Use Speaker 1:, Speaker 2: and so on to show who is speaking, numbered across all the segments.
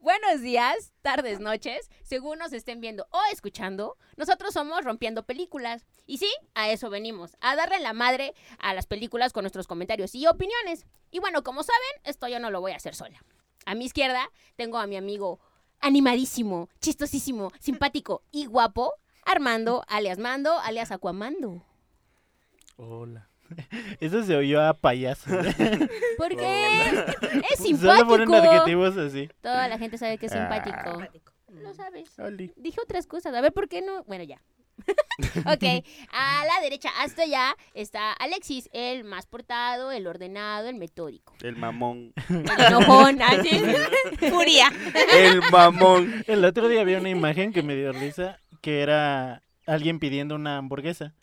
Speaker 1: buenos días, tardes, noches, según nos estén viendo o escuchando. Nosotros somos Rompiendo Películas. Y sí, a eso venimos, a darle la madre a las películas con nuestros comentarios y opiniones. Y bueno, como saben, esto yo no lo voy a hacer sola. A mi izquierda tengo a mi amigo animadísimo, chistosísimo, simpático y guapo, Armando, alias Mando, alias Aquamando.
Speaker 2: Hola. Eso se oyó a payaso.
Speaker 1: Porque es
Speaker 2: Solo ponen
Speaker 1: simpático.
Speaker 2: adjetivos así.
Speaker 1: Toda la gente sabe que es simpático. Lo sabes. Dije otras cosas. A ver, ¿por qué no? Bueno, ya. ok, a la derecha, hasta allá, está Alexis, el más portado, el ordenado, el metódico.
Speaker 3: El mamón.
Speaker 1: El enojón, así Furia.
Speaker 3: El mamón.
Speaker 2: El otro día había una imagen que me dio risa, que era alguien pidiendo una hamburguesa.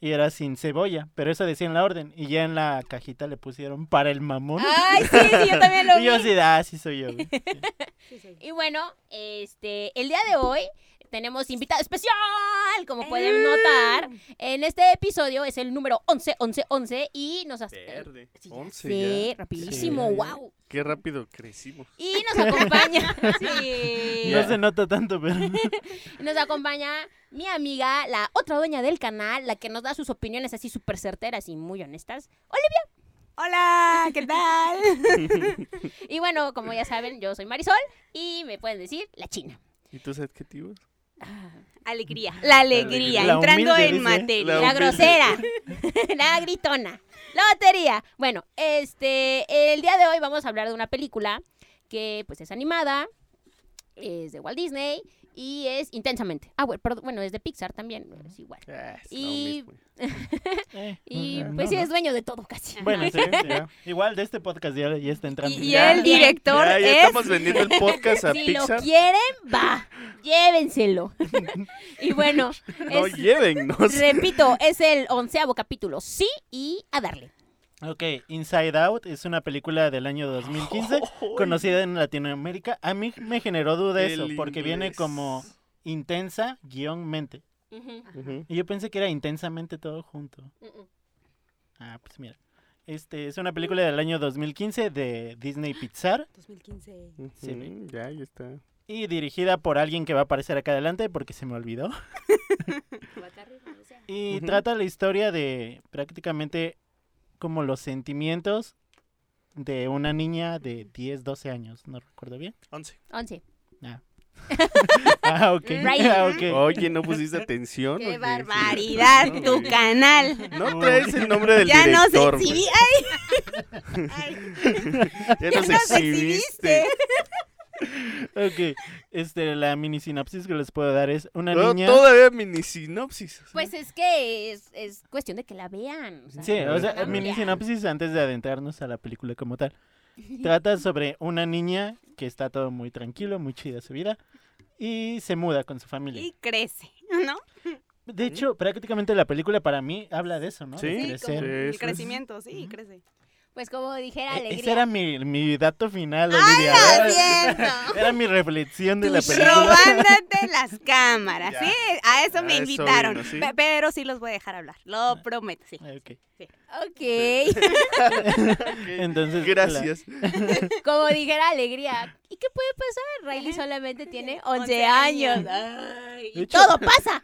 Speaker 2: Y era sin cebolla, pero eso decía en la orden. Y ya en la cajita le pusieron para el mamón.
Speaker 1: Ay, sí, sí, yo también Ah, lo
Speaker 2: y yo
Speaker 1: vi.
Speaker 2: así, ah, sí soy yo. güey".
Speaker 1: Y bueno, este, el día de hoy tenemos invitado especial, como pueden notar. En este episodio es el número 11, 11, 11 y nos... hace
Speaker 3: Verde.
Speaker 1: Sí, ya
Speaker 3: 11
Speaker 1: Sí,
Speaker 3: ya.
Speaker 1: rapidísimo,
Speaker 2: Sí.
Speaker 1: wow.
Speaker 3: Qué rápido crecimos.
Speaker 1: Y nos acompaña. sí.
Speaker 2: No se nota tanto, pero...
Speaker 1: Nos acompaña mi amiga, la otra dueña del canal, la que nos da sus opiniones así súper certeras y muy honestas. Olivia.
Speaker 4: Hola, ¿qué tal?
Speaker 1: Y bueno, como ya saben, yo soy Marisol y me pueden decir la china.
Speaker 3: ¿Y tus adjetivos?
Speaker 4: Alegría. La alegría,
Speaker 2: La
Speaker 4: entrando
Speaker 2: humilde,
Speaker 4: en
Speaker 2: dice.
Speaker 4: materia.
Speaker 1: La,
Speaker 3: La
Speaker 1: grosera. la gritona. La batería. Bueno, este, el día de hoy vamos a hablar de una película que pues es animada, es de Walt Disney y es intensamente. Ah, bueno, perdón, bueno, es de Pixar también, es igual.
Speaker 3: Ah, es lo
Speaker 1: Y-
Speaker 3: mismo.
Speaker 2: eh,
Speaker 1: Y
Speaker 2: no,
Speaker 1: pues
Speaker 2: no,
Speaker 1: sí,
Speaker 2: no.
Speaker 1: es dueño de todo casi.
Speaker 2: Bueno, sí, sí, ya. Igual de este podcast ya, ya está entrando.
Speaker 4: Y, y
Speaker 3: Ya,
Speaker 4: el director
Speaker 3: Ya, ya
Speaker 4: es.
Speaker 3: estamos vendiendo el podcast a
Speaker 1: si lo
Speaker 3: Pixar.
Speaker 1: quieren, va, llévenselo. y bueno,
Speaker 3: No
Speaker 1: es-
Speaker 3: llévennos.
Speaker 1: repito, es el onceavo capítulo, sí y a darle.
Speaker 2: Ok, Inside Out es una película del año 2015 conocida en Latinoamérica. A mí me generó duda
Speaker 3: El
Speaker 2: eso, porque viene
Speaker 3: inglés.
Speaker 2: como intensa guión mente.
Speaker 3: Ujú.
Speaker 2: Y yo pensé que era intensamente todo junto. Ah, pues mira. Este es una película del año 2015 de Disney Pixar
Speaker 4: 2015.
Speaker 2: Sí.
Speaker 3: Ujú, Ya, ya está.
Speaker 2: y dirigida por alguien que va a aparecer acá adelante porque se me olvidó. Y
Speaker 3: Ujú.
Speaker 2: trata la historia de prácticamente como los sentimientos de una niña de 10, 12 años, no recuerdo bien.
Speaker 3: 11.
Speaker 1: Once.
Speaker 2: Ah, ok.
Speaker 1: Right.
Speaker 2: Ah, ok.
Speaker 3: Oye, ¿no pusiste atención?
Speaker 4: ¡Qué
Speaker 3: Oye,
Speaker 4: barbaridad!
Speaker 3: sí.
Speaker 4: Tu canal.
Speaker 3: No traes el nombre del
Speaker 4: ya nos
Speaker 3: director. güey.
Speaker 4: exhibí. Ay. Ay,
Speaker 3: Ya
Speaker 4: ya
Speaker 3: nos exhibiste.
Speaker 2: Ok. Este, la mini sinapsis que les puedo dar es una
Speaker 3: No,
Speaker 2: niña.
Speaker 3: todavía mini sinopsis. o sea.
Speaker 1: Pues es que es, es cuestión de que la vean. o sea,
Speaker 2: Sí, o sea,
Speaker 1: amplia.
Speaker 2: mini sinapsis antes de adentrarnos a la película como tal. Trata sobre una niña que está todo muy tranquilo, muy chida su vida. Y se muda con su familia.
Speaker 4: Y crece, ¿no?
Speaker 2: De hecho, prácticamente la película para mí habla de eso, ¿no? De
Speaker 3: Sí,
Speaker 4: Sí,
Speaker 2: crecer.
Speaker 4: como
Speaker 3: Sí, eso
Speaker 4: el
Speaker 3: es.
Speaker 4: crecimiento, sí, crece.
Speaker 1: Pues como dijera
Speaker 2: E-
Speaker 1: Alegría. Ah,
Speaker 2: Ese era mi, mi dato final, Olivia. Era,
Speaker 4: siento!
Speaker 2: era mi reflexión de la
Speaker 1: Touché.
Speaker 2: película.
Speaker 4: Robándote las cámaras,
Speaker 3: Ya.
Speaker 4: ¿sí? A eso
Speaker 3: A
Speaker 4: me
Speaker 3: eso
Speaker 4: invitaron.
Speaker 3: vino, ¿sí?
Speaker 4: Pe- Pero sí los voy a dejar hablar, lo prometo, sí.
Speaker 2: Ah, ok.
Speaker 1: Ok.
Speaker 3: Ok,
Speaker 2: Entonces, la-
Speaker 3: Gracias.
Speaker 1: como dijera Alegría. ¿Y qué puede pasar? Riley solamente tiene 11
Speaker 4: 11
Speaker 1: años.
Speaker 4: años.
Speaker 1: Ay,
Speaker 2: De
Speaker 1: y
Speaker 2: hecho-
Speaker 1: todo pasa.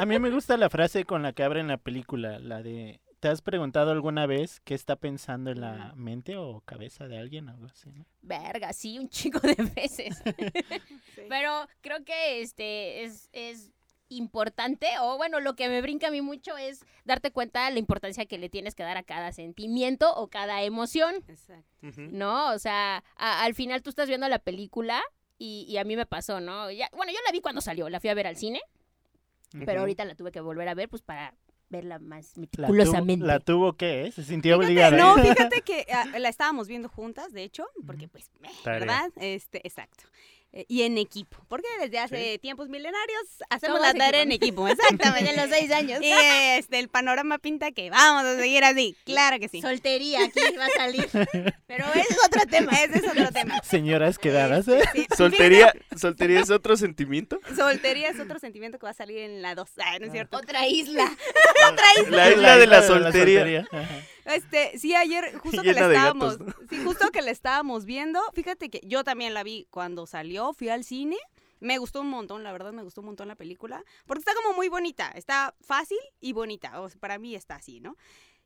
Speaker 2: A mí me gusta la frase con la que abren la película, la de ¿te has preguntado alguna vez qué está pensando en la
Speaker 4: Mm.
Speaker 2: mente o cabeza de alguien o algo así? ¿no?
Speaker 1: Verga, sí, un chico de veces.
Speaker 4: Sí.
Speaker 1: Pero creo que este es, es importante, o bueno, lo que me brinca a mí mucho es darte cuenta de la importancia que le tienes que dar a cada sentimiento o cada emoción,
Speaker 4: Exacto.
Speaker 3: Ujú.
Speaker 1: ¿no? O sea, a- al final tú estás viendo la película y, y a mí me pasó, ¿no? Ya, bueno, yo la vi cuando salió, la fui a ver al cine, pero
Speaker 3: Ujú.
Speaker 1: ahorita la tuve que volver a ver pues para verla más
Speaker 2: La tuvo,
Speaker 1: meticulosamente.
Speaker 2: la tuvo que, ¿eh? se sintió obligada.
Speaker 4: Fíjate, no,
Speaker 2: ¿eh?
Speaker 4: fíjate que ah, la estábamos viendo juntas, de hecho, porque
Speaker 2: Ujú.
Speaker 4: pues, meh,
Speaker 3: Tarea.
Speaker 4: ¿verdad? Este, exacto. Eh, y en equipo, porque desde hace tiempos milenarios hacemos
Speaker 1: Somos
Speaker 4: la tarea en equipo, exactamente.
Speaker 1: Desde los seis años.
Speaker 4: y este, el panorama pinta que vamos a seguir así, claro que sí.
Speaker 1: Soltería aquí va a salir. Pero
Speaker 4: Pero ese es otro tema. Ese es otro tema.
Speaker 2: Señoras quedadas. ¿eh?
Speaker 4: Sí, sí.
Speaker 3: Soltería, ¿Soltería es otro sentimiento?
Speaker 4: Soltería es otro sentimiento que va a salir en la 2. Ah, no es cierto.
Speaker 1: Otra isla.
Speaker 3: La isla de la soltería.
Speaker 2: Ajá.
Speaker 4: Este, sí, ayer justo que
Speaker 3: Llena
Speaker 4: la
Speaker 3: de
Speaker 4: estábamos,
Speaker 3: gatos,
Speaker 4: sí, justo que la estábamos viendo, fíjate que yo también la vi cuando salió, fui al cine, me gustó un montón, la verdad me gustó un montón la película, porque está como muy bonita, está fácil y bonita, o sea, para mí está así, ¿no?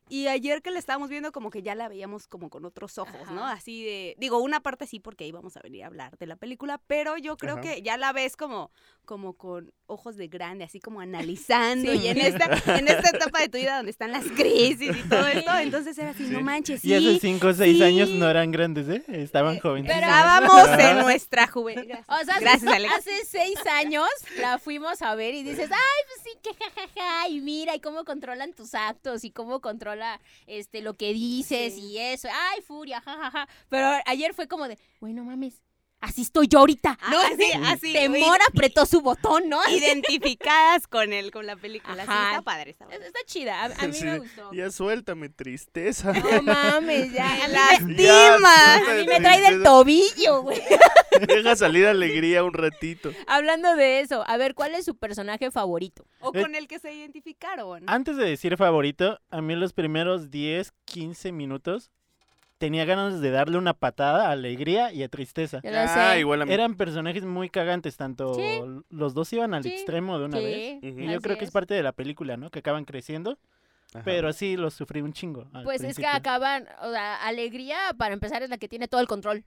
Speaker 4: Y ayer que la estábamos viendo como que ya la veíamos como con otros ojos, ¿no?
Speaker 1: Ajá.
Speaker 4: Así de, digo, una parte sí porque ahí vamos a venir a hablar de la película, pero yo creo
Speaker 3: Ajá.
Speaker 4: que ya la ves como como con ojos de grande, así como analizando y en esta, en esta etapa de tu vida donde están las crisis y todo esto, entonces era así,
Speaker 3: Sí.
Speaker 4: no manches,
Speaker 2: y hace
Speaker 4: sí,
Speaker 2: 5 o 6
Speaker 4: sí.
Speaker 2: años no eran grandes, ¿eh? Estaban jóvenes.
Speaker 1: Pero-
Speaker 4: pensábamos
Speaker 2: Ajá.
Speaker 4: en nuestra juventud.
Speaker 1: O sea, hace-
Speaker 4: Gracias, Alex.
Speaker 1: hace seis años la fuimos a ver y dices, ay, pues sí, que jajaja, y mira, y cómo controlan tus actos, y cómo controla este lo que dices,
Speaker 4: Sí.
Speaker 1: y eso, ay, furia, jajaja. Pero ayer fue como de, güey, no mames, así estoy yo ahorita.
Speaker 4: Ah,
Speaker 1: no,
Speaker 4: así,
Speaker 1: Así,
Speaker 4: así,
Speaker 1: Temor apretó su botón, ¿no?
Speaker 4: id- identificadas con el, con la película, sí,
Speaker 1: Ajá.
Speaker 4: está padre, está
Speaker 1: Es-
Speaker 4: padre.
Speaker 1: Está chida, a, a mí
Speaker 3: Sí,
Speaker 1: me gustó.
Speaker 3: Ya suéltame, tristeza.
Speaker 1: No mames, ya.
Speaker 4: Me
Speaker 1: A mí me-
Speaker 4: lastima.
Speaker 1: a mí me trae del tobillo, güey.
Speaker 3: Deja salir alegría un ratito.
Speaker 1: Hablando de eso, a ver, ¿cuál es su personaje favorito?
Speaker 4: O
Speaker 2: Eh.
Speaker 4: con el que se identificaron.
Speaker 3: Ah,
Speaker 2: Antes de decir favorito, a mí los primeros 10, 15 minutos tenía ganas de darle una patada a alegría y a tristeza.
Speaker 1: Yo no sé.
Speaker 3: Ah, igual a mí.
Speaker 2: Eran personajes muy cagantes, tanto
Speaker 1: Sí.
Speaker 2: los dos iban al
Speaker 1: Sí.
Speaker 2: extremo de una vez.
Speaker 1: Sí,
Speaker 3: Ujú.
Speaker 2: Y yo
Speaker 1: así
Speaker 2: creo que es parte de la película, ¿no? Que acaban creciendo,
Speaker 3: Ajá.
Speaker 2: pero sí los sufrí un chingo. al
Speaker 1: Pues es que
Speaker 2: principio.
Speaker 1: acaban, o sea, alegría para empezar es la que tiene todo el control.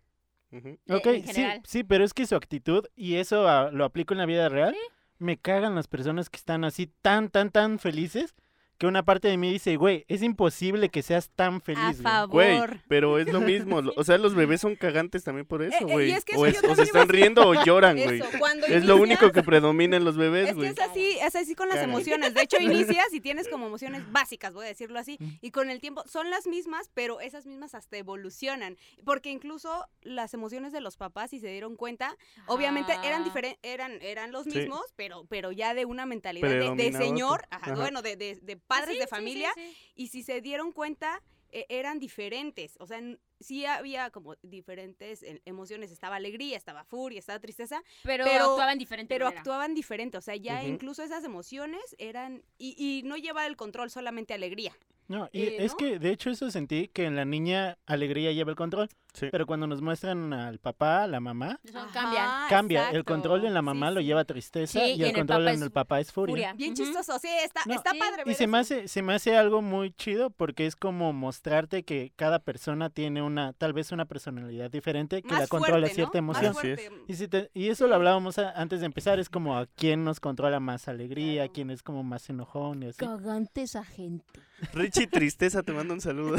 Speaker 3: Ujú.
Speaker 1: eh,
Speaker 2: Ok,
Speaker 1: en
Speaker 2: sí,
Speaker 1: general.
Speaker 2: sí, pero es que su actitud, y eso ah, lo aplico en la vida real, me cagan las personas que están así tan, tan, tan felices, que una parte de mí dice, güey, es imposible que seas tan
Speaker 4: A
Speaker 2: feliz. güey".
Speaker 3: Güey,
Speaker 4: favor.
Speaker 3: pero es lo mismo. lo- O sea, los bebés son cagantes también por
Speaker 4: Eh, eh,
Speaker 3: eso,
Speaker 4: y
Speaker 3: güey.
Speaker 4: es que eso
Speaker 3: o,
Speaker 4: yo
Speaker 3: es- o
Speaker 4: también
Speaker 3: se
Speaker 4: iba a
Speaker 3: están riendo o lloran, güey.
Speaker 4: Eso, cuando
Speaker 3: Es lo
Speaker 4: inicias-
Speaker 3: único que predomina en los bebés,
Speaker 4: Es que
Speaker 3: güey.
Speaker 4: es así, es así con las
Speaker 3: Caray.
Speaker 4: emociones. De hecho, inicias y tienes como emociones básicas, voy a decirlo así.
Speaker 2: Mm.
Speaker 4: Y con el tiempo son las mismas, pero esas mismas hasta evolucionan. Porque incluso las emociones de los papás, si se dieron cuenta, obviamente eran diferentes, eran, eran los
Speaker 3: Sí.
Speaker 4: mismos, pero, pero ya de una mentalidad de- de,
Speaker 3: Predominaba otro.
Speaker 4: señor, ajá,
Speaker 3: Ajá.
Speaker 4: bueno, de, de- de
Speaker 1: Ah,
Speaker 4: padres de familia. Y si se dieron cuenta, e- eran diferentes. O sea, n- sí había como diferentes eh, emociones. Estaba alegría, estaba furia, estaba tristeza.
Speaker 1: Pero,
Speaker 4: Pero-
Speaker 1: actuaban diferente.
Speaker 4: Pero
Speaker 1: manera.
Speaker 4: actuaban diferente, o sea, ya
Speaker 3: Ujú.
Speaker 4: incluso esas emociones eran... Y, y no lleva el control, solamente alegría.
Speaker 2: No, y
Speaker 4: Eh,
Speaker 2: es
Speaker 4: ¿no?
Speaker 2: que de hecho eso sentí que en la niña alegría lleva el control,
Speaker 3: Sí.
Speaker 2: pero cuando nos muestran al papá, a la mamá,
Speaker 1: Eso cambia.
Speaker 4: Ah,
Speaker 2: cambia. El control en la mamá lo lleva tristeza
Speaker 1: Sí,
Speaker 2: y, el control
Speaker 1: papá
Speaker 2: en
Speaker 1: es
Speaker 2: el papá es furia.
Speaker 1: Furia.
Speaker 4: Bien
Speaker 1: Ujú.
Speaker 4: chistoso, sí, está,
Speaker 2: No,
Speaker 4: está
Speaker 1: sí.
Speaker 4: padre.
Speaker 2: Y
Speaker 4: ver
Speaker 2: se
Speaker 4: eso.
Speaker 2: me, hace, se me hace algo muy chido porque es como mostrarte que cada persona tiene una, tal vez una personalidad diferente que la
Speaker 4: Más
Speaker 2: controla
Speaker 4: fuerte, ¿no?
Speaker 2: cierta
Speaker 4: Más
Speaker 2: emoción.
Speaker 3: Así
Speaker 4: fuerte.
Speaker 2: Y, si te- y eso lo hablábamos a- antes de empezar, es como a quién nos controla más alegría,
Speaker 4: Claro.
Speaker 2: quién es como más enojón y así.
Speaker 1: Cagante esa gente.
Speaker 3: Richie Tristeza te manda un saludo.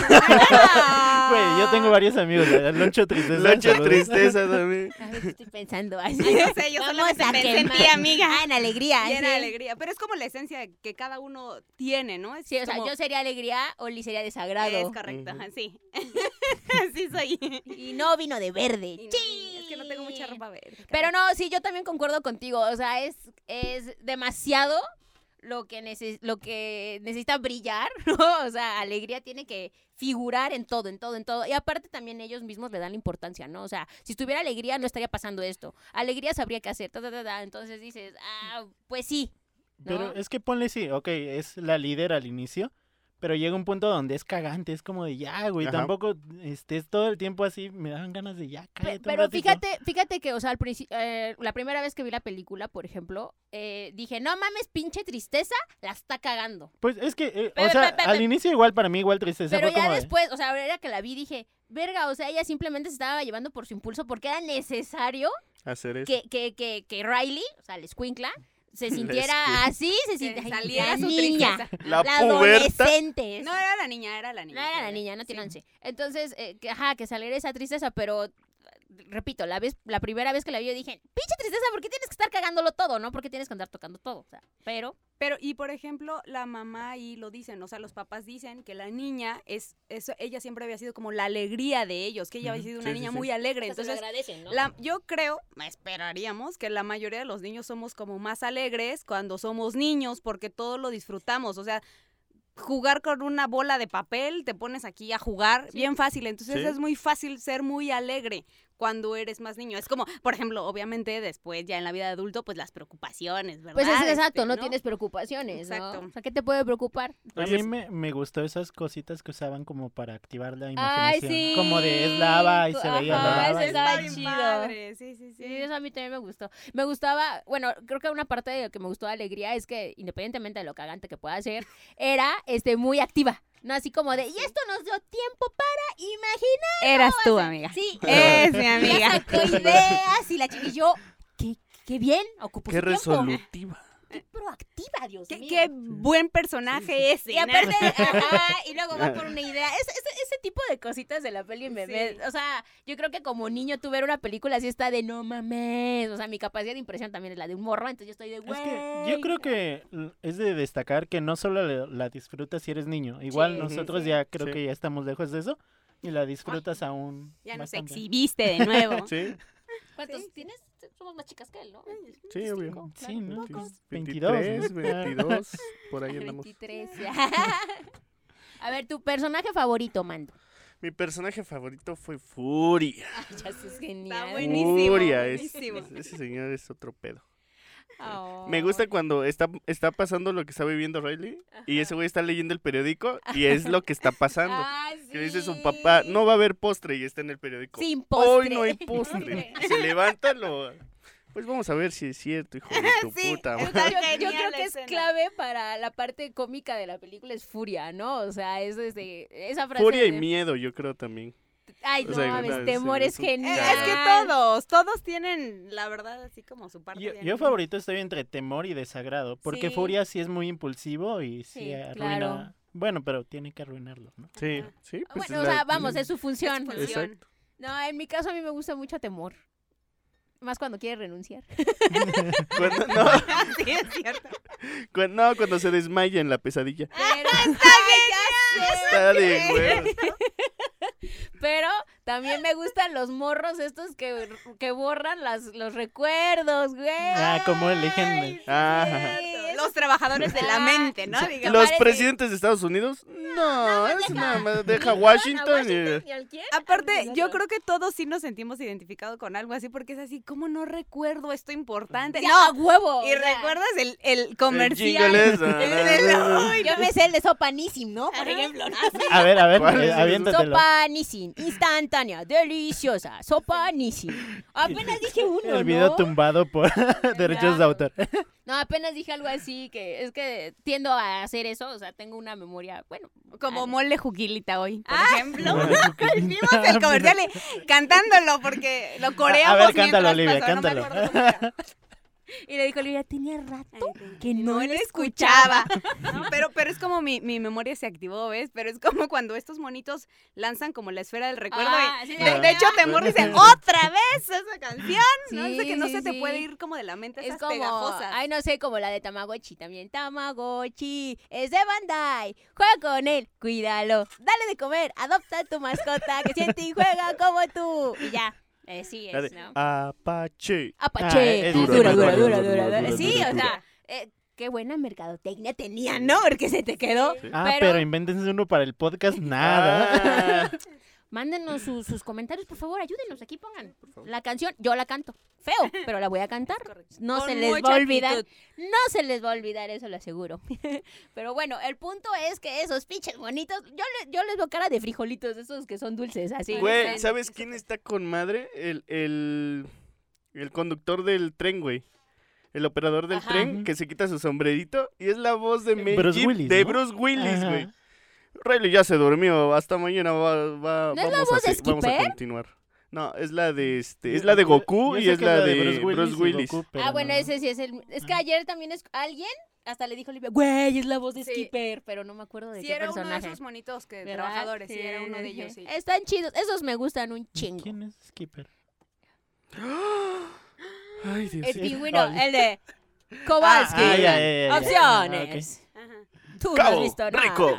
Speaker 2: Güey, yo
Speaker 4: Ah.
Speaker 2: tengo varios amigos, la verdad, Loncho Tristeza.
Speaker 3: Loncho
Speaker 2: saludos.
Speaker 3: Tristeza también.
Speaker 1: A ver, estoy pensando así.
Speaker 4: Ay, no sé, yo
Speaker 1: Vamos
Speaker 4: solamente
Speaker 1: a
Speaker 4: pensé en ti,
Speaker 1: quemar.
Speaker 4: amiga.
Speaker 1: Ah, en alegría.
Speaker 4: Y era
Speaker 1: sí.
Speaker 4: alegría, pero es como la esencia que cada uno tiene, ¿no? Es
Speaker 1: Sí, o sea,
Speaker 4: como-
Speaker 1: yo sería alegría, Oli sería desagrado.
Speaker 4: Es correcto,
Speaker 3: Ujú.
Speaker 4: ajá, sí. sí soy.
Speaker 1: Y no vino de verde.
Speaker 4: Y no,
Speaker 1: ¡Chin!
Speaker 4: Es que no tengo mucha ropa verde.
Speaker 1: Pero no, sí, yo también concuerdo contigo. O sea, es, es demasiado lo que, neces- lo que necesita brillar, ¿no? O sea, alegría tiene que figurar en todo, en todo, en todo. Y aparte también ellos mismos le dan la importancia, ¿no? O sea, si estuviera alegría no estaría pasando esto. Alegría sabría qué hacer, ta, ta, ta, ta. Entonces dices, ah, pues sí.
Speaker 2: Pero
Speaker 1: ¿no?
Speaker 2: es que ponle sí, ok, es la líder al inicio, pero llega un punto donde es cagante, es como de ya, güey,
Speaker 3: Ajá.
Speaker 2: tampoco estés todo el tiempo así, me dan ganas de ya,
Speaker 1: Pe-
Speaker 2: cállate un
Speaker 1: pero
Speaker 2: ratito.
Speaker 1: fíjate, fíjate que, o sea, al princi- eh, la primera vez que vi la película, por ejemplo, eh, dije, no mames, pinche tristeza, la está cagando.
Speaker 2: Pues es que, eh,
Speaker 1: Pe-
Speaker 2: o sea,
Speaker 1: pe- pe-
Speaker 2: al
Speaker 1: pe-
Speaker 2: inicio igual para mí igual tristeza
Speaker 1: Pero
Speaker 2: fue
Speaker 1: ya
Speaker 2: como de,
Speaker 1: después, o sea, ahora que la vi dije, verga, o sea, ella simplemente se estaba llevando por su impulso porque era necesario
Speaker 3: Hacer eso.
Speaker 1: que, que, que, que Riley, o sea, la escuincla, se
Speaker 3: La
Speaker 1: sintiera
Speaker 3: escuincla.
Speaker 1: así, se
Speaker 4: Que
Speaker 1: sintiera
Speaker 4: Eh, saliera su
Speaker 1: niña,
Speaker 4: tristeza.
Speaker 3: La,
Speaker 1: la
Speaker 3: puberta.
Speaker 1: adolescente.
Speaker 4: No era la niña, era la niña.
Speaker 1: No era la
Speaker 4: sí.
Speaker 1: niña, no tiene
Speaker 4: Sí.
Speaker 1: 11. Entonces, eh, que, ajá, que saliera esa tristeza, pero eh, repito, la vez, la primera vez que la vi yo dije, pinche tristeza, ¿por qué tienes que estar cagándolo todo, no? ¿Por qué tienes que andar tocando todo? O sea, pero
Speaker 4: Pero, y por ejemplo, la mamá ahí lo dicen, o sea, los papás dicen que la niña es, eso, ella siempre había sido como la alegría de ellos, que ella había
Speaker 2: Ujú,
Speaker 4: sido
Speaker 3: sí,
Speaker 4: una
Speaker 3: sí,
Speaker 4: niña
Speaker 3: sí.
Speaker 4: muy alegre.
Speaker 1: hasta se lo
Speaker 4: Entonces,
Speaker 1: agradecen, ¿no?
Speaker 4: la, yo creo,
Speaker 1: Pues
Speaker 4: esperaríamos, que la mayoría de los niños somos como más alegres cuando somos niños, porque todo lo disfrutamos, o sea, jugar con una bola de papel, te pones aquí a jugar, bien fácil, entonces
Speaker 3: Sí.
Speaker 4: es muy fácil ser muy alegre. cuando eres más niño. Es como, por ejemplo, obviamente después ya en la vida de adulto, pues las preocupaciones, ¿verdad?
Speaker 1: Pues es exacto,
Speaker 4: Este,
Speaker 1: no, tienes Pues preocupaciones, ¿no?
Speaker 4: Exacto.
Speaker 1: O sea, ¿qué te puede preocupar?
Speaker 2: A
Speaker 3: Oye,
Speaker 2: mí me, me gustó esas cositas que usaban como para activar la
Speaker 1: Ay,
Speaker 2: imaginación.
Speaker 1: sí.
Speaker 2: Como de es lava y se veía la
Speaker 1: Ajá,
Speaker 2: lava.
Speaker 1: ese estaba
Speaker 4: bien
Speaker 1: chido.
Speaker 4: padre, Sí, sí, sí.
Speaker 1: Sí, eso a mí también me gustó. Me gustaba, bueno, creo que una parte de lo que me gustó de Alegría es que, independientemente de lo cagante que pueda ser, era este muy activa. No así como de, y esto nos dio tiempo para imaginar.
Speaker 4: Eras tú, amiga.
Speaker 1: Sí,
Speaker 4: Es mi
Speaker 1: ya
Speaker 4: amiga.
Speaker 1: sacó ideas y la chica y yo, qué, qué bien,
Speaker 4: Pues
Speaker 1: ocupó
Speaker 3: Qué
Speaker 1: su tiempo.
Speaker 3: resolutiva.
Speaker 1: Qué proactiva, Dios
Speaker 4: Qué,
Speaker 1: mío.
Speaker 4: qué buen personaje ese.
Speaker 1: Y aparte, ajá, y luego va por una idea. Es- es- ese tipo de cositas de la peli me, me-
Speaker 4: Sí.
Speaker 1: O sea, yo creo que como niño tú ver una película así está de no mames. O sea, mi capacidad de impresión también es la de un morro, entonces yo estoy de güey.
Speaker 2: Es que yo creo que l- es de destacar que no solo la, la disfrutas si eres niño, igual
Speaker 1: Sí,
Speaker 2: nosotros
Speaker 1: sí.
Speaker 2: ya creo
Speaker 3: Sí.
Speaker 2: que ya estamos lejos de eso y la disfrutas aún.
Speaker 4: Ya nos
Speaker 2: más también.
Speaker 4: exhibiste de nuevo.
Speaker 3: Sí,
Speaker 1: ¿Cuántos
Speaker 4: Sí.
Speaker 1: tienes? Somos más chicas que él, ¿no?
Speaker 3: sí, obvio.
Speaker 1: Cinco,
Speaker 2: Sí, ¿no?
Speaker 1: pocos.
Speaker 2: 22,
Speaker 3: 23,
Speaker 2: ¿no? Ah,
Speaker 3: 22, por ahí andamos.
Speaker 1: 23. A ver, tu personaje favorito, Mando.
Speaker 3: Mi personaje favorito fue Furia.
Speaker 1: Ay, ya eso es
Speaker 3: Uh,
Speaker 4: Está
Speaker 1: genial.
Speaker 4: buenísimo.
Speaker 3: Furia, es-
Speaker 4: buenísimo.
Speaker 3: es- ese señor es otro pedo.
Speaker 1: Ah,
Speaker 3: Me gusta cuando está, está pasando lo que está viviendo Riley y ese güey está leyendo el periódico y es lo que está pasando.
Speaker 1: Ay,
Speaker 3: Que dice su
Speaker 1: Ah, sí.
Speaker 3: papá, no va a haber postre y está en el periódico.
Speaker 1: Sin
Speaker 3: Hoy no
Speaker 1: postre.
Speaker 3: hay postre. Y se levanta, lo... Pues vamos a ver si es cierto, hijo de tu
Speaker 4: Sí,
Speaker 3: puta.
Speaker 4: es
Speaker 3: madre.
Speaker 4: Está
Speaker 1: Yo- yo,
Speaker 4: genial
Speaker 1: creo
Speaker 4: la
Speaker 1: que es
Speaker 4: escena.
Speaker 1: clave para la parte cómica de la película es furia, ¿no? O sea, es desde esa frase
Speaker 3: Furia y
Speaker 1: de-
Speaker 3: miedo, yo creo también.
Speaker 1: Ay,
Speaker 3: o
Speaker 1: no
Speaker 3: sea,
Speaker 1: mames,
Speaker 3: una-
Speaker 1: temor
Speaker 3: se-
Speaker 1: es
Speaker 3: es un-
Speaker 1: genial.
Speaker 4: Eh, Es que todos, todos tienen, la verdad, así como su parte.
Speaker 2: Yo,
Speaker 4: de
Speaker 2: yo
Speaker 4: anime.
Speaker 2: favorito estoy entre temor y desagrado, porque
Speaker 1: Sí.
Speaker 2: Furia sí es muy impulsivo y sí,
Speaker 1: Sí,
Speaker 2: arruina.
Speaker 1: claro.
Speaker 2: Bueno, pero tiene que arruinarlo, ¿no?
Speaker 3: Sí, sí. pues
Speaker 1: Ah. Bueno, o
Speaker 3: es la-
Speaker 1: sea, vamos, es su función.
Speaker 4: Es
Speaker 1: ¿no?
Speaker 4: su función.
Speaker 3: Exacto.
Speaker 1: No, en mi caso a mí me gusta mucho temor. Más cuando quiere renunciar.
Speaker 3: Cuando, no,
Speaker 4: sí, es cierto.
Speaker 3: cuando, no, cuando se desmaya en la pesadilla.
Speaker 1: Pero,
Speaker 4: Ah,
Speaker 3: Está de
Speaker 4: sí.
Speaker 3: huevos.
Speaker 1: pero también me gustan los morros estos que, que borran las, los recuerdos, güey.
Speaker 2: Ah, cómo eligen.
Speaker 3: Ah, Ajá.
Speaker 1: Sí,
Speaker 4: Los trabajadores de la
Speaker 1: Ah,
Speaker 4: mente, ¿no? Digamos.
Speaker 3: Los
Speaker 1: parece-
Speaker 3: presidentes de Estados Unidos, no, es nada más deja
Speaker 1: ¿A
Speaker 3: Washington.
Speaker 1: Washington
Speaker 3: y-
Speaker 1: y al quién?
Speaker 4: Aparte, yo
Speaker 1: Nosotros.
Speaker 4: creo que todos sí nos sentimos identificados con algo así, porque es así, ¿cómo no recuerdo esto importante?
Speaker 1: Ya, a huevo.
Speaker 4: Y
Speaker 1: o sea.
Speaker 4: recuerdas el, el
Speaker 3: el
Speaker 4: comercial.
Speaker 3: jingle es,
Speaker 4: El de la-
Speaker 1: Yo me sé el de sopa Nissin, ¿no?
Speaker 4: Ah.
Speaker 1: Por ejemplo. ¿no?
Speaker 2: A ver, a ver,
Speaker 3: ¿Cuál
Speaker 2: eh,
Speaker 3: es?
Speaker 2: aviéntatelo.
Speaker 1: Sopa Nissin, instantánea, deliciosa. Sopa Nissin. Apenas dije uno,
Speaker 2: El video
Speaker 1: ¿no?
Speaker 2: tumbado por derechos de
Speaker 1: Claro.
Speaker 2: autor.
Speaker 1: No, apenas dije algo así, que es que tiendo a hacer eso, o sea, tengo una memoria, bueno.
Speaker 4: Como
Speaker 1: mole.
Speaker 4: mole juquilita hoy,
Speaker 1: Ah,
Speaker 4: por ejemplo.
Speaker 2: Mole
Speaker 4: Vimos el comercial y- cantándolo porque lo coreamos.
Speaker 2: A ver, cántalo,
Speaker 4: mientras
Speaker 2: Olivia,
Speaker 4: pasó, no me
Speaker 2: cántalo.
Speaker 4: acuerdo cómo era.
Speaker 1: Y le dijo, Olivia, tenía rato que
Speaker 4: no
Speaker 1: no
Speaker 4: lo
Speaker 1: le
Speaker 4: escuchaba. ¿no? Pero, pero es como mi, mi memoria se activó, ¿ves? Pero es como cuando estos monitos lanzan como la esfera del recuerdo.
Speaker 1: Ah,
Speaker 4: y-
Speaker 1: sí,
Speaker 4: de,
Speaker 1: sí,
Speaker 4: de hecho,
Speaker 1: sí.
Speaker 4: Temor dice, ¡otra vez esa canción! ¿no?
Speaker 1: Sí,
Speaker 4: Dice que no
Speaker 1: sí,
Speaker 4: se te
Speaker 1: sí.
Speaker 4: puede ir como de la mente esas
Speaker 1: Es como,
Speaker 4: pegajosas.
Speaker 1: ay, no sé, como la de Tamagotchi también. Tamagotchi, es de Bandai. Juega con él, cuídalo. Dale de comer, adopta a tu mascota que siente y juega como tú. Y ya, eh, sí
Speaker 3: La
Speaker 1: es,
Speaker 3: de
Speaker 1: ¿no?
Speaker 3: Apache.
Speaker 1: Apache.
Speaker 2: Ah, es
Speaker 1: dura, dura, dura,
Speaker 2: dura, dura,
Speaker 1: dura,
Speaker 3: dura,
Speaker 1: dura,
Speaker 3: dura,
Speaker 1: Sí,
Speaker 3: dura,
Speaker 1: o
Speaker 3: dura.
Speaker 1: sea, eh, qué buena mercadotecnia tenía, ¿no? Porque se te quedó.
Speaker 3: Sí.
Speaker 2: Ah, pero, invéntense uno para el podcast, nada.
Speaker 3: Ah,
Speaker 1: Mándenos su- sus comentarios, por favor, ayúdenos. Aquí pongan la canción. Yo la canto. Feo, pero la voy a cantar. No se
Speaker 4: Con
Speaker 1: les va
Speaker 4: mucha
Speaker 1: a olvidar.
Speaker 4: actitud.
Speaker 1: No se les va a olvidar, eso lo aseguro. pero bueno, el punto es que esos pinches bonitos, yo, le- yo les veo cara de frijolitos, esos que son dulces, así. Ah,
Speaker 3: Güey, ¿sabes quién está con madre? El, el, el conductor del tren, güey. El operador del
Speaker 1: Ajá.
Speaker 3: tren que se quita su sombrerito y es la voz de, Mel
Speaker 2: Bruce
Speaker 3: Gib-
Speaker 2: Willis,
Speaker 3: de
Speaker 2: ¿no?
Speaker 3: Bruce Willis,
Speaker 2: Ajá.
Speaker 3: güey. Riley ya se durmió, hasta mañana va, va-
Speaker 1: ¿No es la
Speaker 3: vamos,
Speaker 1: voz
Speaker 3: a,
Speaker 1: de
Speaker 3: se- vamos a
Speaker 1: Skipper?
Speaker 3: continuar. No, es la de este, es
Speaker 2: Yo-
Speaker 3: la de
Speaker 2: yo-
Speaker 3: Goku
Speaker 2: yo
Speaker 3: y
Speaker 2: sé
Speaker 3: es
Speaker 2: que
Speaker 3: la de Bruce Willis.
Speaker 2: y Goku, pero
Speaker 1: ah, bueno,
Speaker 2: no.
Speaker 1: ese sí es el... Es que
Speaker 4: Ah.
Speaker 2: Ajá.
Speaker 1: ayer también es... Alguien hasta le dijo, Olivia, güey, es la voz de
Speaker 4: Sí.
Speaker 1: Skipper, pero no me acuerdo de
Speaker 4: Sí,
Speaker 1: qué
Speaker 4: era
Speaker 1: personaje.
Speaker 4: uno de esos monitos que
Speaker 1: ¿Verdad?
Speaker 4: trabajadores, sí,
Speaker 1: Sí,
Speaker 4: era uno de
Speaker 1: dije,
Speaker 4: ellos, sí.
Speaker 1: Están chidos, esos me gustan un chingo.
Speaker 2: ¿Quién es Skipper?
Speaker 3: Ay, Dios.
Speaker 1: El
Speaker 2: Sí.
Speaker 1: pingüino,
Speaker 2: Ay.
Speaker 1: el de Kowalski.
Speaker 2: Ah, ya, ya, ya, ya.
Speaker 1: Opciones.
Speaker 4: Ajá.
Speaker 1: Tú no has
Speaker 3: Cabo,
Speaker 1: visto nada.
Speaker 3: rico.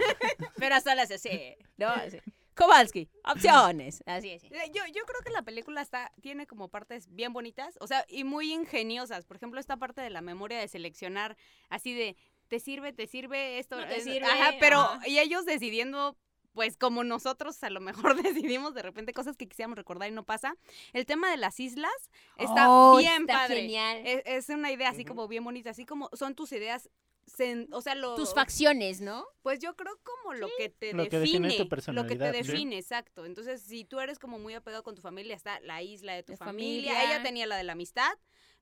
Speaker 1: Pero hasta las así. No, así. Kowalski, opciones. Así es.
Speaker 4: Eh, Yo, yo creo que la película está, tiene como partes bien bonitas, o sea, y muy ingeniosas. Por ejemplo, esta parte de la memoria de seleccionar, así de, te sirve, te sirve esto,
Speaker 1: No te
Speaker 4: es-
Speaker 1: sirve,
Speaker 4: Ajá, pero,
Speaker 1: ajá.
Speaker 4: y ellos decidiendo pues como nosotros a lo mejor decidimos de repente cosas que quisiéramos recordar y no pasa. El tema de las islas está
Speaker 1: Oh,
Speaker 4: bien
Speaker 1: está
Speaker 4: padre.
Speaker 1: genial.
Speaker 4: Es, es una idea así
Speaker 3: Ujú.
Speaker 4: como bien bonita, así como son tus ideas, sen- o sea, lo,
Speaker 1: Tus facciones, ¿no?
Speaker 4: pues yo creo como lo que te
Speaker 2: Lo que define
Speaker 4: define,
Speaker 2: tu
Speaker 4: lo que te
Speaker 2: personalidad, ¿sí?
Speaker 4: define, exacto. Entonces, si tú eres como muy apegado con tu familia, está la isla de tu
Speaker 1: De
Speaker 4: familia.
Speaker 1: familia.
Speaker 4: Ella tenía la de la amistad,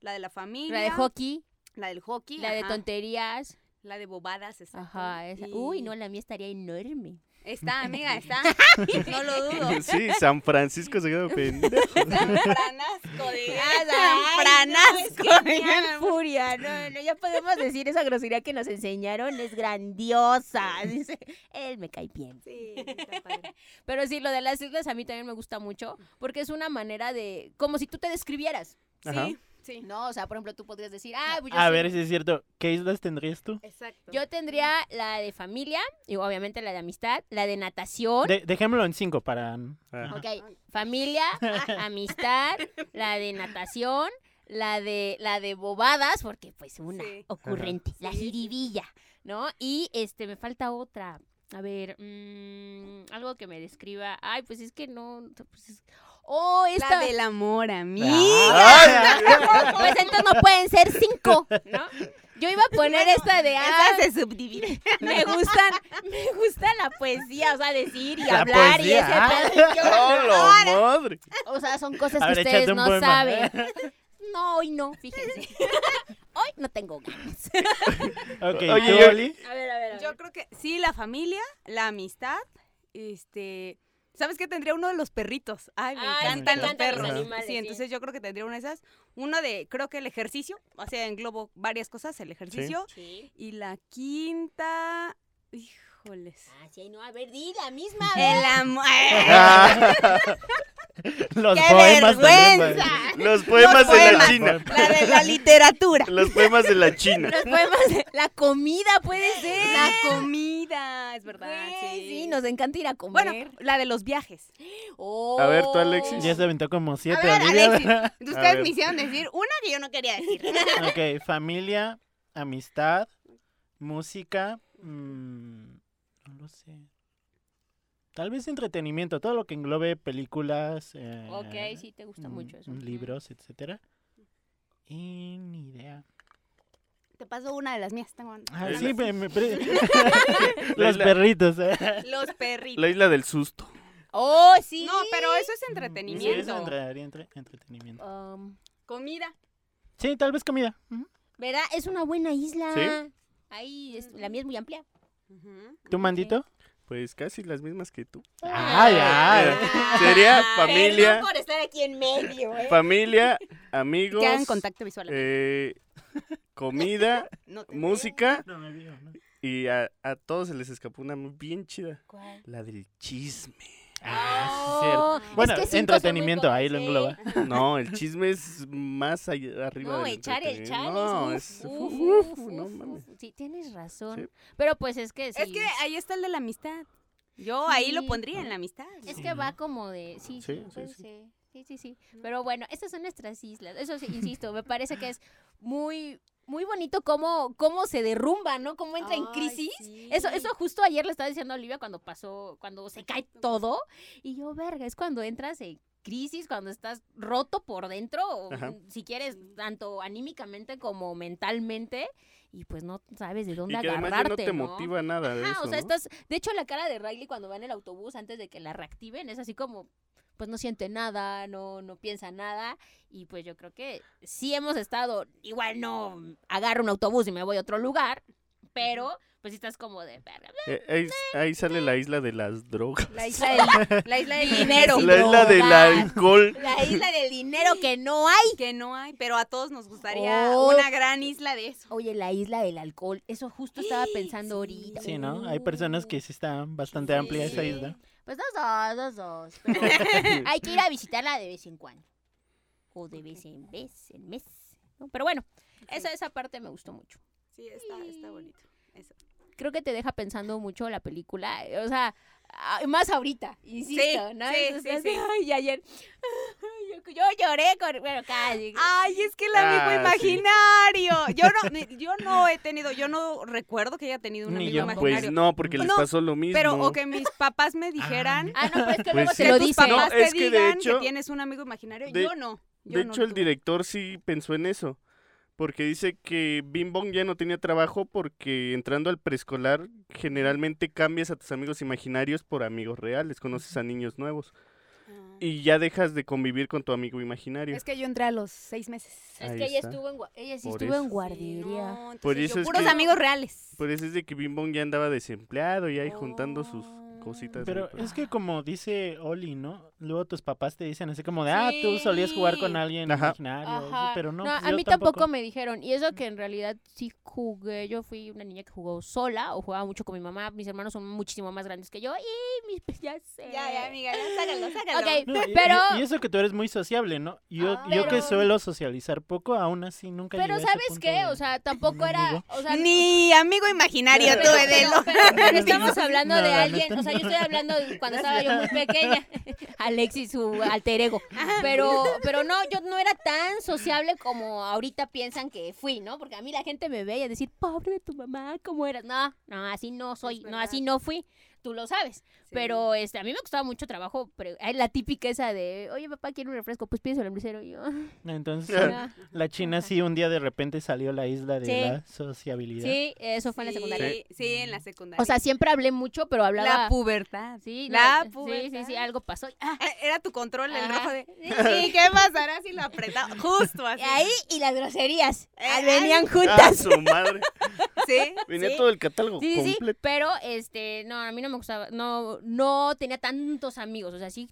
Speaker 4: la de la familia,
Speaker 1: La de hockey,
Speaker 4: la del hockey,
Speaker 1: la de
Speaker 4: ajá,
Speaker 1: tonterías.
Speaker 4: la de bobadas, exacto,
Speaker 1: Ajá, esa.
Speaker 4: y-
Speaker 1: Uy, no, la mía estaría enorme.
Speaker 4: Está, amiga, está. No lo dudo.
Speaker 3: Sí, San Francisco se quedó pendejo.
Speaker 4: San Franasco, digan.
Speaker 1: Ay, no, es
Speaker 4: San
Speaker 1: que me
Speaker 4: Franasco.
Speaker 1: dan furia. No, no, ya podemos decir esa grosería que nos enseñaron, es grandiosa. Dice, él me cae bien.
Speaker 4: Sí, está padre.
Speaker 1: Pero sí, lo de las islas a mí también me gusta mucho, porque es una manera de, como si tú te describieras.
Speaker 2: Ajá.
Speaker 4: Sí, sí.
Speaker 1: No, o sea, por ejemplo, tú podrías decir, ah, pues yo,
Speaker 2: A
Speaker 1: soy-
Speaker 2: ver si es cierto. ¿Qué islas tendrías tú?
Speaker 4: Exacto.
Speaker 1: yo tendría la de familia, y obviamente la de amistad, la de natación.
Speaker 2: De- dejémoslo en cinco para.
Speaker 3: Ah.
Speaker 2: Ajá.
Speaker 1: Ok, familia, amistad, la de natación, la de la de bobadas, porque pues una
Speaker 4: Sí.
Speaker 1: ocurrente, la
Speaker 4: Sí.
Speaker 1: jiribilla, ¿no? Y este me falta otra. A ver, mm, algo que me describa. Ay, pues es que no. pues, es- Oh, esta.
Speaker 4: La del amor, amiga.
Speaker 2: Ah.
Speaker 1: Pues entonces no pueden ser cinco, ¿no? Yo iba a poner esta de. ah,
Speaker 4: Esa se subdivide.
Speaker 1: me gustan, me gusta la poesía, o sea, decir y
Speaker 2: La
Speaker 1: hablar
Speaker 2: poesía, ah.
Speaker 1: y ese pedo. Yo-
Speaker 3: ¡Oh, la madre!
Speaker 1: O sea, son cosas
Speaker 2: A
Speaker 1: que
Speaker 2: ver, échate
Speaker 1: ustedes
Speaker 2: un
Speaker 1: no
Speaker 2: poema.
Speaker 1: saben. No, hoy no, fíjense. hoy no tengo ganas.
Speaker 2: Ok,
Speaker 3: Oye,
Speaker 2: ¿tú,
Speaker 3: yo-
Speaker 2: Oli?
Speaker 1: A ver, a ver,
Speaker 4: Yo creo que sí, la familia, la amistad, este... ¿Sabes qué? Tendría uno de los perritos. Ay, me
Speaker 1: Ay, me
Speaker 4: Ah, encantan los
Speaker 1: encantan
Speaker 2: los
Speaker 4: perros.
Speaker 1: animales,
Speaker 4: sí,
Speaker 1: sí.
Speaker 4: entonces yo creo que tendría una de esas. Uno de, creo que el ejercicio, o sea, englobo varias cosas, el ejercicio.
Speaker 1: Sí.
Speaker 4: Y la quinta, híjoles.
Speaker 1: Ah, sí, no, a ver, di la misma vez.
Speaker 4: El amor.
Speaker 3: Ah.
Speaker 2: Los
Speaker 4: ¡Qué
Speaker 2: poemas también, güey.
Speaker 4: vergüenza!
Speaker 3: Los poemas
Speaker 4: Los
Speaker 3: de la
Speaker 4: poemas.
Speaker 3: China.
Speaker 4: La de la literatura.
Speaker 3: Los poemas de la China.
Speaker 1: Los poemas de- la comida
Speaker 2: Eh,
Speaker 1: puede ser.
Speaker 4: La comida, es verdad.
Speaker 1: Güey,
Speaker 4: sí.
Speaker 1: sí, nos encanta ir a comer.
Speaker 4: Bueno, la de los viajes.
Speaker 1: Oh.
Speaker 3: A ver, tú, Alexis.
Speaker 2: Ya se aventó como siete,
Speaker 4: ver,
Speaker 2: Olivia.
Speaker 4: Alexis.
Speaker 3: A
Speaker 4: Ustedes
Speaker 3: ver.
Speaker 4: me hicieron decir una que yo no quería decir.
Speaker 2: Ok, familia, amistad, música, mm, no lo sé. Tal vez entretenimiento, todo lo que englobe películas, eh,
Speaker 1: Ok, sí, te gusta
Speaker 2: mm,
Speaker 1: mucho eso.
Speaker 2: libros, etcétera. Y ni idea.
Speaker 4: Te paso una de las mías. Tengo una.
Speaker 2: Ah,
Speaker 3: La-
Speaker 2: sí, me- me pre-
Speaker 3: La
Speaker 2: los
Speaker 3: isla-
Speaker 2: perritos. eh.
Speaker 4: Los perritos.
Speaker 3: La isla del susto.
Speaker 1: Oh, sí.
Speaker 4: No, pero eso es
Speaker 2: Sí, eso
Speaker 4: entretenimiento.
Speaker 2: entraría entre- entretenimiento.
Speaker 1: Um,
Speaker 4: Comida.
Speaker 2: Sí, tal vez comida. Ujú.
Speaker 1: ¿Verdad? Es una buena isla.
Speaker 3: Sí.
Speaker 1: Ahí, es- la mía es muy amplia.
Speaker 2: ¿Tú, Mandito?
Speaker 3: Pues casi las mismas que tú.
Speaker 2: Ay, ay.
Speaker 3: eh, Sería
Speaker 1: Ah,
Speaker 3: familia,
Speaker 1: Perdón por estar aquí en medio, ¿eh?
Speaker 3: familia, amigos,
Speaker 4: Que hagan contacto visual.
Speaker 3: eh, comida,
Speaker 4: No te-
Speaker 3: música
Speaker 2: No me digo, no.
Speaker 3: y a, a todos se les escapó una bien chida.
Speaker 1: ¿Cuál? Oh,
Speaker 3: La del chisme.
Speaker 2: Ah, sí, cierto. Bueno,
Speaker 1: es que cinco son muy
Speaker 2: entretenimiento, ahí lo
Speaker 1: pocas,
Speaker 2: engloba.
Speaker 1: ¿eh?
Speaker 3: No, el chisme es más allá- arriba
Speaker 1: No,
Speaker 3: del
Speaker 1: echar el
Speaker 3: entretenimiento.
Speaker 1: chal
Speaker 3: No,
Speaker 1: es.
Speaker 3: es...
Speaker 1: uf,
Speaker 3: uf,
Speaker 1: uf,
Speaker 3: uf,
Speaker 1: uf,
Speaker 3: no
Speaker 1: uf,
Speaker 3: mames.
Speaker 1: uf. Sí, tienes razón.
Speaker 3: Sí.
Speaker 1: pero pues es que sí.
Speaker 4: Es que ahí está el de la amistad. Yo ahí lo pondría en la amistad.
Speaker 1: es
Speaker 2: Sí,
Speaker 1: que va
Speaker 2: ¿no?
Speaker 1: como de. Sí,
Speaker 3: Sí,
Speaker 1: sí,
Speaker 3: sí,
Speaker 1: puede
Speaker 3: sí.
Speaker 1: ser. Sí, sí, sí. Pero bueno, estas son nuestras islas. Eso sí, insisto, me parece que es muy. Muy bonito cómo, cómo se derrumba, ¿no? Cómo entra en
Speaker 4: Ay,
Speaker 1: crisis.
Speaker 4: sí.
Speaker 1: Eso, eso justo ayer le estaba diciendo a Olivia cuando pasó, cuando se cae todo. Y yo, verga, es cuando entras en crisis, cuando estás roto por dentro, o, mm,
Speaker 3: Ajá.
Speaker 1: si quieres, tanto anímicamente como mentalmente, y pues no sabes de dónde
Speaker 3: Y que además ya
Speaker 1: agarrarte.
Speaker 3: no te motiva nada de
Speaker 1: Ajá,
Speaker 3: eso,
Speaker 1: o sea,
Speaker 3: ¿no?
Speaker 1: estás. De hecho, la cara de Riley cuando va en el autobús antes de que la reactiven es así como. Pues no siente nada, no, no piensa nada. Y pues yo creo que sí hemos estado. Igual no agarro un autobús y me voy a otro lugar. Pero pues sí estás como de verga.
Speaker 3: Eh, ahí, ahí sale la isla de las drogas.
Speaker 4: La isla del, la isla del dinero.
Speaker 1: Sí,
Speaker 3: La isla del
Speaker 1: drogas.
Speaker 3: alcohol.
Speaker 1: La isla del dinero que no hay.
Speaker 4: Que no hay, pero a todos nos gustaría
Speaker 1: Oh.
Speaker 4: una gran isla de eso.
Speaker 1: Oye, la isla del alcohol. Eso justo estaba pensando ahorita.
Speaker 2: Sí, ¿no? Hay personas que sí están bastante amplia esa
Speaker 1: Sí.
Speaker 2: isla.
Speaker 1: Pues dos, dos, dos, dos. pero hay que ir a visitarla de vez en cuando. O de vez en vez, en mes. ¿no? Pero bueno, esa, esa parte me gustó mucho.
Speaker 4: Sí, está, está bonito. Eso.
Speaker 1: Creo que te deja pensando mucho la película. eh, O sea, ah, más ahorita, insisto, ¿no?
Speaker 4: sí,
Speaker 1: Entonces,
Speaker 4: sí, sí.
Speaker 1: Ay, ayer, Yo, yo lloré con. Bueno, casi.
Speaker 4: Ay, es que el amigo
Speaker 3: Ah,
Speaker 4: imaginario. Yo no, ni- yo no he tenido, yo no recuerdo que haya tenido un
Speaker 2: Ni
Speaker 4: amigo
Speaker 2: yo.
Speaker 4: imaginario.
Speaker 3: Pues no, porque les
Speaker 4: No,
Speaker 3: pasó lo mismo.
Speaker 4: pero o que mis papás me dijeran
Speaker 1: Ah, no, pero es que
Speaker 3: Pues
Speaker 1: luego
Speaker 3: sí.
Speaker 1: se
Speaker 4: que
Speaker 1: lo
Speaker 4: tus
Speaker 1: dice.
Speaker 4: papás
Speaker 3: No,
Speaker 4: te
Speaker 3: es que de
Speaker 4: digan
Speaker 3: hecho-
Speaker 4: que tienes un amigo imaginario.
Speaker 3: de-
Speaker 4: yo no. yo
Speaker 3: De
Speaker 4: no
Speaker 3: hecho,
Speaker 4: lo
Speaker 3: el
Speaker 4: tuve.
Speaker 3: director sí pensó en eso. Porque dice que Bing Bong ya no tenía trabajo porque entrando al preescolar generalmente cambias a tus amigos imaginarios por amigos reales, conoces a niños nuevos
Speaker 4: Ah.
Speaker 3: y ya dejas de convivir con tu amigo imaginario.
Speaker 4: Es que yo entré a los seis meses.
Speaker 1: Es
Speaker 3: Ahí
Speaker 1: que ella
Speaker 3: está.
Speaker 1: estuvo en, gua- ella sí
Speaker 3: Por
Speaker 1: estuvo en
Speaker 3: eso.
Speaker 1: guardería.
Speaker 4: Sí, no, entonces
Speaker 3: Por
Speaker 4: yo-
Speaker 3: eso es
Speaker 4: puros
Speaker 3: Pues que-
Speaker 4: amigos reales.
Speaker 3: Por eso es de que Bing Bong ya andaba desempleado y ahí juntando sus cositas. ahí,
Speaker 2: Pero
Speaker 3: pues.
Speaker 2: es que como dice Oli, ¿no? Luego tus papás te dicen así como de, ah, tú solías jugar con
Speaker 1: Sí.
Speaker 2: alguien
Speaker 3: Ajá.
Speaker 2: imaginario, sí,
Speaker 1: Ajá.
Speaker 2: pero no.
Speaker 1: No,
Speaker 2: pues
Speaker 1: a
Speaker 2: yo
Speaker 1: mí tampoco. me dijeron. Y eso que en realidad sí jugué. Yo fui una niña que jugó sola o jugaba mucho con mi mamá. Mis hermanos son muchísimo más grandes que yo. Y mis. Ya sé.
Speaker 4: Ya, ya, amiga, ya sácalo, sácalo.
Speaker 1: Eh, Ok, pues,
Speaker 2: No, y- y-
Speaker 1: pero.
Speaker 2: y, eso que tú eres muy sociable, ¿no? Yo,
Speaker 4: Ah.
Speaker 2: yo que
Speaker 1: Pero-
Speaker 2: suelo socializar poco, aún así nunca llegué
Speaker 1: Pero
Speaker 2: a ese
Speaker 1: ¿sabes
Speaker 2: punto
Speaker 1: qué?
Speaker 2: de-
Speaker 1: O sea, tampoco era.
Speaker 2: amigo.
Speaker 1: O sea,
Speaker 4: Ni amigo imaginario
Speaker 1: pero,
Speaker 4: tuve de
Speaker 1: pero-
Speaker 4: lo-
Speaker 1: pero- pero estamos hablando
Speaker 2: No,
Speaker 1: de
Speaker 2: la
Speaker 1: alguien.
Speaker 2: neta
Speaker 1: O sea, yo estoy hablando de cuando estaba yo muy pequeña. Alexis, su alter ego. Pero, pero no, yo no era tan sociable como ahorita piensan que fui, ¿no? Porque a mí la gente me veía decir, pobre de tu mamá, ¿cómo eras? No, no, así no soy,
Speaker 4: Es
Speaker 1: no,
Speaker 4: verdad.
Speaker 1: así no fui. Tú lo sabes. Pero este, a mí me costaba mucho trabajo. pre- ay, la típica esa de, oye, papá, quiero un refresco. Pues pienso el hamburguesero. Y yo,
Speaker 2: Entonces, eh,
Speaker 1: "Ah".
Speaker 2: la China sí un día de repente salió a la isla de
Speaker 1: Sí.
Speaker 2: la sociabilidad.
Speaker 1: sí, eso fue en la secundaria.
Speaker 4: Sí, sí, en la secundaria.
Speaker 1: O sea, siempre hablé mucho, pero hablaba...
Speaker 4: la pubertad.
Speaker 1: Sí,
Speaker 4: la
Speaker 1: no, sí,
Speaker 4: pubertad.
Speaker 1: sí, sí, algo pasó.
Speaker 4: Ah, Era tu control, el
Speaker 1: Ajá.
Speaker 4: rojo de. Sí, ¿qué pasará si lo apretaba? Justo así.
Speaker 1: Ahí y las groserías
Speaker 4: Eh,
Speaker 1: ah, venían
Speaker 3: ¡Ah,
Speaker 1: juntas.
Speaker 3: su madre!
Speaker 4: Sí.
Speaker 3: Venía
Speaker 1: Sí.
Speaker 3: todo el catálogo
Speaker 1: Sí, sí, sí,
Speaker 3: completo.
Speaker 1: pero este, no, a mí no me gustaba, no, no tenía tantos amigos, o sea, sí,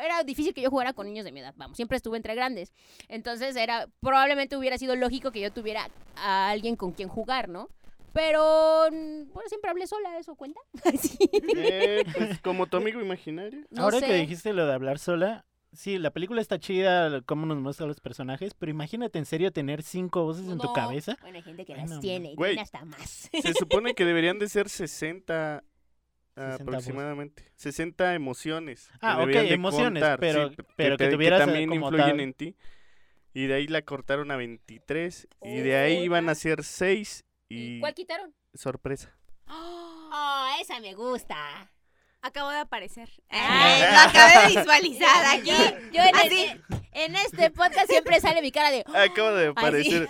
Speaker 1: era difícil que yo jugara con niños de mi edad, vamos, siempre estuve entre grandes, entonces era, probablemente hubiera sido lógico que yo tuviera a alguien con quien jugar, ¿no? Pero, mm, bueno, siempre hablé sola, ¿eso cuenta? Sí.
Speaker 3: Eh, pues como tu amigo imaginario.
Speaker 1: No
Speaker 2: Ahora
Speaker 1: sé.
Speaker 2: que dijiste lo de hablar sola, sí, la película está chida, cómo nos muestra a los personajes, pero imagínate en serio tener cinco voces en tu
Speaker 1: No.
Speaker 2: cabeza.
Speaker 1: Bueno, hay gente que
Speaker 2: Ay,
Speaker 1: las
Speaker 2: no,
Speaker 1: tiene, y
Speaker 3: güey.
Speaker 1: tiene hasta más.
Speaker 3: Se supone que deberían de ser 60
Speaker 2: voces.
Speaker 3: aproximadamente. 60 emociones. que
Speaker 2: Ah, ok,
Speaker 3: deberían de
Speaker 2: emociones,
Speaker 3: contar,
Speaker 2: pero-
Speaker 3: sí,
Speaker 2: pero que
Speaker 3: te-
Speaker 2: tuvieras, eh,
Speaker 3: también
Speaker 2: como
Speaker 3: influyen
Speaker 2: tal.
Speaker 3: en ti. Y de ahí la cortaron a 23 y de
Speaker 1: Oh,
Speaker 3: ahí
Speaker 1: ya.
Speaker 3: iban a ser 6
Speaker 1: ¿Y
Speaker 3: y
Speaker 1: cuál quitaron?
Speaker 3: sorpresa.
Speaker 1: Oh, esa me gusta.
Speaker 4: Acabo de aparecer.
Speaker 1: Ay,
Speaker 4: Ah, lo acabé de visualizar aquí.
Speaker 1: Yo, yo en,
Speaker 4: Así.
Speaker 1: en- en este podcast siempre sale mi cara de.
Speaker 3: Acaba de aparecer.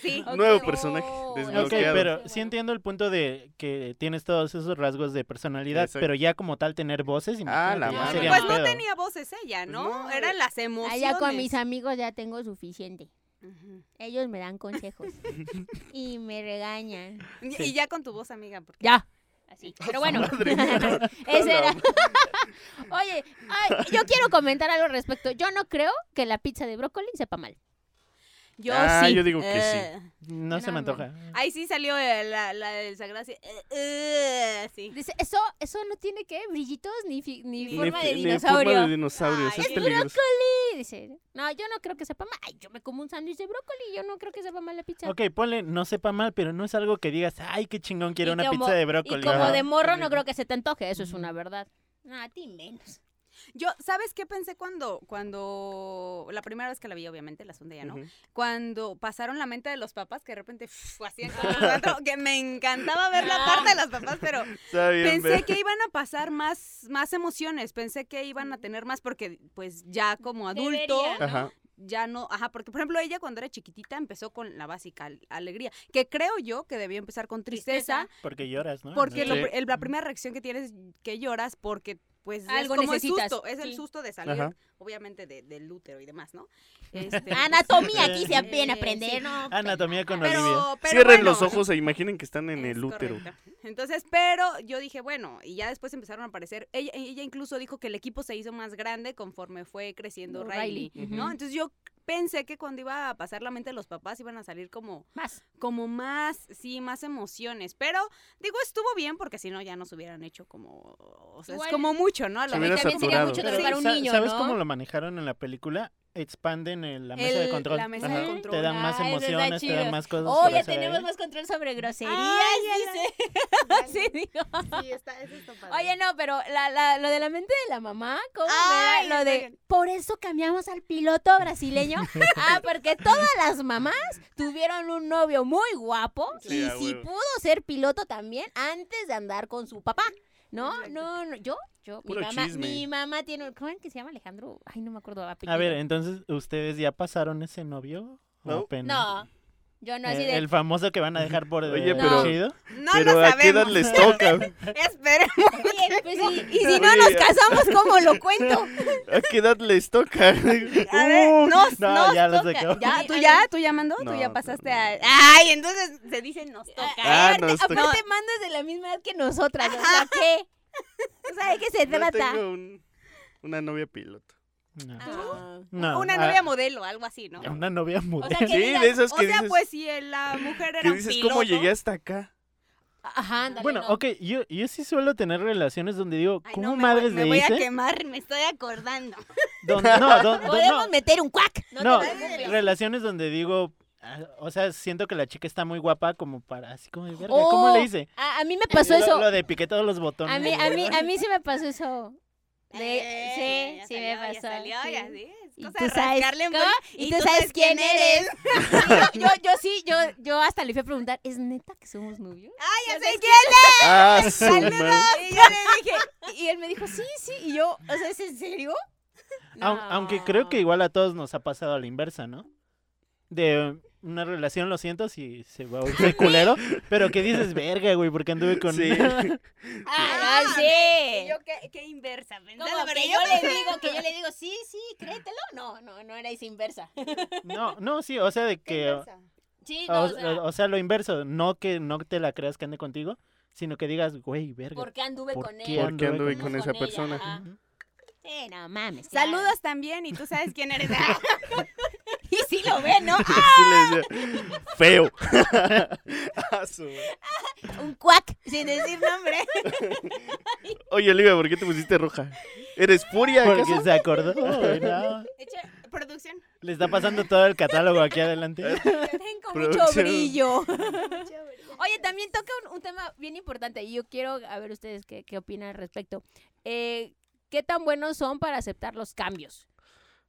Speaker 4: Sí.
Speaker 1: Ok.
Speaker 3: Nuevo personaje
Speaker 2: Ok,
Speaker 3: bloqueado.
Speaker 2: pero sí entiendo el punto de que tienes todos esos rasgos de personalidad,
Speaker 3: Exacto.
Speaker 2: pero ya como tal tener voces,
Speaker 3: Ah, la
Speaker 2: imagínate, ya
Speaker 3: madre.
Speaker 2: sería
Speaker 4: Pues
Speaker 2: un
Speaker 4: no
Speaker 2: pedo.
Speaker 4: tenía voces ella, ¿no?
Speaker 3: No.
Speaker 4: Eran las emociones.
Speaker 1: Allá Ah, con mis amigos ya tengo suficiente.
Speaker 4: Ujú.
Speaker 1: Ellos me dan consejos. y me regañan.
Speaker 4: Y-
Speaker 2: Sí.
Speaker 4: Y ya con tu voz, amiga, porque
Speaker 1: Ya. Así. Pero bueno.
Speaker 3: Madre mía.
Speaker 1: Ese era. Oye, ay, yo quiero comentar algo al respecto. Yo no creo que la pizza de brócoli sepa mal.
Speaker 4: yo
Speaker 3: Ah,
Speaker 4: sí.
Speaker 3: yo digo que sí.
Speaker 4: Eh,
Speaker 2: No se me
Speaker 1: No, no.
Speaker 2: antoja.
Speaker 4: Ahí sí salió eh, la, la del sagrado así. eh, eh, sí.
Speaker 1: Dice, eso, eso no tiene que brillitos ni, fi- ni
Speaker 4: Ni
Speaker 1: forma
Speaker 3: Ni-
Speaker 1: de
Speaker 3: ni
Speaker 1: dinosaurio.
Speaker 3: forma de dinosaurios,
Speaker 4: Ay,
Speaker 3: es
Speaker 4: el
Speaker 3: peligroso.
Speaker 1: Y dice, no, yo no creo que sepa mal. Ay, yo me como un sándwich de brócoli. Yo no creo que sepa mal la pizza.
Speaker 2: Ok, ponle, no sepa mal, pero no es algo que digas, ay, qué chingón, quiero
Speaker 1: Y
Speaker 2: una
Speaker 1: como-
Speaker 2: pizza de
Speaker 1: Y
Speaker 2: brócoli.
Speaker 1: como
Speaker 3: Ajá.
Speaker 1: de morro no
Speaker 3: Ujú.
Speaker 1: creo que se te antoje, eso es una verdad. No, a ti menos.
Speaker 4: Yo, ¿sabes qué pensé cuando, cuando, la primera vez que la vi, obviamente, la segunda ya no,
Speaker 3: Ujú.
Speaker 4: cuando pasaron la mente de los papás, que de repente, uf, así en todos los cuatro, que me encantaba ver la parte de los papás, pero
Speaker 3: Está bien,
Speaker 4: pensé
Speaker 3: ver.
Speaker 4: que iban a pasar más, más emociones, pensé que iban a tener más, porque pues ya como adulto,
Speaker 1: Debería, ¿no?
Speaker 3: Ajá.
Speaker 4: ya no, ajá, porque por ejemplo ella cuando era chiquitita empezó con la básica al- alegría, que creo yo que debió empezar con tristeza,
Speaker 2: Porque lloras, ¿no?
Speaker 4: porque lo
Speaker 3: Ah, Sí.
Speaker 4: pr- el- la primera reacción que tienes es que lloras porque pues
Speaker 1: Algo
Speaker 4: es como el
Speaker 1: necesitas,
Speaker 4: susto, es el
Speaker 1: sí.
Speaker 4: susto de salir,
Speaker 3: Ajá.
Speaker 4: obviamente de- del útero y demás, ¿no? Este,
Speaker 1: Anatomía aquí se
Speaker 4: Eh,
Speaker 1: viene a aprender,
Speaker 4: sí.
Speaker 1: ¿no?
Speaker 2: ah, Anatomía con
Speaker 1: Pero-
Speaker 2: Olivia.
Speaker 4: pero, pero
Speaker 3: Ah, Cierren
Speaker 4: bueno,
Speaker 3: los ojos e imaginen que están en
Speaker 4: es
Speaker 3: el útero.
Speaker 4: correcto. Entonces, pero yo dije, bueno, y ya después empezaron a aparecer. Ella, ella incluso dijo que el equipo se hizo más grande conforme fue creciendo Riley,
Speaker 1: Riley.
Speaker 3: Ujú.
Speaker 4: ¿no? Entonces yo pensé que cuando iba a pasar la mente de los papás iban a salir como,
Speaker 1: Más.
Speaker 4: como más, sí, más emociones. Pero digo, estuvo bien porque si no ya nos hubieran hecho como, o sea,
Speaker 1: Igual.
Speaker 4: es como mucho, ¿no? A lo
Speaker 3: Se
Speaker 1: mí
Speaker 3: hubiera
Speaker 1: también sería
Speaker 3: saturado.
Speaker 1: mucho
Speaker 2: Pero
Speaker 1: drogar a un
Speaker 2: sa-
Speaker 1: niño,
Speaker 2: ¿Sabes
Speaker 1: ¿no?
Speaker 2: cómo lo manejaron en la película? expanden el- la mesa de
Speaker 4: El-
Speaker 2: control.
Speaker 4: la mesa de control.
Speaker 2: Te dan
Speaker 1: Ay,
Speaker 2: más
Speaker 1: eso está
Speaker 2: emociones, te dan
Speaker 1: chido.
Speaker 2: más cosas.
Speaker 1: Oh,
Speaker 2: por
Speaker 1: ya
Speaker 2: hacer ahí.
Speaker 1: tenemos más control sobre groserías,
Speaker 4: Ay, ya
Speaker 1: dice. Sí, digo.
Speaker 5: Sí, está, eso está padre.
Speaker 1: Oye, no, pero la, la- lo de la mente de la mamá, ¿cómo
Speaker 4: Ay,
Speaker 1: me da? Lo de,
Speaker 4: oigan.
Speaker 1: por eso cambiamos al piloto brasileño. ah, porque todas las mamás tuvieron un novio muy guapo
Speaker 3: Sí,
Speaker 1: y
Speaker 3: a
Speaker 1: si
Speaker 3: huevo.
Speaker 1: pudo ser piloto también antes de andar con su papá. No,
Speaker 4: Exacto.
Speaker 1: no, no, yo, yo, mi
Speaker 3: Puro
Speaker 1: mamá,
Speaker 3: chisme.
Speaker 1: mi mamá tiene un, ¿cómo es que se llama Alejandro? Ay, no me acuerdo.
Speaker 2: A
Speaker 1: apellido.
Speaker 2: ver, entonces, ¿ustedes ya pasaron ese novio? ¿O
Speaker 3: No.
Speaker 2: apenas?
Speaker 1: No, yo no
Speaker 2: Eh,
Speaker 1: así
Speaker 2: el,
Speaker 1: de,
Speaker 2: famoso que van a dejar por
Speaker 3: Oye,
Speaker 2: de-
Speaker 1: pero-
Speaker 2: chido.
Speaker 4: No
Speaker 3: Pero
Speaker 4: lo
Speaker 3: a qué edad
Speaker 4: sabemos.
Speaker 3: les toca.
Speaker 4: Esperemos.
Speaker 1: oye, pues, y, y si no
Speaker 3: Oye.
Speaker 1: nos casamos, ¿cómo lo cuento?
Speaker 3: ¿A qué edad les toca?
Speaker 4: A ver, nos,
Speaker 2: no,
Speaker 4: nos
Speaker 2: ya los
Speaker 4: toca.
Speaker 2: acabo.
Speaker 4: Ya,
Speaker 1: Sí,
Speaker 4: ¿Tú
Speaker 1: a
Speaker 4: ya? ¿Tú ya mandó? ¿Tú
Speaker 3: No,
Speaker 4: ya
Speaker 3: no,
Speaker 4: pasaste
Speaker 3: no.
Speaker 4: a...? Ay, entonces se dice nos toca.
Speaker 3: Ah,
Speaker 1: aparte,
Speaker 3: no, esto-
Speaker 1: aparte Mando es de la misma edad que nosotras, o sea, ¿qué? O sea, ¿de qué se
Speaker 3: Yo
Speaker 1: trata?
Speaker 3: tengo un- una novia piloto.
Speaker 2: No.
Speaker 1: Ah.
Speaker 2: No,
Speaker 4: Una
Speaker 2: ah,
Speaker 4: novia modelo, algo así, ¿no?
Speaker 2: Una novia
Speaker 1: sea,
Speaker 2: moderna.
Speaker 1: que
Speaker 3: Sí,
Speaker 1: digas,
Speaker 3: de esas
Speaker 4: O
Speaker 3: que
Speaker 4: sea,
Speaker 3: dices,
Speaker 4: pues si la mujer era
Speaker 3: que
Speaker 4: un
Speaker 3: dices
Speaker 4: piloto,
Speaker 3: ¿cómo llegué hasta acá?
Speaker 1: Ajá, ándale,
Speaker 2: Bueno,
Speaker 1: no.
Speaker 2: ok, yo, yo sí suelo tener relaciones donde digo,
Speaker 4: Ay,
Speaker 2: ¿cómo
Speaker 4: no, me voy-
Speaker 2: madres
Speaker 4: me,
Speaker 2: le
Speaker 4: voy a
Speaker 2: hice?
Speaker 4: quemar, me estoy acordando.
Speaker 2: Donde- no, don- don-
Speaker 1: Podemos
Speaker 2: pues no,
Speaker 1: meter un cuac. No,
Speaker 2: No,
Speaker 1: te preocupes.
Speaker 2: relaciones donde digo, ah, o sea, siento que la chica está muy guapa como para, así como de verga,
Speaker 1: Oh,
Speaker 2: ¿cómo le hice?
Speaker 1: A, a mí me pasó
Speaker 2: lo,
Speaker 1: eso.
Speaker 2: lo de piqué todos los botones.
Speaker 1: A mí, a mí, a mí sí me pasó eso. De-
Speaker 4: Eh, ya
Speaker 1: sí, sí me
Speaker 4: salió, ya
Speaker 1: pasó.
Speaker 4: salió,
Speaker 1: sí.
Speaker 4: ya sí, es
Speaker 1: Y
Speaker 4: cosa
Speaker 1: tú
Speaker 4: de
Speaker 1: sabes,
Speaker 4: rascarle un
Speaker 1: ¿cómo?
Speaker 4: bol-
Speaker 1: Y tú sabes quién eres. Sí, yo, yo, yo sí, yo, yo hasta le fui a preguntar, ¿es neta que somos novios?
Speaker 4: Ay, ya sé quién
Speaker 3: Ah, su madre.
Speaker 1: Y yo le dije, y él me dijo, sí, sí, y yo, o sea, ¿es en serio?
Speaker 2: Au-
Speaker 1: No.
Speaker 2: Aunque creo que igual a todos nos ha pasado a la inversa, ¿no? De una relación, lo siento si se va a oír de culero, pero que dices, verga, güey, porque anduve con...
Speaker 3: Sí.
Speaker 1: Ah,
Speaker 4: Ah,
Speaker 1: sí.
Speaker 4: Yo qué, qué inversa, pensaba,
Speaker 1: Como
Speaker 4: pero
Speaker 1: que
Speaker 4: yo
Speaker 1: yo le
Speaker 4: pensé-
Speaker 1: digo, que yo le digo, sí, sí, créetelo. No, no, no erais inversa.
Speaker 2: No, no, sí, o sea, de que... o-
Speaker 1: Sí, no,
Speaker 2: Ah, O,
Speaker 1: o sea,
Speaker 2: o sea, lo inverso, no que no te la creas que ande contigo, sino que digas, güey, verga.
Speaker 1: ¿por qué anduve
Speaker 2: ¿por
Speaker 1: con
Speaker 2: qué
Speaker 1: él?
Speaker 2: anduve
Speaker 3: Porque anduve
Speaker 1: anduve
Speaker 3: con esa persona.
Speaker 1: Ajá. Sí, no mames. claro.
Speaker 4: Saludos también y tú sabes quién eres.
Speaker 1: Y sí lo ve, ¿no?
Speaker 3: Así le decía, Feo. Ah, su madre.
Speaker 1: Un cuac, sin decir nombre.
Speaker 3: Oye, Olivia, ¿por qué te pusiste roja? ¿Eres furia?
Speaker 2: Porque
Speaker 3: acaso?
Speaker 2: se acordó, güey, no.
Speaker 4: producción.
Speaker 2: Le está pasando todo el catálogo aquí adelante.
Speaker 1: Tengo mucho
Speaker 3: Producción.
Speaker 1: brillo. Oye, también toca un, un tema bien importante y yo quiero a ver ustedes qué, qué opinan al respecto. Eh, ¿Qué tan buenos son para aceptar los cambios?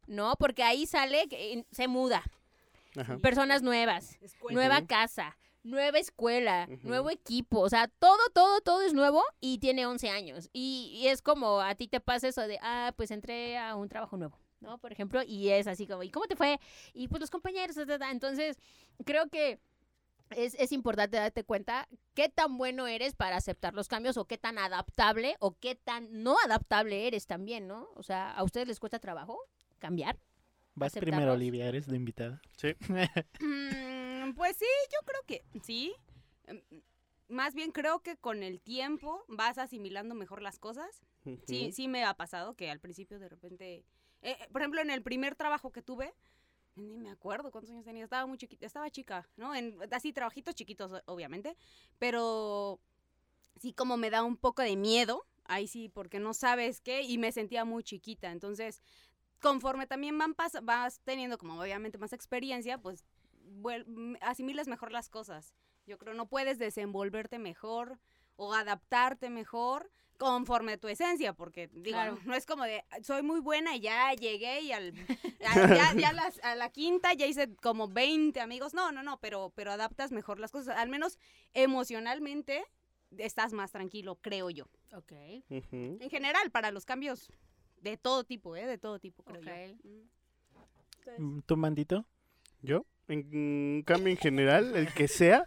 Speaker 1: ¿No? Porque ahí sale, que en- se muda,
Speaker 3: Ajá.
Speaker 1: personas nuevas, nueva casa, nueva escuela,
Speaker 3: Ujú.
Speaker 1: nuevo equipo, o sea, todo, todo, todo es nuevo y tiene 11 años. Y, y es como a ti te pasa eso de, ah, pues entré a un trabajo nuevo, ¿no? Por ejemplo, y es así como, ¿y cómo te fue? Y pues los compañeros, ta, ta, ta. entonces creo que es, es importante darte cuenta qué tan bueno eres para aceptar los cambios o qué tan adaptable o qué tan no adaptable eres también, ¿no? O sea, ¿a ustedes les cuesta trabajo cambiar?
Speaker 2: Vas
Speaker 1: Aceptamos.
Speaker 2: primero, Olivia, eres la invitada.
Speaker 3: Sí.
Speaker 4: Mm, pues sí, yo creo que sí. Mm, Más bien creo que con el tiempo vas asimilando mejor las cosas. Sí, sí me ha pasado que al principio de repente, eh, eh, por ejemplo, en el primer trabajo que tuve, ni me acuerdo cuántos años tenía, estaba muy chiquita, estaba chica, ¿no? En, así trabajitos chiquitos, o- obviamente, pero sí como me da un poco de miedo, ahí sí, porque no sabes qué, y me sentía muy chiquita, entonces conforme también van pas- vas teniendo como obviamente más experiencia, pues vuel- m- asimilas mejor las cosas. Yo creo no puedes desenvolverte mejor o adaptarte mejor conforme a tu esencia, porque digo,
Speaker 1: Claro.
Speaker 4: no es como de soy muy buena y ya llegué y al a- ya, ya las- a la quinta ya hice como 20 amigos. No, no, no, pero, pero adaptas mejor las cosas. Al menos emocionalmente estás más tranquilo, creo yo.
Speaker 1: Ok.
Speaker 3: Ujú.
Speaker 4: En general, para los cambios de todo tipo, ¿eh? De todo tipo, creo
Speaker 1: Ok.
Speaker 4: yo. Mm.
Speaker 2: Mm, ¿Tú, mandito?
Speaker 3: ¿Yo? En cambio, en general, el que sea.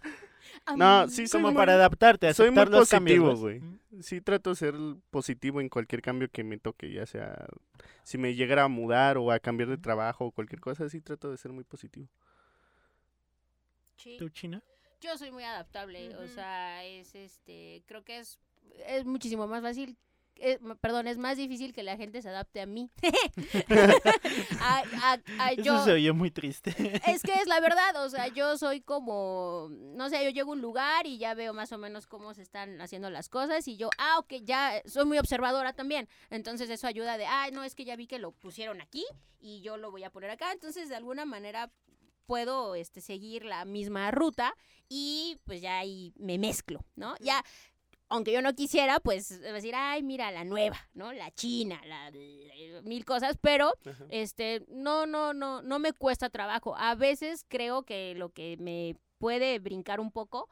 Speaker 1: Am-
Speaker 3: No, sí, soy
Speaker 2: Como
Speaker 3: muy-
Speaker 2: para adaptarte,
Speaker 3: soy muy
Speaker 2: aceptar los
Speaker 3: positivo,
Speaker 2: cambios.
Speaker 3: güey. Sí, trato de ser positivo en cualquier cambio que me toque, ya sea si me llegara a mudar o a cambiar de trabajo o cualquier cosa, sí trato de ser muy positivo.
Speaker 1: Sí.
Speaker 2: ¿Tú, China?
Speaker 1: Yo soy muy adaptable, o
Speaker 4: Ujú.
Speaker 1: sea, es este, creo que es, es muchísimo más fácil eh, m- perdón, es más difícil que la gente se adapte a mí. a, a- a Eh, yo.
Speaker 2: Eso se oyó muy triste.
Speaker 1: Es que es la verdad, o sea, yo soy como, no sé, yo llego a un lugar y ya veo más o menos cómo se están haciendo las cosas y yo, ah, ok, ya soy muy observadora también. Entonces eso ayuda de, ah, no, es que ya vi que lo pusieron aquí y yo lo voy a poner acá. Entonces, de alguna manera puedo este, seguir la misma ruta y pues ya ahí me mezclo, ¿no? Ya, aunque yo no quisiera, pues decir, ay, mira, la nueva, ¿no? La china, la, la- mil cosas, pero
Speaker 3: Ajá.
Speaker 1: este, no, no, no, no me cuesta trabajo. A veces creo que lo que me puede brincar un poco,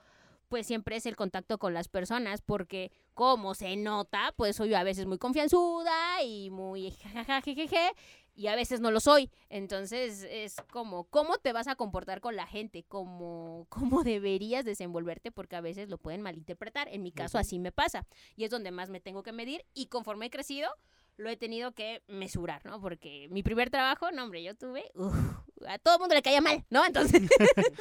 Speaker 1: pues siempre es el contacto con las personas, porque como se nota, pues soy a veces muy confianzuda y muy jajajajeje, y a veces no lo soy. Entonces es como, ¿cómo te vas a comportar con la gente? ¿Cómo, cómo deberías desenvolverte? Porque a veces lo pueden malinterpretar. En mi caso así me pasa. Y es donde más me tengo que medir. Y conforme he crecido, lo he tenido que mesurar, ¿no? Porque mi primer trabajo, no, hombre, yo tuve, uf, a todo el mundo le caía mal, ¿no? Entonces,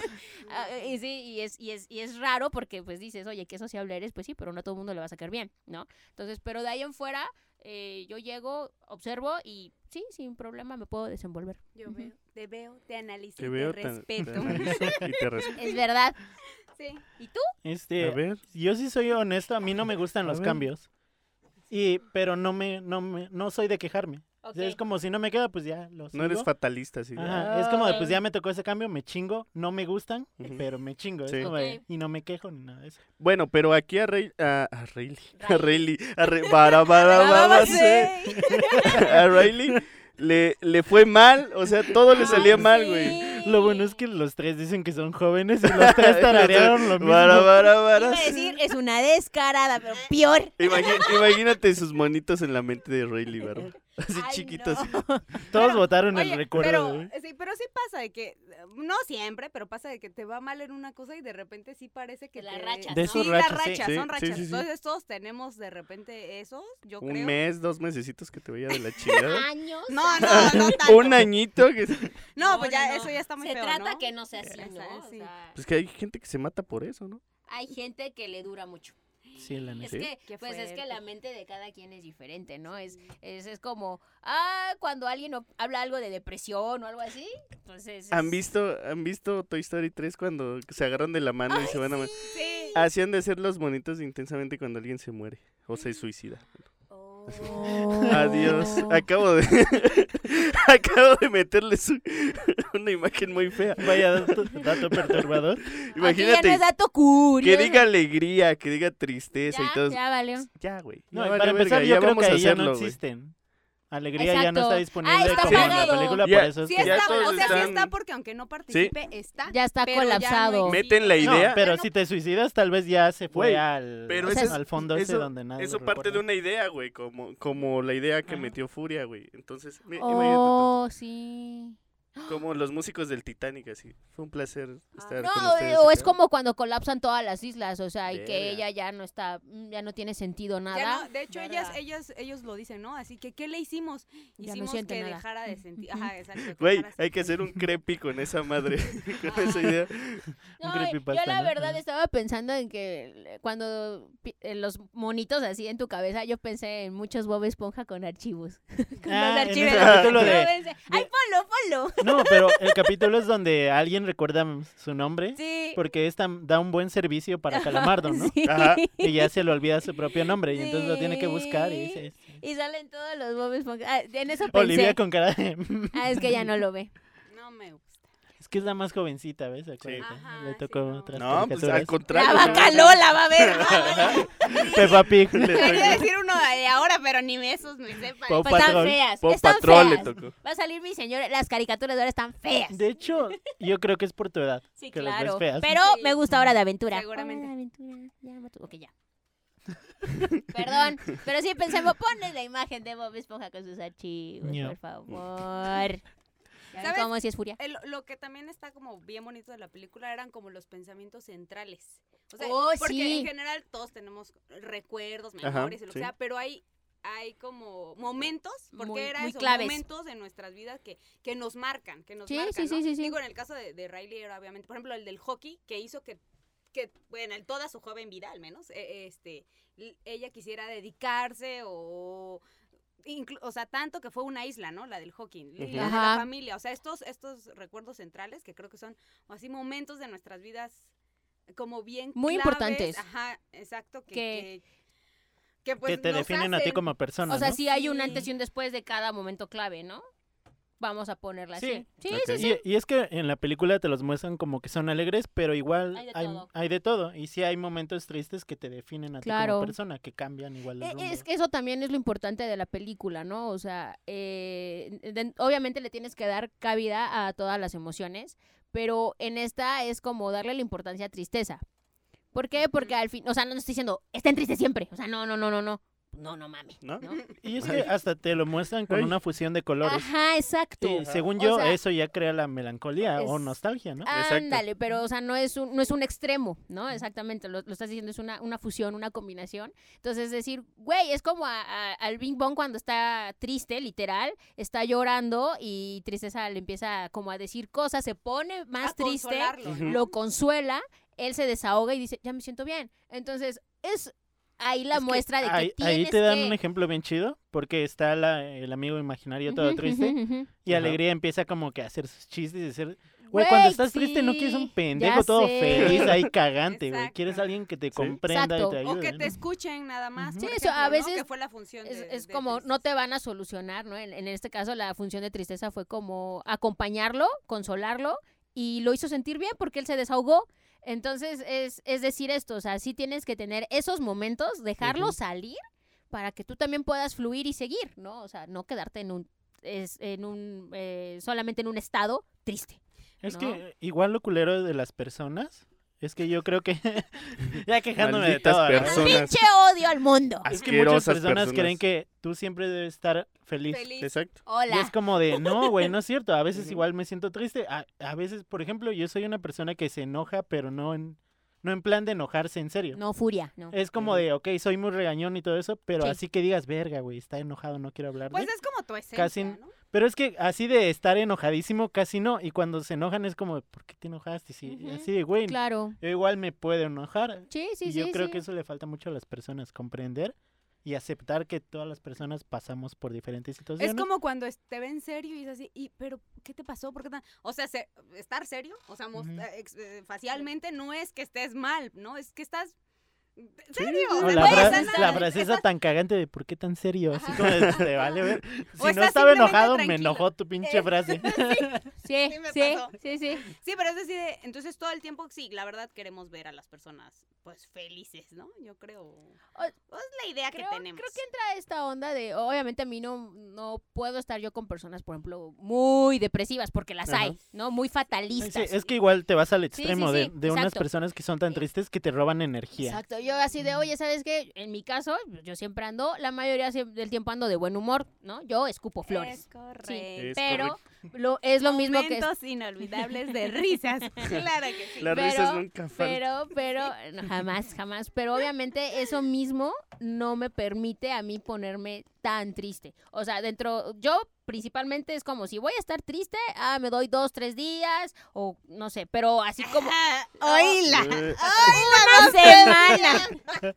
Speaker 1: ah, y sí, y es, y, es, y es raro porque pues dices, oye, qué sociable eres, pues sí, pero no a todo el mundo le va a sacar bien, ¿no? Entonces, pero de ahí en fuera, eh, yo llego, observo y sí, sin problema me puedo desenvolver.
Speaker 4: Yo
Speaker 1: Ujú.
Speaker 4: veo, te veo, te analizo,
Speaker 3: Te veo,
Speaker 4: te
Speaker 3: te- te
Speaker 4: respeto.
Speaker 3: analizo y te respeto.
Speaker 1: Es verdad.
Speaker 4: sí.
Speaker 1: ¿Y tú?
Speaker 2: Este,
Speaker 3: A ver.
Speaker 2: yo sí soy honesto, a mí no me gustan
Speaker 3: A
Speaker 2: los
Speaker 3: ver.
Speaker 2: cambios. Y, pero no me, no me, no soy de quejarme. O
Speaker 1: Ok.
Speaker 2: sea, es como si no me queda, pues ya lo
Speaker 3: No eres
Speaker 2: sigo.
Speaker 3: fatalista, "Ah". sí.
Speaker 2: Ajá, es como de, pues
Speaker 1: Ok.
Speaker 2: ya me tocó ese cambio, me chingo, no me gustan,
Speaker 3: Ujú.
Speaker 2: pero me chingo. es
Speaker 3: Sí.
Speaker 2: como de,
Speaker 1: Ok.
Speaker 2: y no me quejo ni nada de eso.
Speaker 3: Bueno, pero aquí a Rey... A, a Rayleigh. A
Speaker 1: Riley.
Speaker 3: Rayleigh. A Re- bara, bara, bara, sé.
Speaker 4: Sí.
Speaker 3: A Rayleigh le, le fue mal. O sea, todo le salía
Speaker 1: Ah,
Speaker 3: mal,
Speaker 1: sí.
Speaker 3: güey.
Speaker 2: Lo bueno es que los tres dicen que son jóvenes y los tres tararearon lo mismo.
Speaker 3: Bara, bara, bara,
Speaker 1: Iba a
Speaker 3: sé.
Speaker 1: decir, es una descarada, pero peor.
Speaker 3: Imagi- imagínate sus monitos en la mente de Rayleigh, ¿verdad? Así
Speaker 1: Ay,
Speaker 3: chiquitos.
Speaker 1: no.
Speaker 2: Todos
Speaker 4: Pero,
Speaker 2: votaron
Speaker 4: Oye,
Speaker 2: el recuerdo. güey.
Speaker 4: Pero sí, pero sí pasa de que, eh, no siempre, pero pasa de que te va mal en una cosa y de repente sí parece que
Speaker 1: De la
Speaker 4: te-
Speaker 1: racha,
Speaker 2: De ¿no?
Speaker 4: sí,
Speaker 2: esos
Speaker 4: las
Speaker 2: rachas, sí.
Speaker 4: rachas,
Speaker 3: Sí,
Speaker 4: son
Speaker 3: sí,
Speaker 4: rachas.
Speaker 3: sí, sí.
Speaker 4: Entonces todos tenemos de repente esos, yo
Speaker 3: Un
Speaker 4: creo.
Speaker 3: mes, dos mesecitos que te vaya de la
Speaker 2: ¿Eh?
Speaker 3: chingada.
Speaker 1: Años.
Speaker 4: No, no, no tanto.
Speaker 3: Un añito. Que...
Speaker 4: No, pues ya
Speaker 1: no.
Speaker 4: eso ya está muy
Speaker 1: Se
Speaker 4: feo,
Speaker 1: trata
Speaker 4: ¿no?
Speaker 1: que no sea así,
Speaker 4: Ya
Speaker 1: ¿no?
Speaker 4: sabes,
Speaker 1: O
Speaker 4: sí.
Speaker 1: sea,
Speaker 3: Pues que hay gente que se mata por eso, ¿no?
Speaker 1: hay gente que le dura mucho.
Speaker 2: Sí, la neta.
Speaker 1: Es
Speaker 3: Sí.
Speaker 1: que,
Speaker 4: Qué
Speaker 1: pues es que
Speaker 4: fuerte.
Speaker 1: la mente de cada quien es diferente, ¿no? Es, es, es como, ah, cuando alguien o- habla algo de depresión o algo así, entonces... es-
Speaker 3: ¿Han visto, ¿Han visto Toy Story 3 cuando se agarran de la mano y se van a... ma-
Speaker 4: Sí.
Speaker 3: Así han de ser los monitos de intensamente cuando alguien se muere o se suicida.
Speaker 1: Oh.
Speaker 3: Adiós. Acabo de... Acabo de meterles un- una imagen muy fea.
Speaker 2: Vaya dato, dato perturbador.
Speaker 1: Aquí ya no
Speaker 3: Imagínate
Speaker 1: es dato curioso.
Speaker 3: que diga alegría, que diga tristeza y
Speaker 1: Ya,
Speaker 3: todo.
Speaker 1: ya valió.
Speaker 3: Ya, güey.
Speaker 2: No,
Speaker 3: ya
Speaker 2: y
Speaker 3: vale
Speaker 2: para empezar,
Speaker 3: verga,
Speaker 2: yo
Speaker 3: ya
Speaker 2: creo
Speaker 3: vamos
Speaker 2: que
Speaker 3: a
Speaker 2: ahí ya no
Speaker 3: hacerlo, güey.
Speaker 2: existen. Alegría ya no
Speaker 1: Exacto.
Speaker 2: está
Speaker 1: Ah,
Speaker 2: disponible
Speaker 1: está
Speaker 2: como en la
Speaker 1: apagado.
Speaker 2: película,
Speaker 3: Ya,
Speaker 2: por eso es
Speaker 4: Sí
Speaker 2: que...
Speaker 3: Ya
Speaker 4: está,
Speaker 3: todos
Speaker 4: o sea, sí
Speaker 3: están-
Speaker 4: está porque aunque no participe, está.
Speaker 1: Ya está
Speaker 4: Ah, pero ya no
Speaker 1: colapsado.
Speaker 4: existe.
Speaker 3: Meten la
Speaker 2: No,
Speaker 3: idea.
Speaker 2: pero
Speaker 4: Bueno.
Speaker 2: si te suicidas tal vez ya se fue
Speaker 3: Güey,
Speaker 2: al,
Speaker 3: pero
Speaker 1: ese es-
Speaker 2: al fondo ese
Speaker 3: eso-
Speaker 2: donde nada
Speaker 3: Eso
Speaker 2: lo
Speaker 3: parte de
Speaker 2: recuerda.
Speaker 3: una idea, güey, como, como la idea que
Speaker 2: Ajá.
Speaker 3: metió Furia, güey. Entonces, mi- imagínate tú,
Speaker 1: Ah. Oh, sí.
Speaker 3: como los músicos del Titanic, así. Fue un placer estar con
Speaker 1: Ah. No, eh,
Speaker 3: ustedes.
Speaker 1: o es
Speaker 3: acá.
Speaker 1: como cuando colapsan todas las islas, o sea, y que
Speaker 3: Verga.
Speaker 1: ella ya no está, ya no tiene sentido
Speaker 4: Ya
Speaker 1: nada.
Speaker 4: no, de hecho,
Speaker 1: Verga.
Speaker 4: ellas, ellas, ellos lo dicen, ¿no? Así que, ¿qué le hicimos?
Speaker 1: Ya no
Speaker 4: Hicimos
Speaker 1: siente
Speaker 4: que
Speaker 1: nada.
Speaker 4: dejara de sentir. Ajá, exacto. que
Speaker 3: Güey, eh.
Speaker 4: dejara de
Speaker 3: hay que hacer un creepy con esa madre,
Speaker 1: Ah,
Speaker 3: con esa idea.
Speaker 2: Un
Speaker 1: No, yo
Speaker 2: creepypasta,
Speaker 1: la
Speaker 2: ¿no?
Speaker 1: verdad
Speaker 2: Ajá.
Speaker 1: estaba pensando en que eh, cuando pi- eh, los monitos así en tu cabeza, yo pensé en muchos Bob Esponja con archivos. con
Speaker 2: Ah,
Speaker 1: los
Speaker 2: en
Speaker 1: archivos.
Speaker 2: ese capítulo
Speaker 1: Yo
Speaker 2: de-
Speaker 1: pensé, Ay, ponlo, ponlo.
Speaker 2: No, pero el capítulo es donde alguien recuerda su nombre
Speaker 1: Sí.
Speaker 2: porque esta da un buen servicio para Calamardo, ¿no?
Speaker 1: Sí.
Speaker 3: Ajá.
Speaker 2: Y ya se le olvida su propio nombre y entonces lo tiene que buscar y dice... este,
Speaker 1: Y salen todos los Bob Esponja. Ah, en eso pensé.
Speaker 2: Olivia con cara de...
Speaker 1: Ah, es que ya no lo ve.
Speaker 4: sentir. No me gusta.
Speaker 2: Es que es la más jovencita, ¿ves? Acuérdate,
Speaker 4: Ajá,
Speaker 2: Le
Speaker 4: sí,
Speaker 2: tocó
Speaker 4: no.
Speaker 2: otras
Speaker 3: No, pues
Speaker 2: caricaturas.
Speaker 3: al
Speaker 1: La
Speaker 3: contrario.
Speaker 1: vaca Lola va a ver.
Speaker 2: Peppa Pig.
Speaker 4: Quería decir uno de ahora, pero ni esos me sepan.
Speaker 2: Pau
Speaker 1: Pues están
Speaker 2: Patrol.
Speaker 1: feas.
Speaker 3: Pop
Speaker 1: están
Speaker 3: Patrol le
Speaker 1: feas.
Speaker 3: tocó.
Speaker 1: Va a salir mi señora. Las caricaturas de ahora están feas.
Speaker 2: De hecho, yo creo que es por tu edad.
Speaker 1: Sí,
Speaker 2: que las ves
Speaker 1: claro.
Speaker 2: feas.
Speaker 1: Pero
Speaker 4: Sí.
Speaker 1: me gusta ahora de aventura.
Speaker 4: Seguramente.
Speaker 1: Hora de aventura. Ya, me tu- ok, ya. Perdón, pero sí pensemos, ponle la imagen de Bob Esponja con sus archivos,
Speaker 2: Ño.
Speaker 1: por favor. ¿Ya ven
Speaker 4: ¿Sabes?
Speaker 1: cómo si es furia?
Speaker 4: El- lo que también está como bien bonito de la película eran como los pensamientos centrales. O sea,
Speaker 1: Oh,
Speaker 4: porque
Speaker 1: sí.
Speaker 4: en general todos tenemos recuerdos,
Speaker 3: Ajá,
Speaker 4: memorias y lo que
Speaker 3: sí.
Speaker 4: sea, pero hay hay como momentos, porque
Speaker 1: Muy-
Speaker 4: era
Speaker 1: muy
Speaker 4: eso,
Speaker 1: claves.
Speaker 4: momentos en nuestras vidas que, que nos marcan, que nos
Speaker 1: Sí,
Speaker 4: marcan,
Speaker 1: sí, sí,
Speaker 4: ¿no?
Speaker 1: sí, sí.
Speaker 4: Digo, en el caso de, de Riley era obviamente, por ejemplo, el del hockey, que hizo que que, bueno, en toda su joven vida al menos, e- este, l- ella quisiera dedicarse o... inclu- o sea, tanto que fue una isla, ¿no? La del Hawking, la
Speaker 3: Ujú.
Speaker 4: de la
Speaker 1: Ajá.
Speaker 4: familia. O sea, estos, estos recuerdos centrales que creo que son así momentos de nuestras vidas como bien
Speaker 1: Muy
Speaker 4: claves,
Speaker 1: importantes.
Speaker 4: Ajá, exacto. Que,
Speaker 1: Que-
Speaker 4: que, que, pues,
Speaker 2: que te
Speaker 4: nos
Speaker 2: definen a ti
Speaker 4: hacen-
Speaker 2: como persona,
Speaker 1: O sea,
Speaker 2: ¿no?
Speaker 1: sí hay un
Speaker 4: Sí.
Speaker 1: antes y un después de cada momento clave, ¿no? Vamos a ponerla
Speaker 2: Sí.
Speaker 1: así. Sí,
Speaker 3: Ok.
Speaker 1: sí, sí.
Speaker 2: Y, y es que en la película te los muestran como que son alegres, pero igual
Speaker 1: Hay de
Speaker 2: hay,
Speaker 1: todo.
Speaker 2: hay de todo. Y sí hay momentos tristes que te definen a ti
Speaker 1: Claro.
Speaker 2: como persona, que cambian igual el
Speaker 1: Eh,
Speaker 2: rumbo.
Speaker 1: Es que eso también es lo importante de la película, ¿no? O sea, eh, de- obviamente le tienes que dar cabida a todas las emociones, pero en esta es como darle la importancia a tristeza. ¿Por qué? Porque al fin, o sea, no estoy diciendo, estén tristes siempre. O sea, no, no, no, no, no. No, no mames.
Speaker 3: ¿No?
Speaker 1: ¿No?
Speaker 2: Y es que hasta te lo muestran con
Speaker 3: Ay.
Speaker 2: una fusión de colores.
Speaker 1: Ajá, exacto.
Speaker 2: Y según
Speaker 1: O
Speaker 2: yo,
Speaker 1: sea,
Speaker 2: eso ya crea la melancolía o
Speaker 1: es-
Speaker 2: nostalgia, ¿no?
Speaker 3: Exacto.
Speaker 1: Ándale, pero o sea, no es un, no es un extremo, ¿no? Exactamente, lo, lo estás diciendo, es una, una fusión, una combinación. Entonces, es decir, güey, es como a- a- al Bing Bong cuando está triste, literal, está llorando y tristeza le empieza como a decir cosas, se pone más
Speaker 4: a
Speaker 1: triste,
Speaker 4: consolarlo, ¿no?
Speaker 1: lo consuela, él se desahoga y dice, ya me siento bien. Entonces, es ahí la
Speaker 2: Es que
Speaker 1: muestra Ah, de que
Speaker 2: ahí,
Speaker 1: tienes
Speaker 2: ahí te dan
Speaker 1: que-
Speaker 2: un ejemplo bien chido, porque está la- el amigo imaginario todo
Speaker 1: Ujú,
Speaker 2: triste
Speaker 1: ujú, ujú.
Speaker 2: y
Speaker 3: Ajá.
Speaker 2: Alegría empieza como que a hacer sus chistes y hacer... Güey, cuando estás triste no quieres un pendejo todo feliz ahí cagante, güey.
Speaker 4: Exacto.
Speaker 2: Quieres alguien que te
Speaker 3: Sí.
Speaker 2: comprenda y
Speaker 1: Exacto.
Speaker 2: te ayude.
Speaker 4: O que te
Speaker 2: ¿no?
Speaker 4: escuchen nada más.
Speaker 2: Ujú.
Speaker 4: por
Speaker 1: Sí, eso, a
Speaker 4: ejemplo, ¿no?
Speaker 1: veces
Speaker 4: Que fue la función.
Speaker 1: Es,
Speaker 4: de-
Speaker 1: es
Speaker 4: de
Speaker 1: como, no
Speaker 4: tristeza.
Speaker 1: te van a solucionar, ¿no? En, en este caso, la función de tristeza fue como acompañarlo, consolarlo, y lo hizo sentir bien porque él se desahogó. Entonces, es, es decir esto, o sea, sí tienes que tener esos momentos, dejarlo
Speaker 2: Ujú.
Speaker 1: salir para que tú también puedas fluir y seguir, ¿no? O sea, no quedarte en un, es, en un, eh, solamente en un estado triste.
Speaker 2: Es
Speaker 1: ¿no?
Speaker 2: que igual lo culero de las personas es que yo creo que... ya quejándome
Speaker 3: Malditas
Speaker 2: de todo. ¿no?
Speaker 3: personas.
Speaker 1: ¡Pinche odio al mundo!
Speaker 3: Ay,
Speaker 2: Es que muchas
Speaker 3: Asquerosas
Speaker 2: personas,
Speaker 3: personas.
Speaker 2: creen que tú siempre debes estar feliz.
Speaker 4: Feliz.
Speaker 3: Exacto.
Speaker 1: Hola.
Speaker 2: Y es como de, no, güey, no es cierto. A veces
Speaker 3: Ujú.
Speaker 2: igual me siento triste. A, a veces, por ejemplo, yo soy una persona que se enoja, pero no en, no en plan de enojarse en serio.
Speaker 1: No, furia, no.
Speaker 2: Es como
Speaker 3: Ujú.
Speaker 2: de, ok, soy muy regañón y todo eso, pero
Speaker 1: Sí.
Speaker 2: así que digas, verga, güey, está enojado, no quiero hablar. de
Speaker 4: Pues
Speaker 2: él".
Speaker 4: es como tu esencia,
Speaker 2: Casi-
Speaker 4: ¿no?
Speaker 2: Pero es que así de estar enojadísimo, casi no. Y cuando se enojan es como, ¿por qué te enojaste? Sí,
Speaker 1: Ujú.
Speaker 2: Así de, güey,
Speaker 1: Claro.
Speaker 2: yo igual me puedo enojar.
Speaker 1: Sí, sí,
Speaker 2: y yo
Speaker 1: sí,
Speaker 2: creo
Speaker 1: sí.
Speaker 2: que eso le falta mucho a las personas, comprender y aceptar que todas las personas pasamos por diferentes situaciones.
Speaker 4: Es como cuando es- te ven serio y es así, y, pero ¿qué te pasó? ¿Por qué tan-?" O sea, se- estar serio, o sea, mos-
Speaker 2: Ujú.
Speaker 4: eh, ex- eh, facialmente no es que estés mal, ¿no? Es que estás serio.
Speaker 2: O
Speaker 4: o sea,
Speaker 2: la,
Speaker 4: no
Speaker 2: fra-
Speaker 4: pasa nada.
Speaker 2: la frase esa tan cagante de ¿por qué tan serio? Así como de, te vale ver. Si
Speaker 4: O
Speaker 2: no
Speaker 4: estás
Speaker 2: estaba
Speaker 4: simplemente
Speaker 2: enojado, me
Speaker 4: tranquilo.
Speaker 2: enojó tu pinche
Speaker 4: Eh,
Speaker 2: frase.
Speaker 1: Sí,
Speaker 4: Sí me
Speaker 1: sí,
Speaker 4: pasó.
Speaker 1: sí, sí.
Speaker 4: Sí, pero es decir, eh, entonces todo el tiempo sí, la verdad queremos ver a las personas pues felices, ¿no? Yo creo. Pues la idea que tenemos.
Speaker 1: creo que entra esta onda de, obviamente a mí no, no puedo estar yo con personas, por ejemplo, muy depresivas, porque las
Speaker 2: Ajá.
Speaker 1: hay, ¿no? Muy fatalistas.
Speaker 2: Sí, es que igual te vas al
Speaker 1: sí,
Speaker 2: extremo
Speaker 1: sí,
Speaker 2: de, de unas
Speaker 1: exacto. Eh,
Speaker 2: personas que son tan tristes que te roban energía.
Speaker 1: Exacto, yo así de, oye, ¿sabes qué? En mi caso, yo siempre ando, la mayoría sie- del tiempo ando de buen humor, ¿no? Yo escupo
Speaker 4: Es
Speaker 1: flores.
Speaker 4: correcto.
Speaker 1: Sí,
Speaker 3: Es
Speaker 1: pero lo, es lo mismo que...
Speaker 4: Momentos inolvidables de risas. claro que sí.
Speaker 3: Las
Speaker 1: Pero-
Speaker 3: risas nunca faltan.
Speaker 1: Pero, pero, no, jamás, jamás. Pero obviamente eso mismo no me permite a mí ponerme tan triste. O sea, dentro, yo principalmente es como si voy a estar triste, ah, me doy dos, tres días, o no sé, pero así como
Speaker 4: Oíla.
Speaker 3: Eh,
Speaker 4: Oh,
Speaker 1: una semana.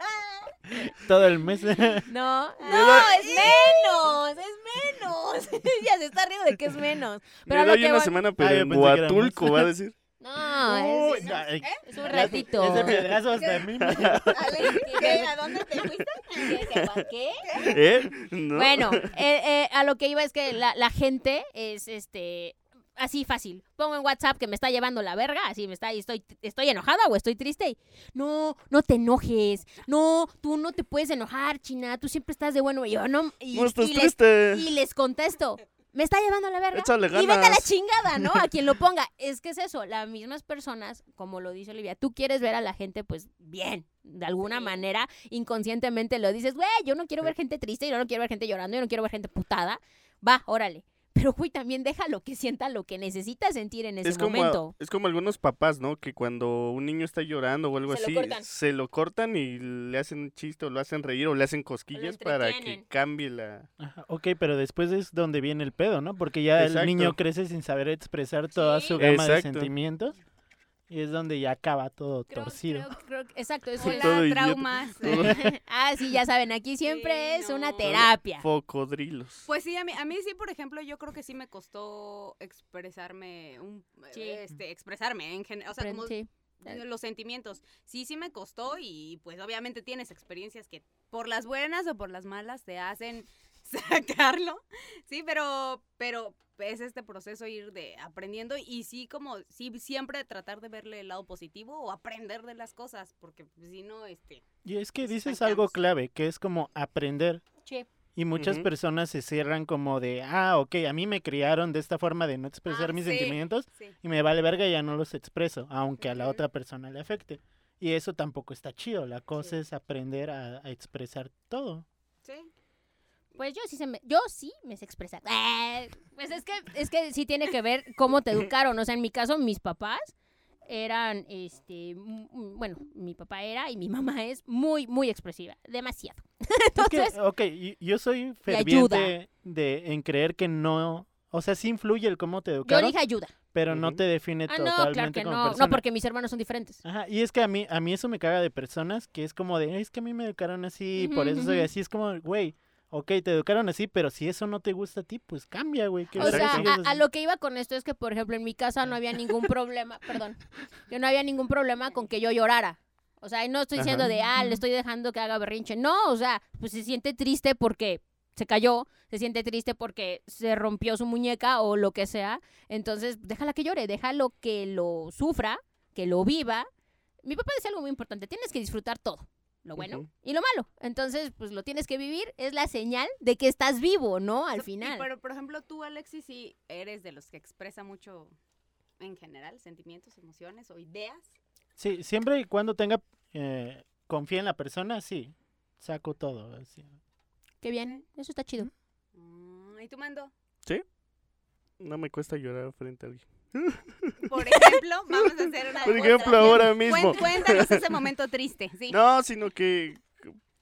Speaker 2: Todo el mes.
Speaker 1: No, no, es menos, es menos. ya se está riendo de que es menos. Pero a
Speaker 3: me
Speaker 1: lo
Speaker 3: doy
Speaker 1: que
Speaker 3: una
Speaker 1: voy-
Speaker 3: semana, pero
Speaker 2: Ah, yo
Speaker 3: en
Speaker 2: pensé que era más.
Speaker 3: Huatulco va a decir.
Speaker 1: No,
Speaker 2: Uy,
Speaker 1: es,
Speaker 2: no, eh,
Speaker 1: es un ratito.
Speaker 2: Ese pedazo hasta a mí me-
Speaker 4: ¿Qué? ¿A dónde te fuiste?
Speaker 1: ¿Qué?
Speaker 3: ¿Eh? ¿No?
Speaker 1: Bueno, eh, eh, a lo que iba es que la, la gente es este así fácil. Pongo en WhatsApp que me está llevando la verga, así me está y estoy estoy enojada o estoy triste. y, no, no te enojes. No, tú no te puedes enojar, China. Tú siempre estás de bueno. Y yo no y,
Speaker 3: No estás
Speaker 1: y les,
Speaker 3: triste.
Speaker 1: y les contesto. Me está llevando la verga.
Speaker 3: Échale
Speaker 1: Y vete a la
Speaker 3: ganas.
Speaker 1: chingada, ¿no? A quien lo ponga. Es que es eso, las mismas personas, como lo dice Olivia, tú quieres ver a la gente, pues, bien. De alguna manera, inconscientemente lo dices, güey, yo no quiero ver gente triste, yo no quiero ver gente llorando, yo no quiero ver gente putada. Va, órale. Pero, güey, también deja lo que sienta, lo que necesita sentir en ese
Speaker 3: Es como,
Speaker 1: momento.
Speaker 3: es como algunos papás, ¿no? Que cuando un niño está llorando o algo
Speaker 1: Se lo
Speaker 3: así,
Speaker 1: cortan.
Speaker 3: se lo cortan y le hacen un chiste o lo hacen reír o le hacen cosquillas para que
Speaker 1: entretienen.
Speaker 3: cambie la...
Speaker 2: Ajá, Ok, pero después es donde viene el pedo, ¿no? Porque ya el
Speaker 3: Exacto.
Speaker 2: niño crece sin saber expresar toda
Speaker 1: Sí.
Speaker 2: su gama de
Speaker 3: Exacto.
Speaker 2: sentimientos. Y es donde ya acaba todo
Speaker 1: Creo-
Speaker 2: torcido.
Speaker 1: creo- creo que- exacto, es
Speaker 4: Hola,
Speaker 1: una...
Speaker 3: todo idiota.
Speaker 4: traumas.
Speaker 3: Todo-
Speaker 1: ah, sí, ya saben, aquí siempre
Speaker 4: Sí,
Speaker 1: es
Speaker 4: no.
Speaker 1: una terapia.
Speaker 3: Focodrilos.
Speaker 4: Pues sí, a mí, a mí sí, por ejemplo, yo creo que sí me costó expresarme, un,
Speaker 1: Sí.
Speaker 4: este, expresarme en general, o sea, como
Speaker 1: Sí.
Speaker 4: los sentimientos. Sí, sí me costó y pues obviamente tienes experiencias que por las buenas o por las malas te hacen sacarlo. Sí, pero pero es este proceso ir de aprendiendo y sí como sí siempre tratar de verle el lado positivo o aprender de las cosas, porque si no este
Speaker 2: Y es que
Speaker 4: Nos
Speaker 2: dices
Speaker 4: estancamos.
Speaker 2: algo clave, que es como aprender.
Speaker 1: Sí.
Speaker 2: Y muchas
Speaker 3: Ujú.
Speaker 2: personas se cierran como de, ah, ok, a mí me criaron de esta forma de no expresar
Speaker 4: Ah,
Speaker 2: mis
Speaker 4: sí.
Speaker 2: sentimientos
Speaker 4: sí.
Speaker 2: y me vale verga y ya no los expreso, aunque a la
Speaker 4: Ujú.
Speaker 2: otra persona le afecte. Y eso tampoco está chido, la cosa
Speaker 4: Sí.
Speaker 2: es aprender a, a expresar todo.
Speaker 4: Sí.
Speaker 1: Pues yo sí se me, yo sí me sé expresar. Ah, Pues es que, es que sí tiene que ver cómo te educaron. O sea, en mi caso, mis papás eran, este, m- m- bueno, mi papá era y mi mamá es muy, muy expresiva. Demasiado.
Speaker 2: es que, ok, y- yo soy ferviente de, en creer que no, o sea, sí influye el cómo te
Speaker 1: Yo
Speaker 2: educaron,
Speaker 1: dije ayuda.
Speaker 2: pero no
Speaker 3: Ujú.
Speaker 2: te define
Speaker 1: Ah, no, claro
Speaker 2: Eh, totalmente
Speaker 1: que
Speaker 2: como
Speaker 1: no.
Speaker 2: persona.
Speaker 1: No, porque mis hermanos son diferentes.
Speaker 2: Ajá, y es que a mí, a mí eso me caga de personas que es como de, es que a mí me educaron así, por
Speaker 1: Ujú,
Speaker 2: eso soy
Speaker 1: ujú.
Speaker 2: así, es como, güey, ok, te educaron así, pero si eso no te gusta a ti, pues cambia, güey. que
Speaker 1: O
Speaker 2: verga
Speaker 1: sea,
Speaker 3: Exacto.
Speaker 2: sigues
Speaker 1: a, a
Speaker 2: así.
Speaker 1: lo que iba con esto es que, por ejemplo, en mi casa no había ningún problema, perdón, yo no había ningún problema con que yo llorara. O sea, y no estoy diciendo de, ah, le estoy dejando que haga berrinche. No, o sea, pues se siente triste porque se cayó, se siente triste porque se rompió su muñeca o lo que sea. Entonces, déjala que llore, déjalo que lo sufra, que lo viva. Mi papá decía algo muy importante, tienes que disfrutar todo, lo bueno
Speaker 3: Ujú.
Speaker 1: y lo malo. Entonces, pues lo tienes que vivir, es la señal de que estás vivo, ¿no? Al
Speaker 4: O sea, y
Speaker 1: final.
Speaker 4: pero, por ejemplo, tú, Alexis, sí eres de los que expresa mucho, en general, sentimientos, emociones o ideas.
Speaker 2: Sí, siempre y cuando tenga, eh, confía en la persona, sí, saco todo. así.
Speaker 1: Qué bien, eso está chido.
Speaker 4: Mm, ¿Y tú, Mando?
Speaker 3: No me cuesta llorar frente a alguien.
Speaker 4: Por ejemplo, vamos a hacer una
Speaker 3: Por
Speaker 4: encuesta.
Speaker 3: ejemplo, ahora mismo.
Speaker 4: Cuen- Cuéntanos ese momento triste, sí.
Speaker 3: No, sino que,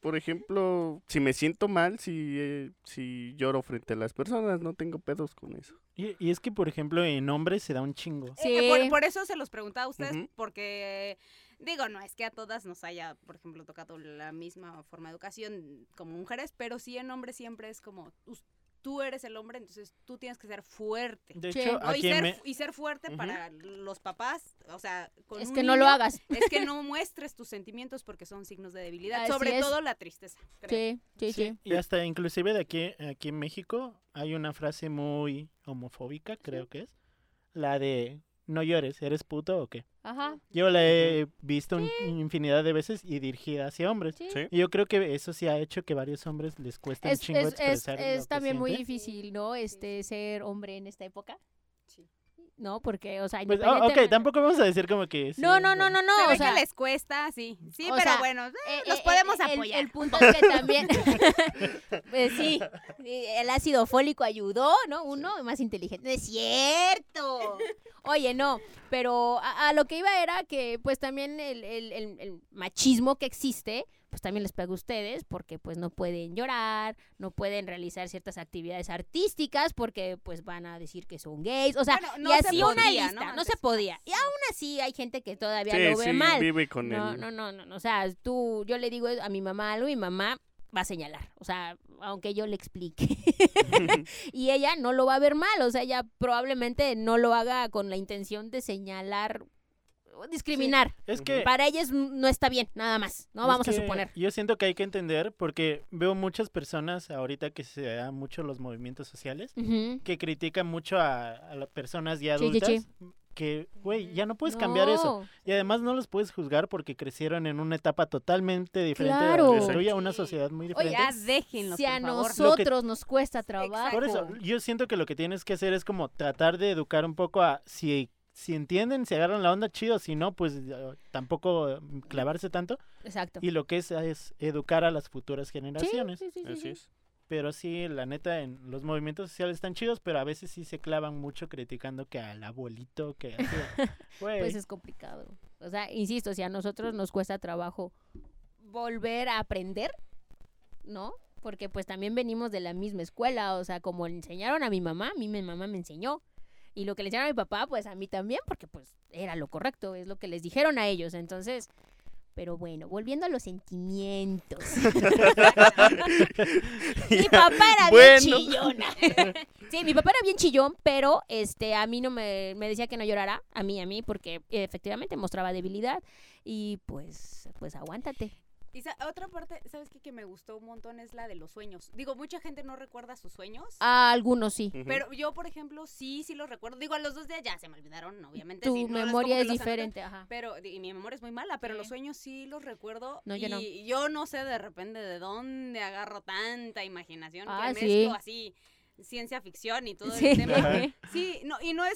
Speaker 3: por ejemplo, si me siento mal, si, eh, si lloro frente a las personas, no tengo pedos con eso.
Speaker 2: Y, y es que, por ejemplo, en hombres se da un chingo.
Speaker 4: Eh, eh, por,
Speaker 1: Sí.
Speaker 4: por eso se los preguntaba a ustedes,
Speaker 3: Ujú.
Speaker 4: porque digo, no es que a todas nos haya, por ejemplo, tocado la misma forma de educación como mujeres, pero sí en hombres siempre es como, us- tú eres el hombre, entonces tú tienes que ser fuerte.
Speaker 2: De
Speaker 1: Sí.
Speaker 2: hecho,
Speaker 4: ¿no? Y,
Speaker 2: aquí en
Speaker 4: ser,
Speaker 2: Me-
Speaker 4: fu- y ser fuerte
Speaker 3: Ujú.
Speaker 4: para los papás, o sea, con
Speaker 1: Es
Speaker 4: un
Speaker 1: que no lo
Speaker 4: niño,
Speaker 1: hagas.
Speaker 4: Es que no muestres tus sentimientos porque son signos de debilidad,
Speaker 1: Así
Speaker 4: sobre
Speaker 1: es.
Speaker 4: todo la tristeza. creo.
Speaker 1: Sí, sí, sí.
Speaker 2: Y hasta inclusive de aquí, aquí en México hay una frase muy homofóbica, creo que es, la de, no llores, ¿eres puto o qué?
Speaker 1: Ajá.
Speaker 2: Yo la he visto un- infinidad de veces y dirigida hacia hombres.
Speaker 1: Sí.
Speaker 3: Sí.
Speaker 2: Y yo creo que eso sí ha hecho que varios hombres les cuesta un
Speaker 1: Es,
Speaker 2: chingo
Speaker 1: es- es-
Speaker 2: expresar
Speaker 1: es
Speaker 2: lo que
Speaker 1: también muy
Speaker 2: sienten.
Speaker 1: difícil, ¿no? Este, ser hombre en esta época.
Speaker 4: Sí.
Speaker 1: No, porque, o sea,
Speaker 2: Pues, oh,
Speaker 1: independiente-
Speaker 2: ok, tampoco vamos a decir como que... sí,
Speaker 1: No, no, no, no,
Speaker 2: bueno.
Speaker 1: no.
Speaker 4: Se
Speaker 1: o
Speaker 4: ve
Speaker 1: sea,
Speaker 4: que les cuesta, sí. Sí,
Speaker 1: o
Speaker 4: pero
Speaker 1: sea,
Speaker 4: bueno, eh,
Speaker 1: eh,
Speaker 4: los
Speaker 1: eh,
Speaker 4: podemos
Speaker 1: eh, el-
Speaker 4: apoyar.
Speaker 1: El, punto es que también. Pues sí, sí, el ácido fólico ayudó, ¿no? Uno más inteligente. ¡No ¡Es cierto! Oye, no, pero a, a lo que iba era que, pues también el, el- el- el machismo que existe, pues también les pega a ustedes, porque pues no pueden llorar, no pueden realizar ciertas actividades artísticas, porque pues van a decir que son gays. O sea,
Speaker 4: Bueno,
Speaker 1: y
Speaker 4: no se
Speaker 1: así una
Speaker 4: podía,
Speaker 1: lista,
Speaker 4: ¿no?
Speaker 1: ¿no? se
Speaker 4: Antes.
Speaker 1: podía. Y aún así hay gente que todavía
Speaker 3: Sí,
Speaker 1: lo ve
Speaker 3: sí,
Speaker 1: mal.
Speaker 3: vive con
Speaker 1: No,
Speaker 3: el-
Speaker 1: no, no, no, no, O sea, tú, yo le digo a mi mamá algo y mi mamá va a señalar. O sea, aunque yo le explique. y ella no lo va a ver mal. O sea, ella probablemente no lo haga con la intención de señalar o discriminar.
Speaker 2: Es que...
Speaker 1: Para ella es- mm, no está bien, nada más. No
Speaker 2: Eh. es
Speaker 1: vamos a
Speaker 2: que
Speaker 1: suponer.
Speaker 2: Yo siento que hay que entender porque veo muchas personas ahorita que se dan mucho los movimientos sociales
Speaker 1: Ujú.
Speaker 2: que critican mucho a, a las personas ya
Speaker 1: Sí, sí,
Speaker 2: adultas.
Speaker 1: sí.
Speaker 2: Que, güey, ya no puedes cambiar eso.
Speaker 1: No.
Speaker 2: Y además no los puedes juzgar porque crecieron en una etapa totalmente diferente de
Speaker 1: Claro.
Speaker 2: la tuya, una
Speaker 4: Sí.
Speaker 2: sociedad muy
Speaker 1: Oye,
Speaker 2: diferente.
Speaker 4: Ya déjenlo,
Speaker 1: Si a
Speaker 4: por favor.
Speaker 2: Lo que-
Speaker 1: nosotros nos cuesta trabajo.
Speaker 2: Por eso, yo siento que lo que tienes que hacer es como tratar de educar un poco a si, si entienden, si agarran la onda, chido, si no, pues eh, tampoco eh, clavarse tanto.
Speaker 1: Exacto.
Speaker 2: Y lo que es es educar a las futuras
Speaker 1: Sí,
Speaker 2: generaciones.
Speaker 1: sí, sí, sí,
Speaker 3: Así
Speaker 1: sí.
Speaker 3: es.
Speaker 2: Pero sí, la neta, en los movimientos sociales están chidos, pero a veces sí se clavan mucho criticando que al abuelito, que... así, güey.
Speaker 1: pues es complicado. O sea, insisto, si a nosotros nos cuesta trabajo volver a aprender, ¿no? Porque pues también venimos de la misma escuela, o sea, como le enseñaron a mi mamá, a mí mi mamá me enseñó. Y lo que le dijeron a mi papá, pues a mí también, porque pues era lo correcto, es lo que les dijeron a ellos. Entonces, pero bueno, volviendo a los sentimientos. mi papá era bien
Speaker 3: Bueno.
Speaker 1: chillona. sí, mi papá era bien chillón, pero este a mí no me, me decía que no llorara, a mí, a mí, porque eh, efectivamente mostraba debilidad. Y pues, pues aguántate.
Speaker 4: Y sa- otra parte, ¿sabes qué? Que me gustó un montón es la de los sueños. Digo, mucha gente no recuerda sus sueños.
Speaker 1: A algunos sí.
Speaker 3: Ujú.
Speaker 4: Pero yo, por ejemplo, sí, sí los recuerdo. Digo, a los dos días ya se me olvidaron, obviamente.
Speaker 1: Tu
Speaker 4: sí, no es como
Speaker 1: memoria
Speaker 4: que
Speaker 1: es
Speaker 4: los anoté,
Speaker 1: diferente, ajá.
Speaker 4: Pero, y mi memoria es muy mala, pero
Speaker 1: Sí.
Speaker 4: los sueños sí los recuerdo.
Speaker 1: No,
Speaker 4: y
Speaker 1: yo no.
Speaker 4: yo no sé de repente de dónde agarro tanta imaginación
Speaker 1: Ah,
Speaker 4: que
Speaker 1: sí.
Speaker 4: mezclo así ciencia ficción y todo
Speaker 1: Sí.
Speaker 4: el tema.
Speaker 2: Ajá.
Speaker 4: Sí, no, y no es,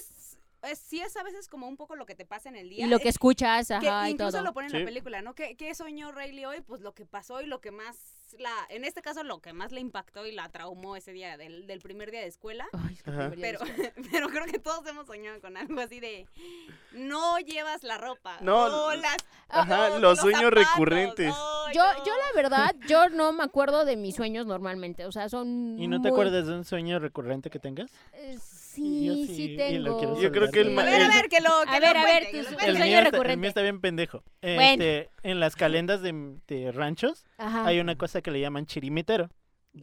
Speaker 4: es- sí es a veces como un poco lo que te pasa en el día.
Speaker 1: Y lo que
Speaker 4: Eh,
Speaker 1: escuchas,
Speaker 4: que
Speaker 1: ajá, y
Speaker 4: incluso
Speaker 1: todo.
Speaker 4: lo pone en
Speaker 3: Sí.
Speaker 4: la película, ¿no? ¿Qué, qué soñó Rayleigh hoy? Pues lo que pasó y lo que más la, en este caso lo que más le impactó y la traumó ese día del, del primer día de escuela.
Speaker 1: Ay, es que
Speaker 3: Ajá.
Speaker 1: primer día de
Speaker 4: Pero, pero creo que todos hemos soñado con algo así de no llevas la ropa.
Speaker 3: No,
Speaker 4: o
Speaker 3: l-
Speaker 4: las-
Speaker 3: ajá,
Speaker 4: o
Speaker 3: los sueños recurrentes.
Speaker 4: ay,
Speaker 1: Yo,
Speaker 4: no.
Speaker 1: yo la verdad, yo no me acuerdo de mis sueños normalmente, o sea, son...
Speaker 2: ¿Y no te
Speaker 1: muy-
Speaker 2: acuerdas de un sueño recurrente que tengas?
Speaker 1: Eh, sí,
Speaker 2: Yo
Speaker 1: sí,
Speaker 2: sí, y lo
Speaker 1: tengo.
Speaker 2: quiero
Speaker 3: Yo creo que el
Speaker 1: Sí.
Speaker 3: ma-
Speaker 4: A ver, a
Speaker 3: el-
Speaker 4: ver, que lo.
Speaker 1: A
Speaker 4: que
Speaker 1: ver,
Speaker 4: lo
Speaker 1: a
Speaker 4: cuente,
Speaker 1: ver,
Speaker 4: que lo
Speaker 1: tus-
Speaker 4: cuente.
Speaker 1: sueño
Speaker 2: mío está, el
Speaker 1: recurrente.
Speaker 2: mío está bien pendejo.
Speaker 1: Bueno.
Speaker 2: Este, en las calendas de, de ranchos
Speaker 1: Ajá.
Speaker 2: hay una cosa que le llaman chirimitero,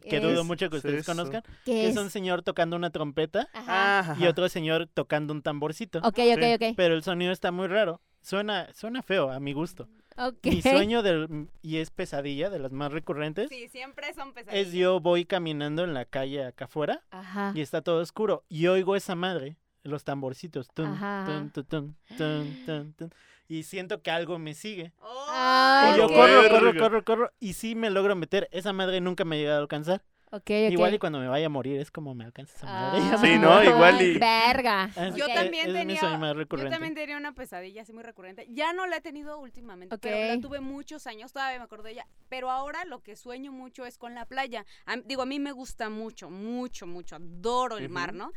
Speaker 2: que
Speaker 1: Ah. Es-
Speaker 2: dudo mucho que ustedes
Speaker 3: eso?
Speaker 2: conozcan,
Speaker 1: ¿Qué
Speaker 2: que
Speaker 1: es?
Speaker 2: es un señor tocando una trompeta
Speaker 1: Ajá.
Speaker 4: ah.
Speaker 3: Ajá.
Speaker 2: y otro señor tocando un tamborcito.
Speaker 1: Ok, ok,
Speaker 3: Sí.
Speaker 1: ok.
Speaker 2: Pero el sonido está muy raro. Suena, suena feo a mi gusto.
Speaker 1: Ok.
Speaker 2: Mi sueño del, y es pesadilla de las más recurrentes.
Speaker 4: Sí, siempre son pesadillas.
Speaker 2: Es yo voy caminando en la calle acá afuera
Speaker 1: Ajá.
Speaker 4: Ah.
Speaker 2: y está todo oscuro y oigo esa madre, los tamborcitos, tun,
Speaker 1: Ajá.
Speaker 2: tun, tu, tun, tun, tun, tun, y siento que algo me sigue.
Speaker 4: Ay,
Speaker 2: Y yo
Speaker 1: ok.
Speaker 2: corro,
Speaker 3: Verga.
Speaker 2: corro, corro, corro y sí me logro meter. Esa madre nunca me ha llegado a alcanzar.
Speaker 1: Ok, ok.
Speaker 2: Igual y cuando me vaya a morir es como me alcanza esa madre.
Speaker 1: Ah,
Speaker 3: Sí, ¿no? Igual y-
Speaker 1: Verga.
Speaker 2: Ah, Es-
Speaker 4: Yo
Speaker 1: Ok.
Speaker 4: también
Speaker 2: es mi
Speaker 4: tenía-
Speaker 2: sueño más
Speaker 4: Yo
Speaker 2: recurrente.
Speaker 4: también tenía una pesadilla así muy recurrente. Ya no la he tenido últimamente, pero
Speaker 1: Ok.
Speaker 4: la tuve muchos años, todavía me acuerdo de ella. Pero ahora lo que sueño mucho es con la playa. A- digo, a mí me gusta mucho, mucho, mucho. Adoro el mar,
Speaker 3: Ujú.
Speaker 4: ¿no?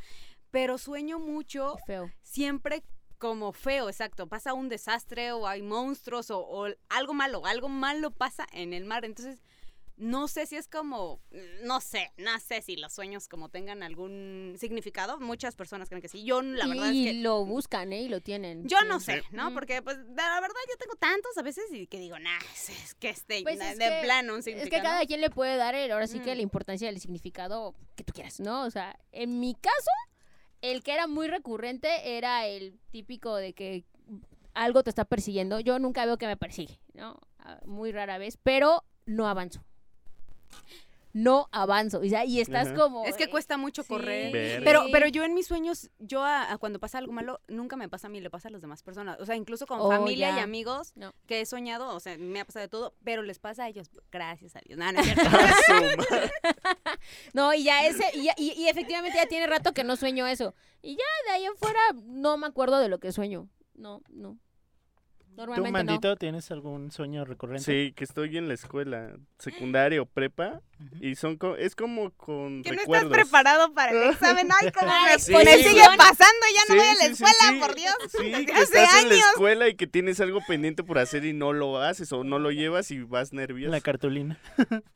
Speaker 4: Pero sueño mucho
Speaker 1: Qué Feo.
Speaker 4: siempre como feo, exacto. Pasa un desastre o hay monstruos o, o algo malo, algo malo pasa en el mar. Entonces, no sé si es como, no sé, no sé si los sueños como tengan algún significado. Muchas personas creen que sí. Yo la verdad
Speaker 1: y
Speaker 4: es que...
Speaker 1: lo buscan, ¿eh? Y lo tienen.
Speaker 4: Yo
Speaker 1: sí.
Speaker 4: no sé, ¿no?
Speaker 1: Mm.
Speaker 4: Porque, pues, la la verdad, yo tengo tantos a veces y que digo, nah, es, es que este,
Speaker 1: Pues
Speaker 4: na-
Speaker 1: es
Speaker 4: de
Speaker 1: que-
Speaker 4: plano, un
Speaker 1: Es
Speaker 4: significado.
Speaker 1: que cada quien le puede dar el- ahora sí que
Speaker 4: Mm.
Speaker 1: la importancia del significado que tú quieras, ¿no? O sea, en mi caso, el que era muy recurrente era el típico de que algo te está persiguiendo. Yo nunca veo que me persigue, ¿no? Ah, Muy rara vez, pero no avanzo. No avanzo. Y, ya- y estás
Speaker 3: Ajá.
Speaker 1: como.
Speaker 4: Es que
Speaker 1: eh,
Speaker 4: cuesta mucho
Speaker 1: sí.
Speaker 4: correr.
Speaker 3: Verga.
Speaker 4: Pero, pero yo en mis sueños, yo a, a cuando pasa algo malo, nunca me pasa a mí, le pasa a las demás personas. O sea, incluso con
Speaker 1: Oh,
Speaker 4: familia y
Speaker 1: ya.
Speaker 4: amigos
Speaker 1: No.
Speaker 4: que he soñado, o sea, me ha pasado de todo, pero les pasa a ellos. Gracias a Dios. No, no es cierto.
Speaker 1: No, y ya ese. Y, ya- y- y efectivamente ya tiene rato que no sueño eso. Y ya de ahí en fuera no me acuerdo de lo que sueño. No, no.
Speaker 2: ¿Tú,
Speaker 1: Normalmente no.
Speaker 2: Mandito, tienes algún sueño recurrente?
Speaker 3: Sí, que estoy en la escuela, secundaria o prepa, y son co- es como con
Speaker 4: que no estás
Speaker 3: recuerdos.
Speaker 4: preparado para el examen. Ay, cómo
Speaker 1: Ah,
Speaker 4: me,
Speaker 1: sí,
Speaker 4: me
Speaker 1: sí,
Speaker 4: sigue
Speaker 1: sí.
Speaker 4: pasando, ya no
Speaker 3: Sí,
Speaker 4: voy a la
Speaker 3: sí, sí,
Speaker 4: escuela,
Speaker 3: sí.
Speaker 4: por Dios.
Speaker 3: Sí,
Speaker 4: desde
Speaker 3: que
Speaker 4: hace
Speaker 3: estás en la
Speaker 4: años.
Speaker 3: escuela y que tienes algo pendiente por hacer y no lo haces o no lo llevas y vas nervioso.
Speaker 2: La cartulina.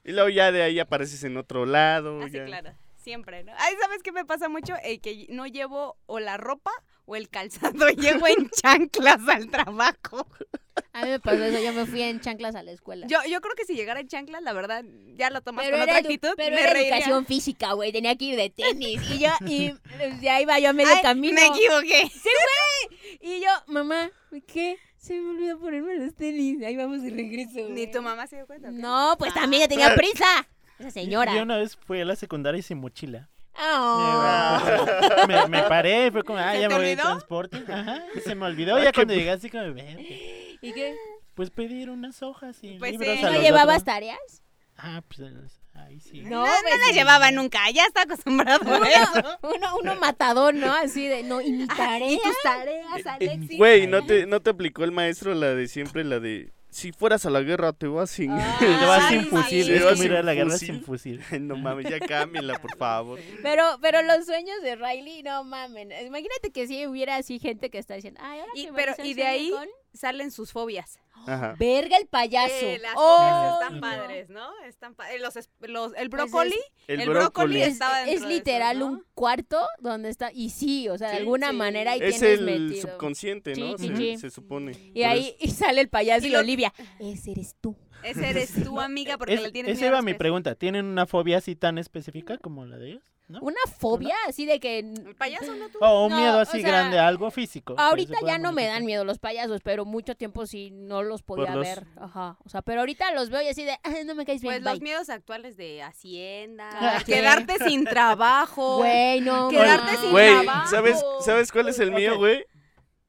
Speaker 3: Y luego ya de ahí apareces en otro lado.
Speaker 4: Ah, sí,
Speaker 3: ya.
Speaker 4: claro. Siempre, ¿no? Ay, ¿sabes qué me pasa mucho? Eh, que no llevo o la ropa o el calzado. Llego en chanclas al trabajo.
Speaker 1: A mí me pasó eso, yo me fui en chanclas a la escuela.
Speaker 4: Yo, yo creo que si llegara en chanclas, la verdad, ya lo tomas
Speaker 1: pero
Speaker 4: con
Speaker 1: era,
Speaker 4: otra
Speaker 1: edu-
Speaker 4: actitud.
Speaker 1: pero
Speaker 4: me
Speaker 1: era
Speaker 4: reiría.
Speaker 1: educación física, güey, tenía que ir de tenis. Y yo, y pues, ya iba yo a medio
Speaker 4: Ay,
Speaker 1: camino.
Speaker 4: Me equivoqué.
Speaker 1: y yo, mamá, ¿qué? Se me olvidó ponerme los tenis. Ahí vamos y regreso.
Speaker 4: Ni
Speaker 1: güey.
Speaker 4: tu mamá Ah. se dio cuenta. o qué?
Speaker 1: No, pues también yo tenía prisa. Esa señora.
Speaker 2: Yo una vez fui a la secundaria y sin mochila.
Speaker 1: Ah.
Speaker 2: Me, me paré, fue como, ah,
Speaker 4: ¿Se
Speaker 2: ya
Speaker 4: te
Speaker 2: me voy de
Speaker 4: olvidó?
Speaker 2: transporte. Ajá, se me olvidó. Ya cuando llegué así como, "Ver,
Speaker 1: ¿Y qué?
Speaker 2: pues pedir unas hojas y
Speaker 4: Pues sí,
Speaker 2: libros a
Speaker 1: ¿No
Speaker 2: los
Speaker 1: llevabas
Speaker 2: otros".
Speaker 1: tareas?
Speaker 2: Ah, pues ahí sí.
Speaker 1: No,
Speaker 4: No, no,
Speaker 1: pues,
Speaker 4: la llevaba nunca. Ya está acostumbrado a eso. Ah,
Speaker 1: Uno, uno matador, ¿no? Así de, no, y mi tarea. tus tareas, Alexis.
Speaker 3: Güey, ¿no te, ¿no te aplicó el maestro la de siempre, la de si fueras a la guerra te vas sin...
Speaker 1: Ah.
Speaker 2: Te vas
Speaker 4: Ay,
Speaker 2: sin fusil,
Speaker 3: sí.
Speaker 2: es
Speaker 3: Te vas
Speaker 2: como ir a
Speaker 3: sin
Speaker 2: la guerra
Speaker 3: fusil.
Speaker 2: sin fusil.
Speaker 3: no mames, ya cámbiala, por favor.
Speaker 1: Pero, pero los sueños de Riley, no mamen. Imagínate que si hubiera así gente que está diciendo, ay, ahora
Speaker 4: Y-
Speaker 1: que
Speaker 4: pero,
Speaker 1: Marisol
Speaker 4: y de
Speaker 1: sueña
Speaker 4: ahí-
Speaker 1: con-".
Speaker 4: Salen sus fobias.
Speaker 3: Ajá.
Speaker 1: Verga el payaso.
Speaker 4: Eh, las
Speaker 1: Oh,
Speaker 4: hojas están
Speaker 2: no.
Speaker 4: padres, ¿no? Están pa- eh, los, es- los- el
Speaker 1: Pues es-
Speaker 4: brócoli,
Speaker 3: El,
Speaker 4: el
Speaker 3: brócoli.
Speaker 4: brócoli
Speaker 1: es,
Speaker 4: estaba dentro
Speaker 1: es
Speaker 4: de eso,
Speaker 1: literal
Speaker 4: ¿no?
Speaker 1: un cuarto donde está. Y sí, o sea, de
Speaker 3: Sí,
Speaker 1: alguna
Speaker 4: sí.
Speaker 1: manera ahí
Speaker 3: Es
Speaker 1: tienes
Speaker 3: el
Speaker 1: metido.
Speaker 3: subconsciente, ¿no?
Speaker 1: Sí, sí,
Speaker 3: se,
Speaker 1: sí.
Speaker 3: se supone.
Speaker 1: Y ahí y sale el payaso
Speaker 4: Y
Speaker 1: y,
Speaker 4: lo-
Speaker 1: Olivia. Ese eres tú.
Speaker 4: ese eres tu amiga porque
Speaker 2: Es-
Speaker 4: le tienes
Speaker 2: esa
Speaker 4: miedo a
Speaker 2: iba
Speaker 4: los
Speaker 2: mi
Speaker 4: peces.
Speaker 2: pregunta. ¿Tienen una fobia así tan específica como la de ellos? ¿No?
Speaker 1: Una fobia así de que.
Speaker 4: El payaso no tú.
Speaker 2: O un
Speaker 1: No,
Speaker 2: miedo
Speaker 1: o
Speaker 2: así
Speaker 1: sea,
Speaker 2: grande, algo físico. que se
Speaker 1: Ahorita
Speaker 2: pueda
Speaker 1: ya no me
Speaker 2: manifestar.
Speaker 1: dan miedo los payasos, pero mucho tiempo sí no los podía
Speaker 3: Por los-
Speaker 1: ver. Ajá. O sea, pero ahorita los veo y así de, "Ah, no me caes
Speaker 4: Pues
Speaker 1: bien.
Speaker 4: los
Speaker 1: bye".
Speaker 4: miedos actuales de Hacienda,
Speaker 1: Ah, sí.
Speaker 4: quedarte sin trabajo.
Speaker 1: Güey, no.
Speaker 4: Quedarte
Speaker 1: mames.
Speaker 4: sin
Speaker 3: Güey,
Speaker 4: trabajo.
Speaker 3: ¿sabes, ¿sabes cuál es el
Speaker 2: Ok.
Speaker 3: mío, güey?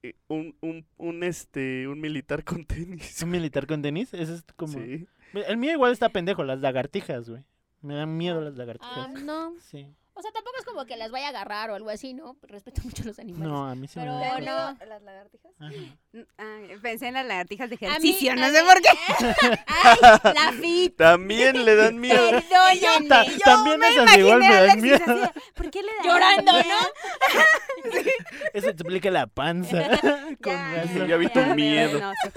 Speaker 3: Eh, Un, un, un, este, un militar con tenis.
Speaker 2: ¿Un militar con tenis? Ese es como...
Speaker 3: Sí.
Speaker 2: El mío igual está pendejo, las lagartijas, güey. Me dan miedo las
Speaker 1: Ah,
Speaker 2: lagartijas.
Speaker 1: no.
Speaker 2: Sí.
Speaker 1: O sea, tampoco es como que las vaya a agarrar o algo así, ¿no? Respeto mucho a los animales.
Speaker 2: No, a mí se
Speaker 1: Pero
Speaker 2: me
Speaker 1: ¿Te dan
Speaker 2: dan cosas.
Speaker 1: miedo
Speaker 4: ¿Las lagartijas?
Speaker 2: Ajá.
Speaker 4: ah, pensé en las lagartijas de
Speaker 1: A mí-
Speaker 4: ejercicio,
Speaker 1: a
Speaker 4: no sé
Speaker 1: mí-
Speaker 4: por qué.
Speaker 1: Ay, la fit.
Speaker 3: También le dan miedo.
Speaker 1: Perdóname.
Speaker 2: Ta- también
Speaker 4: me
Speaker 2: esas igual me
Speaker 4: imaginé a
Speaker 2: dan
Speaker 4: Alexis
Speaker 2: miedo.
Speaker 4: así de, ¿Por qué le dan
Speaker 1: Llorando, ¿no?
Speaker 2: Eso explica la panza. con razón.
Speaker 3: ya vi tu miedo.
Speaker 4: no, sí.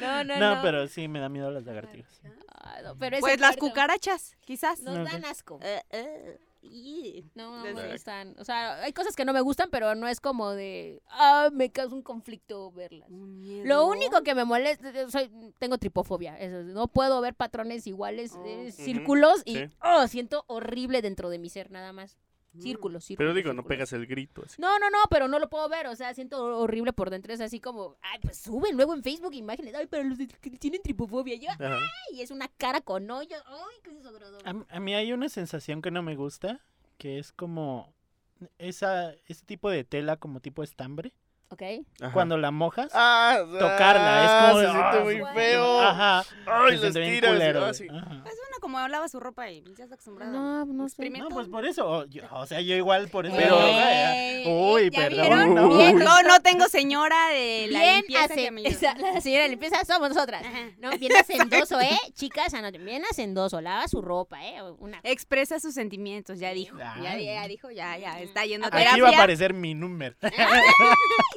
Speaker 1: No, no, no.
Speaker 2: No, pero sí, me da miedo las lagartijas.
Speaker 1: Ah, no, pero es
Speaker 4: Pues
Speaker 1: el
Speaker 4: las
Speaker 1: cuarto.
Speaker 4: cucarachas, quizás.
Speaker 1: Nos
Speaker 2: No,
Speaker 1: dan
Speaker 2: ok.
Speaker 1: asco.
Speaker 4: Eh, eh, y-
Speaker 1: No, no
Speaker 4: Desde-
Speaker 1: me gustan. O sea, hay cosas que no me gustan, pero no es como de, ah, me causa un conflicto verlas.
Speaker 4: Un miedo.
Speaker 1: Lo único que me molesta, yo soy- tengo tripofobia, eso, no puedo ver patrones iguales,
Speaker 4: Oh.
Speaker 1: eh,
Speaker 4: Ujú,
Speaker 1: círculos y
Speaker 3: sí. Mm,
Speaker 1: oh, siento horrible dentro de mi ser nada más. Círculos, círculos.
Speaker 3: Pero digo, no
Speaker 1: círculos.
Speaker 3: pegas el grito así.
Speaker 1: No, no, no, pero no lo puedo ver, o sea, siento horrible por dentro, es así como, ay, pues suben luego en Facebook imágenes, ay, pero los de- que tienen tripofobia, yo,
Speaker 3: Ajá.
Speaker 1: ay, es una cara con hoyos, ay, qué desagrado.
Speaker 2: A, m- a mí hay una sensación que no me gusta, que es como esa ese tipo de tela como tipo estambre,
Speaker 1: Ok,
Speaker 3: Ajá.
Speaker 2: cuando la mojas,
Speaker 3: Ah,
Speaker 2: tocarla, es como
Speaker 3: ah, se
Speaker 2: de, "Ah,
Speaker 3: siente
Speaker 1: su-
Speaker 3: muy feo.
Speaker 2: Ajá.
Speaker 3: Ay,
Speaker 2: se
Speaker 3: las
Speaker 2: siente bien
Speaker 3: tiras.
Speaker 2: culero,
Speaker 3: ah,
Speaker 2: güey.
Speaker 3: sí.
Speaker 2: Ajá.
Speaker 4: Pues uno como hablaba su ropa y ya está acostumbrado.
Speaker 1: no, no sé.
Speaker 4: Exprimir
Speaker 2: No,
Speaker 4: todo.
Speaker 2: pues por eso, o, yo- o sea, yo igual por eso. ah,
Speaker 3: Pero-
Speaker 2: o sea,
Speaker 1: Eh,
Speaker 2: uy,
Speaker 1: ¿ya
Speaker 2: perdón.
Speaker 1: vieron?
Speaker 2: no.
Speaker 3: Bien,
Speaker 2: Uy.
Speaker 4: No, no tengo señora de la
Speaker 1: Bien
Speaker 4: limpieza que me ayuda.
Speaker 1: hacendoso. La señora de limpieza somos nosotras.
Speaker 4: Ajá.
Speaker 1: No, bien hacendoso, ¿eh? Chicas, anoten. Bien hacendoso. Lava su ropa, ¿eh? Una...
Speaker 4: Expresa sus sentimientos, ya dijo. Ya,
Speaker 2: Ay.
Speaker 4: ya dijo, ya, ya. Está yendo a
Speaker 2: Aquí va a
Speaker 4: terapia.
Speaker 2: aparecer mi número.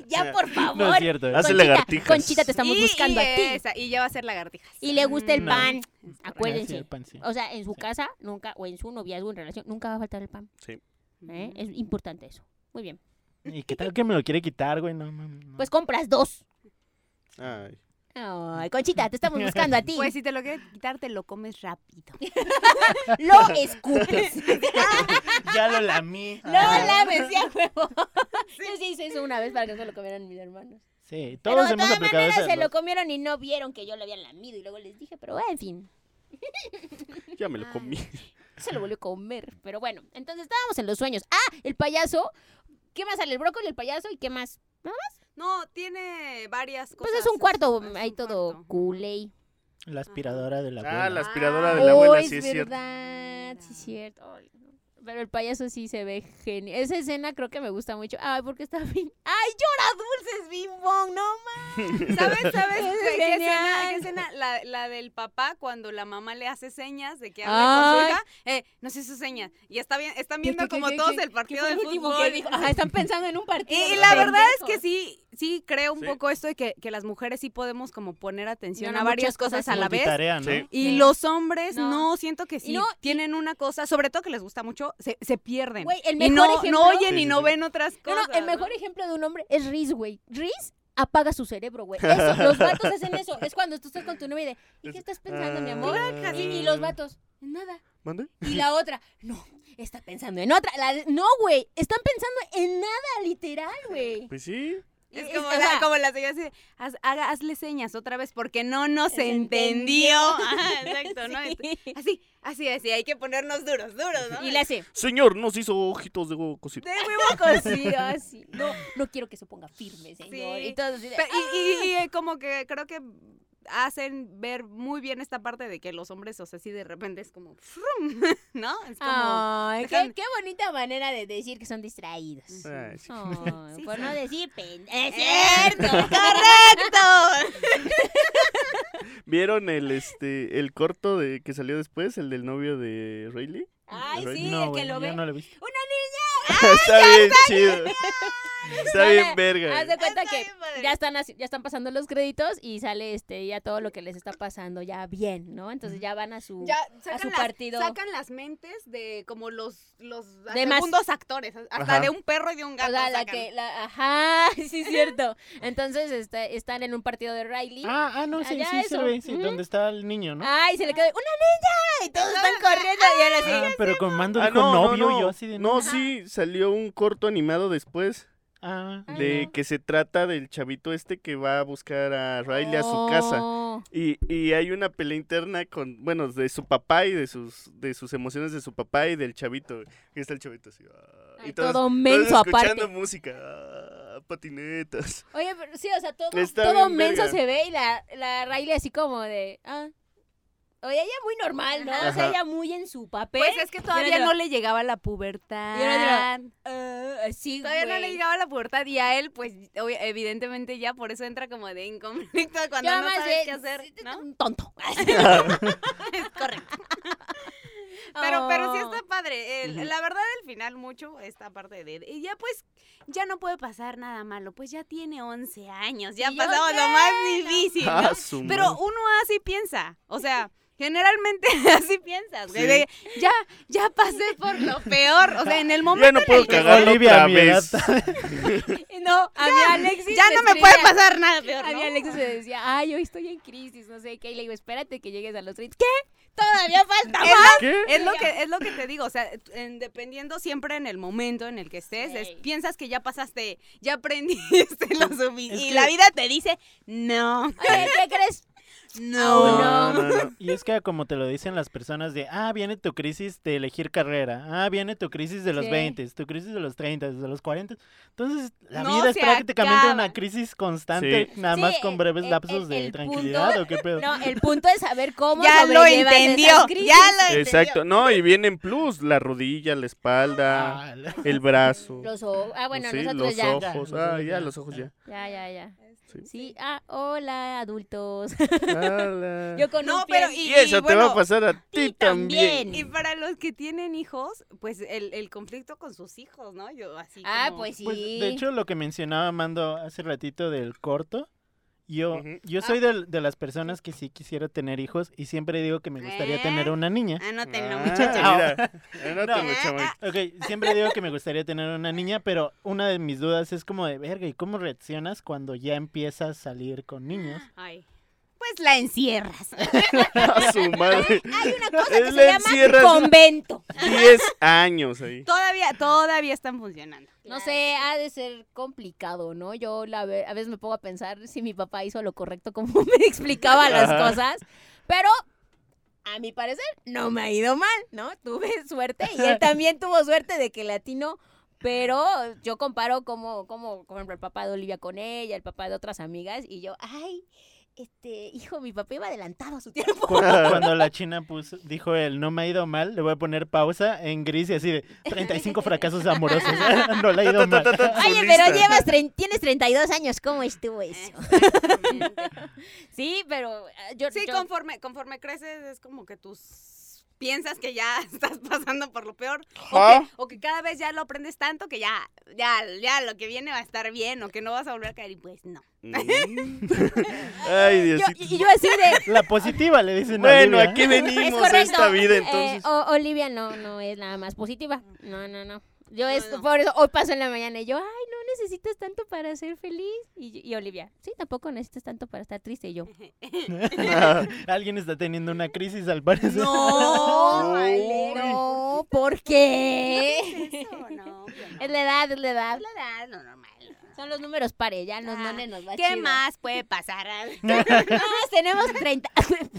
Speaker 1: Ya, por favor.
Speaker 2: No es cierto. ¿eh?
Speaker 3: Haz Hace
Speaker 1: Conchita,
Speaker 3: lagartijas.
Speaker 1: Conchita, te estamos
Speaker 4: Y-
Speaker 1: buscando
Speaker 4: y
Speaker 1: a ti.
Speaker 4: esa, y ya va a ser lagartijas.
Speaker 1: Y le gusta el
Speaker 2: No.
Speaker 1: pan.
Speaker 2: Sí, el
Speaker 1: Acuérdense.
Speaker 2: pan, sí.
Speaker 1: O sea, en su casa nunca, o en su noviazgo, en relación, nunca va a faltar el pan. ¿eh? Es importante eso. Muy bien.
Speaker 2: ¿Y qué tal que me lo quiere quitar, güey? No, mames, no.
Speaker 1: Pues compras dos.
Speaker 3: Ay.
Speaker 1: Ay, Conchita, te estamos buscando a ti.
Speaker 4: Pues si te lo quieres quitar, te lo comes rápido.
Speaker 1: Lo escupes.
Speaker 2: ya lo lamí.
Speaker 1: No lames, sí, a huevo. Yo sí hice eso una vez para que no se lo comieran mis hermanos.
Speaker 2: Sí,
Speaker 1: Pero
Speaker 2: todos
Speaker 1: de
Speaker 2: hemos
Speaker 1: todas
Speaker 2: aplicado
Speaker 1: maneras
Speaker 2: eso.
Speaker 1: se lo comieron y no vieron que yo lo había lamido y luego les dije, pero bueno, en fin,
Speaker 3: Ya me lo comí.
Speaker 1: se lo volvió a comer. Pero bueno, entonces estábamos en los sueños. Ah, el payaso. ¿Qué más sale? El brócoli, el payaso y qué más.
Speaker 4: No, tiene varias cosas.
Speaker 1: Pues es un cuarto,
Speaker 4: Es un
Speaker 1: ahí todo
Speaker 4: cuarto.
Speaker 1: culey.
Speaker 2: La aspiradora de la abuela.
Speaker 3: Ah, la aspiradora de
Speaker 4: Ah,
Speaker 3: la abuela,
Speaker 1: Oh,
Speaker 3: sí es
Speaker 1: es
Speaker 3: cierto.
Speaker 1: verdad, sí es cierto. Ay, no. Pero el payaso sí se ve genial. Esa escena creo que me gusta mucho. Ay, porque está bien. ¡Ay, llora dulces, bimbón! ¡No
Speaker 4: ¿Sabes, sabes?
Speaker 1: Es
Speaker 4: qué- ¿Qué escena?
Speaker 1: genial.
Speaker 4: ¿Qué escena? La, la del papá cuando la mamá le hace señas de que habla con
Speaker 1: Ay.
Speaker 4: su hija. Eh, no sé sus señas. Y está bien, están
Speaker 1: ¿Qué,
Speaker 4: viendo
Speaker 1: qué,
Speaker 4: como
Speaker 1: qué,
Speaker 4: todos
Speaker 1: qué,
Speaker 4: el partido
Speaker 1: fue
Speaker 4: de
Speaker 1: lo último
Speaker 4: fútbol.
Speaker 1: que dijo? Ah, Ajá, están pensando en un
Speaker 4: Y,
Speaker 1: partido.
Speaker 4: y
Speaker 1: los
Speaker 4: la verdad es que
Speaker 1: pendejos.
Speaker 4: sí, sí creo un
Speaker 3: Sí.
Speaker 4: poco esto de que, que las mujeres sí podemos como poner atención
Speaker 1: No, no,
Speaker 4: a varias
Speaker 1: muchas cosas
Speaker 4: cosas a la vez.
Speaker 2: Multitarea, ¿no?
Speaker 3: Sí.
Speaker 4: Y
Speaker 1: Sí.
Speaker 4: los hombres,
Speaker 1: No.
Speaker 4: no, siento que sí.
Speaker 1: no,
Speaker 4: tienen una cosa, sobre todo que les gusta mucho, se, se pierden.
Speaker 1: Güey, el
Speaker 4: y
Speaker 1: mejor
Speaker 4: no,
Speaker 1: ejemplo-
Speaker 4: no oyen
Speaker 3: Sí,
Speaker 4: y
Speaker 3: sí,
Speaker 4: no
Speaker 3: sí.
Speaker 4: ven otras
Speaker 1: No,
Speaker 4: cosas.
Speaker 1: no, el mejor ejemplo de un hombre es Riz, güey. Riz apaga su cerebro, güey. Eso, los vatos hacen eso. Es cuando tú estás con tu novia y de, ¿y qué estás pensando, mi amor?
Speaker 3: Ah.
Speaker 1: Y, y los vatos, nada.
Speaker 3: ¿Mande?
Speaker 1: Y la otra, no, está pensando en otra. La de- no, güey, están pensando en nada, literal, güey.
Speaker 3: Pues sí.
Speaker 4: Es
Speaker 1: Es-
Speaker 4: como,
Speaker 1: o
Speaker 4: la,
Speaker 1: sea-
Speaker 4: Eh, como la señora así de, "Haz- haga- hazle señas otra vez porque no nos
Speaker 1: Se
Speaker 4: entendió.
Speaker 1: entendió.
Speaker 4: Ajá, exacto, ¿no?
Speaker 1: Sí.
Speaker 4: Así, así, así, hay que ponernos duros, duros, ¿no?
Speaker 1: Y le hace,
Speaker 3: Señor, nos hizo ojitos de huevo cocido.
Speaker 1: de huevo cocido, así. No, no quiero que se ponga firme, señor.
Speaker 4: Sí.
Speaker 1: Y todos así de,
Speaker 4: Pe- y, y- y, eh, como que creo que hacen ver muy bien esta parte de que los hombres, o sea, sí de repente es como, frum, ¿no? Es como...
Speaker 1: Ay,
Speaker 4: dejan-
Speaker 1: qué, qué bonita manera de decir que son distraídos.
Speaker 3: Ay, sí.
Speaker 1: Ay,
Speaker 4: Sí,
Speaker 1: por
Speaker 4: sí.
Speaker 1: no decir pen- ¡Es
Speaker 4: ¡Eh!
Speaker 1: cierto!
Speaker 4: ¡Correcto!
Speaker 3: ¿Vieron el este el corto de que salió después, el del novio de Rayleigh?
Speaker 1: Ay,
Speaker 3: Pero
Speaker 1: sí,
Speaker 2: no,
Speaker 1: el
Speaker 2: güey,
Speaker 1: que lo
Speaker 2: yo
Speaker 1: ve.
Speaker 2: no lo he visto.
Speaker 3: Está bien chido. Está bien verga.
Speaker 1: Haz de
Speaker 3: güey.
Speaker 1: cuenta
Speaker 4: Está
Speaker 1: que
Speaker 4: bien padre.
Speaker 1: ya están, así- ya están pasando los créditos y sale este ya todo lo que les está pasando ya bien, ¿no? Entonces ya van a su...
Speaker 4: Ya sacan,
Speaker 1: su
Speaker 4: las,
Speaker 1: partido.
Speaker 4: sacan las mentes de como los, los
Speaker 1: De más-
Speaker 4: segundos actores, hasta
Speaker 3: Ajá.
Speaker 4: de un perro y de un
Speaker 1: O
Speaker 4: gato.
Speaker 1: sea, la
Speaker 4: sacan.
Speaker 1: que... La, ajá, sí es cierto. Entonces este, están en un partido de Riley.
Speaker 2: Ah, ah, no, sí,
Speaker 1: Allá
Speaker 2: sí, se
Speaker 1: eso.
Speaker 2: ve, sí,
Speaker 1: Ujú.
Speaker 2: donde está el niño, ¿no?
Speaker 1: Ay, se le queda ¡Una niña! Y todos están corriendo y ahora sí.
Speaker 2: Ah, pero con mando
Speaker 3: Ah,
Speaker 2: dijo novio y yo así de...
Speaker 3: No, sí, salió un corto animado después
Speaker 2: Ah,
Speaker 1: Ay,
Speaker 3: de
Speaker 1: no.
Speaker 3: que se trata del chavito este que va a buscar a Riley a su casa.
Speaker 1: Oh.
Speaker 3: Y, y hay una pelea interna con, bueno, de su papá y de sus, de sus emociones de su papá y del chavito. güey. Ahí está el chavito así. ah,
Speaker 1: Ay,
Speaker 3: y todos-
Speaker 1: todo
Speaker 3: todos
Speaker 1: menso
Speaker 3: escuchando
Speaker 1: aparte.
Speaker 3: música. ah, patinetas.
Speaker 1: Oye, pero sí, o sea, todo,
Speaker 3: Está
Speaker 1: todo
Speaker 3: bien
Speaker 1: menso
Speaker 3: verga.
Speaker 1: se ve y la, la Riley así como de... Ah. Oye, ella muy normal, ¿no? O sea,
Speaker 3: Ajá.
Speaker 1: ella muy en su papel.
Speaker 4: Pues es que
Speaker 1: Y ahora
Speaker 4: todavía
Speaker 1: digo-
Speaker 4: no le llegaba la pubertad.
Speaker 1: Y ahora Ah, sí,
Speaker 4: Todavía no le
Speaker 1: güey.
Speaker 4: llegaba la pubertad y a él, pues, obvia- evidentemente ya por eso entra como de en conflicto cuando
Speaker 1: Yo
Speaker 4: no
Speaker 1: más
Speaker 4: sabe
Speaker 1: bien,
Speaker 4: qué hacer,
Speaker 1: sí,
Speaker 4: ¿no?
Speaker 1: Un tonto.
Speaker 4: Es correcto. Pero, pero sí
Speaker 1: Oh.
Speaker 4: está padre. El- La verdad, el final mucho, esta parte de... Y ya pues, ya no puede pasar nada malo. Pues ya tiene 11 años, ya
Speaker 1: Y
Speaker 4: pasamos lo
Speaker 1: 11
Speaker 4: más difícil, ¿no?
Speaker 3: Ah, su
Speaker 4: Pero
Speaker 3: madre.
Speaker 4: uno así piensa, o sea, generalmente así piensas, güey,
Speaker 3: Sí.
Speaker 4: de, ya, ya pasé por lo peor, o sea, en el momento
Speaker 3: ya no
Speaker 4: en
Speaker 3: puedo
Speaker 4: el que-
Speaker 3: cagar
Speaker 2: Olivia,
Speaker 3: otra
Speaker 2: mi edad.
Speaker 3: vez.
Speaker 1: Oh, No, a mí Alexis.
Speaker 4: ya no me
Speaker 1: escribía-
Speaker 4: puede pasar nada peor,
Speaker 1: A mí
Speaker 4: ¿no?
Speaker 1: Alexis me decía, ay, hoy estoy en crisis, no sé qué. Y le digo, espérate que llegues a los 30. ¿Qué? Todavía falta
Speaker 4: Es
Speaker 1: más.
Speaker 4: lo-
Speaker 3: ¿Qué?
Speaker 4: Es lo, que, es lo que te digo, o sea, t- en- dependiendo siempre en el momento en el que estés, es-
Speaker 1: Sí.
Speaker 4: piensas que ya pasaste, ya aprendiste lo suficiente.
Speaker 2: Es
Speaker 4: Y
Speaker 2: que-
Speaker 4: la vida te dice, no,
Speaker 1: Oye, ¿qué crees?
Speaker 4: no.
Speaker 3: No, no, no.
Speaker 2: Y es que como te lo dicen las personas de, ah, viene tu crisis de elegir carrera, ah, viene tu crisis de los
Speaker 1: Sí.
Speaker 2: 20, tu crisis de los 30, de los 40. Entonces, la
Speaker 4: No
Speaker 2: vida es
Speaker 4: se
Speaker 2: prácticamente
Speaker 4: acaba.
Speaker 2: una crisis constante, nada
Speaker 1: Sí,
Speaker 2: más con breves
Speaker 1: el-
Speaker 2: lapsos
Speaker 1: el-
Speaker 2: de
Speaker 1: el punto-
Speaker 2: tranquilidad o qué pedo.
Speaker 1: No, el punto es saber cómo
Speaker 4: Ya lo
Speaker 1: sobrellevas
Speaker 4: entendió,
Speaker 1: esas crisis.
Speaker 4: ya lo entendió.
Speaker 3: Exacto. No, y vienen plus. La rodilla, la espalda,
Speaker 2: Ah, la-
Speaker 3: el brazo.
Speaker 1: Los o- Ah, bueno,
Speaker 3: sí,
Speaker 1: nosotros
Speaker 3: los
Speaker 1: ya.
Speaker 3: ojos.
Speaker 2: Ya, los
Speaker 3: Ah,
Speaker 2: ojos
Speaker 3: ya,
Speaker 2: ya.
Speaker 3: los ojos ya.
Speaker 1: Ya, ya, ya.
Speaker 3: Sí.
Speaker 1: Sí, ah, hola, adultos.
Speaker 3: Ala.
Speaker 1: Yo con un
Speaker 4: No,
Speaker 1: pie-
Speaker 4: pero y,
Speaker 3: Y eso
Speaker 4: y
Speaker 3: te va a
Speaker 4: bueno,
Speaker 3: pasar a ti
Speaker 1: ti
Speaker 3: también.
Speaker 4: Y para los que tienen hijos, pues el, el conflicto con sus hijos, ¿no? Yo así.
Speaker 1: Ah,
Speaker 4: como-
Speaker 1: pues sí.
Speaker 2: Pues, de hecho, lo que mencionaba Mando hace ratito del corto, yo,
Speaker 3: Ujú.
Speaker 2: yo soy del- de, las personas que sí quisiera tener hijos y siempre digo que me gustaría
Speaker 4: ¿Eh?
Speaker 2: tener una niña.
Speaker 4: Anótenlo,
Speaker 3: Ah,
Speaker 4: muchachos.
Speaker 3: mira, anótenlo,
Speaker 4: No.
Speaker 3: chamaquito.
Speaker 2: Ok, siempre digo que me gustaría tener una niña, pero una de mis dudas es como de, verga, ¿y cómo reaccionas cuando ya empiezas a salir con niños?
Speaker 4: Ay. Pues la encierras.
Speaker 3: A Ah, su madre.
Speaker 1: Hay una cosa
Speaker 3: Él
Speaker 1: que
Speaker 3: le
Speaker 1: se llama
Speaker 3: encierra-
Speaker 1: convento.
Speaker 3: 10 años ahí.
Speaker 4: Todavía, todavía están funcionando. Eh,
Speaker 1: No sé, ha de ser complicado, ¿no? Yo la ve- a veces me pongo a pensar si mi papá hizo lo correcto como me explicaba las
Speaker 3: Ajá.
Speaker 1: cosas, pero a mi parecer no me ha ido mal, ¿no? Tuve suerte y él también tuvo suerte de que latino, pero yo comparo como, como, por ejemplo, el papá de Olivia con ella, el papá de otras amigas y yo, ay, este, hijo, mi papá iba adelantado a su tiempo.
Speaker 2: Cu- Cuando la china puso, dijo él, no me ha ido mal, le voy a poner pausa en gris y así de 35 fracasos amorosos. no le ha ido mal.
Speaker 1: Oye, pero llevas, trein- tienes 32 años, ¿cómo estuvo eso?
Speaker 4: Eh. Exactamente.
Speaker 1: Sí, pero eh, yo...
Speaker 4: Sí,
Speaker 1: yo-
Speaker 4: conforme, conforme creces es como que tus piensas que ya estás pasando por lo peor o,
Speaker 3: Ajá.
Speaker 4: que, o que cada vez ya lo aprendes tanto que ya ya ya lo que viene va a estar bien o que no vas a volver a caer y pues no.
Speaker 3: Mm. Ay,
Speaker 1: Yo-
Speaker 3: Diosito.
Speaker 1: y y yo así de...
Speaker 2: La positiva, le dicen. a
Speaker 3: Bueno,
Speaker 2: Olivia.
Speaker 3: aquí venimos a esta vida entonces.
Speaker 1: Eh, o- Olivia no, no es nada más positiva. No, no, no. Yo
Speaker 4: No,
Speaker 1: esto,
Speaker 4: no.
Speaker 1: por eso, hoy pasó en la mañana y yo, ay, no necesitas tanto para ser feliz. Y, yo- y Olivia, sí, tampoco necesitas tanto para estar triste. Y yo,
Speaker 2: Alguien está teniendo una crisis al parecer.
Speaker 4: No,
Speaker 1: Ale, no, ¿por qué?
Speaker 4: Eso no. obvio, no.
Speaker 1: Es la edad, es la edad.
Speaker 4: Es la edad, lo normal.
Speaker 1: Son los números pares, ya nos,
Speaker 4: Ah,
Speaker 1: no le nos va
Speaker 4: ¿Qué
Speaker 1: chido.
Speaker 4: más puede pasar?
Speaker 1: Más, tenemos 30.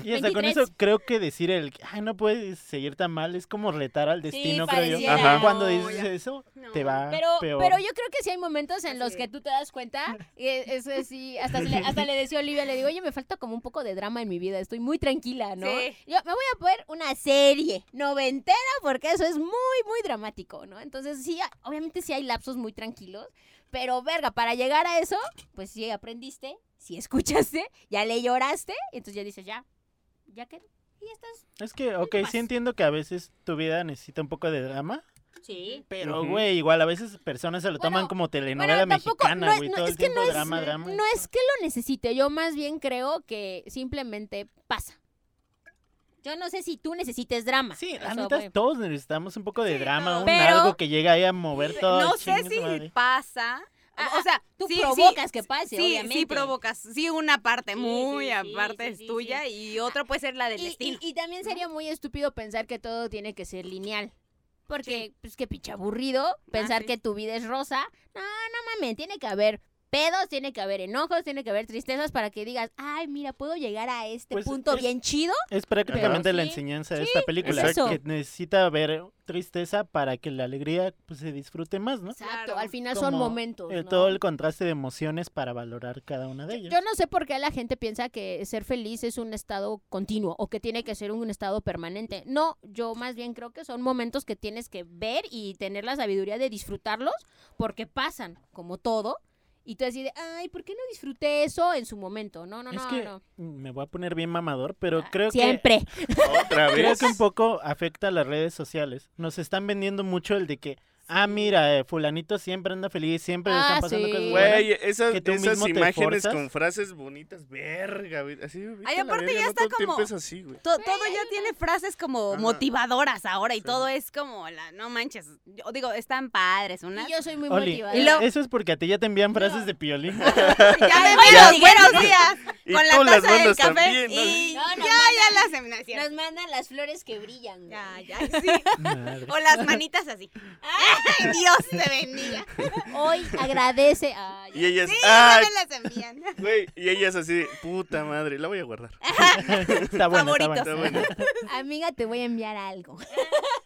Speaker 2: Y hasta con
Speaker 1: 23.
Speaker 2: eso creo que decir el, ay, no puedes seguir tan mal, es como retar al destino, creo yo.
Speaker 1: pareciera.
Speaker 3: Ajá.
Speaker 2: Cuando
Speaker 4: No,
Speaker 2: dices
Speaker 4: ya.
Speaker 2: eso,
Speaker 4: No.
Speaker 2: te va
Speaker 1: Pero,
Speaker 2: peor.
Speaker 1: pero yo creo que sí hay momentos en
Speaker 4: Así
Speaker 1: los
Speaker 4: es.
Speaker 1: que tú te das cuenta, eh, eso sí, hasta, se le, hasta le decía a Olivia, le digo, oye, me falta como un poco de drama en mi vida, estoy muy tranquila, ¿no?
Speaker 4: Sí.
Speaker 1: Yo me voy a poner una serie noventera porque eso es muy, muy dramático, ¿no? Entonces sí, a- obviamente sí hay lapsos muy tranquilos, pero verga, para llegar a eso, pues sí aprendiste, sí escuchaste, ya le lloraste, entonces ya dices, ya, ya quedó, y ya estás.
Speaker 2: Es que, ok,
Speaker 1: más.
Speaker 2: sí entiendo que a veces tu vida necesita un poco de drama,
Speaker 1: Sí.
Speaker 2: Pero,
Speaker 3: Ujú.
Speaker 2: güey, igual a veces personas se lo toman
Speaker 1: Bueno,
Speaker 2: como
Speaker 1: Bueno,
Speaker 2: telenovela
Speaker 1: tampoco,
Speaker 2: mexicana,
Speaker 1: no-
Speaker 2: güey.
Speaker 1: no,
Speaker 2: todo
Speaker 1: es
Speaker 2: el
Speaker 1: que
Speaker 2: tiempo
Speaker 1: no es,
Speaker 2: drama, drama.
Speaker 1: no es que lo necesite, yo más bien creo que simplemente pasa. Yo no sé si tú necesites drama.
Speaker 2: Sí, la
Speaker 1: Eso,
Speaker 2: neta,
Speaker 1: güey.
Speaker 2: todos necesitamos un poco de
Speaker 4: Sí,
Speaker 2: drama,
Speaker 4: todos.
Speaker 2: un
Speaker 1: Pero-
Speaker 2: algo que llegue ahí a mover todo.
Speaker 4: no sé
Speaker 2: chingue su
Speaker 4: si
Speaker 2: madre.
Speaker 4: pasa.
Speaker 1: Ah,
Speaker 4: o sea,
Speaker 1: Tú
Speaker 4: sí, sí,
Speaker 1: provocas que pase,
Speaker 4: Sí,
Speaker 1: obviamente.
Speaker 4: sí provocas. Sí, una parte
Speaker 1: Sí,
Speaker 4: muy
Speaker 1: sí, sí,
Speaker 4: aparte
Speaker 1: sí,
Speaker 4: es
Speaker 1: sí,
Speaker 4: tuya y otra puede ser la del
Speaker 1: Y- y,
Speaker 4: destino.
Speaker 1: y también sería muy estúpido pensar que todo tiene que ser lineal. Porque, pues, qué pinche aburrido pensar
Speaker 4: sí.
Speaker 1: que tu vida es rosa. No, no mames, tiene que haber pedos, tiene que haber enojos, tiene que haber tristezas para que digas, ay, mira, puedo llegar a este
Speaker 2: Pues,
Speaker 1: punto
Speaker 2: es-
Speaker 1: bien chido.
Speaker 2: Es prácticamente
Speaker 1: Pero
Speaker 2: la
Speaker 1: sí,
Speaker 2: enseñanza de esta película,
Speaker 1: exacto.
Speaker 2: que necesita ver tristeza para que la alegría pues, se disfrute más, ¿no?
Speaker 1: Exacto,
Speaker 4: Claro.
Speaker 1: al final son
Speaker 2: Como,
Speaker 1: momentos.
Speaker 2: eh,
Speaker 1: ¿no?
Speaker 2: Todo el contraste de emociones para valorar cada una de ellas.
Speaker 1: Yo no sé por qué la gente piensa que ser feliz es un estado continuo o que tiene que ser un estado permanente. No, yo más bien creo que son momentos que tienes que ver y tener la sabiduría de disfrutarlos porque pasan, como todo. Y tú decides, ay, ¿por qué no disfruté eso en su momento? No, no,
Speaker 2: es
Speaker 1: no,
Speaker 2: que
Speaker 1: no.
Speaker 2: me voy a poner bien mamador, pero
Speaker 1: Ah,
Speaker 2: creo que
Speaker 1: Siempre.
Speaker 3: Otra
Speaker 2: creo
Speaker 3: vez.
Speaker 2: que un poco afecta a las redes sociales. Nos están vendiendo mucho el de que, ah, mira, eh, fulanito siempre anda feliz, siempre le
Speaker 1: Ah,
Speaker 2: están pasando
Speaker 1: sí.
Speaker 2: cosas buenas.
Speaker 3: Güey, esas,
Speaker 2: que tú
Speaker 3: esas
Speaker 2: mismo te
Speaker 3: imágenes
Speaker 2: forzas.
Speaker 3: con frases bonitas, verga, güey. Así, vete
Speaker 4: Ay,
Speaker 3: a la
Speaker 4: aparte
Speaker 3: verga,
Speaker 4: ya
Speaker 3: no
Speaker 4: está
Speaker 3: todo el tiempo
Speaker 4: como-
Speaker 3: es así, güey.
Speaker 4: To-
Speaker 1: Sí,
Speaker 4: todo
Speaker 1: hay
Speaker 4: ya
Speaker 1: una-
Speaker 4: tiene frases como
Speaker 3: Ajá.
Speaker 4: motivadoras ahora y
Speaker 3: Sí.
Speaker 4: todo es como la no manches. Yo digo, están padres unas.
Speaker 1: Y yo soy muy
Speaker 2: Oli, eh,
Speaker 1: motivada.
Speaker 4: Y luego-
Speaker 2: eso es porque a ti ya te envían frases de piolín.
Speaker 4: Ya me
Speaker 1: Buenos
Speaker 4: buenos,
Speaker 1: días.
Speaker 4: buenos días
Speaker 3: Y
Speaker 4: con
Speaker 3: tú
Speaker 4: la
Speaker 3: las
Speaker 4: taza del
Speaker 3: mandas
Speaker 4: café
Speaker 3: también, ¿no?
Speaker 4: y
Speaker 1: No, no,
Speaker 4: ya ya las seminaciones.
Speaker 1: Nos mandan las flores que brillan. güey.
Speaker 4: Ya, ya, sí.
Speaker 2: Madre.
Speaker 4: O las manitas así. ¡Ay, Dios te bendiga!
Speaker 1: Hoy agradece. Ay,
Speaker 3: Y ellas,
Speaker 4: Sí, ya
Speaker 3: ay,
Speaker 4: me las envían.
Speaker 3: güey. Y ellas así, de, puta madre, la voy a guardar.
Speaker 2: Está bueno, está bueno.
Speaker 4: Favoritos.
Speaker 3: Está bueno.
Speaker 1: amiga, te voy a enviar algo.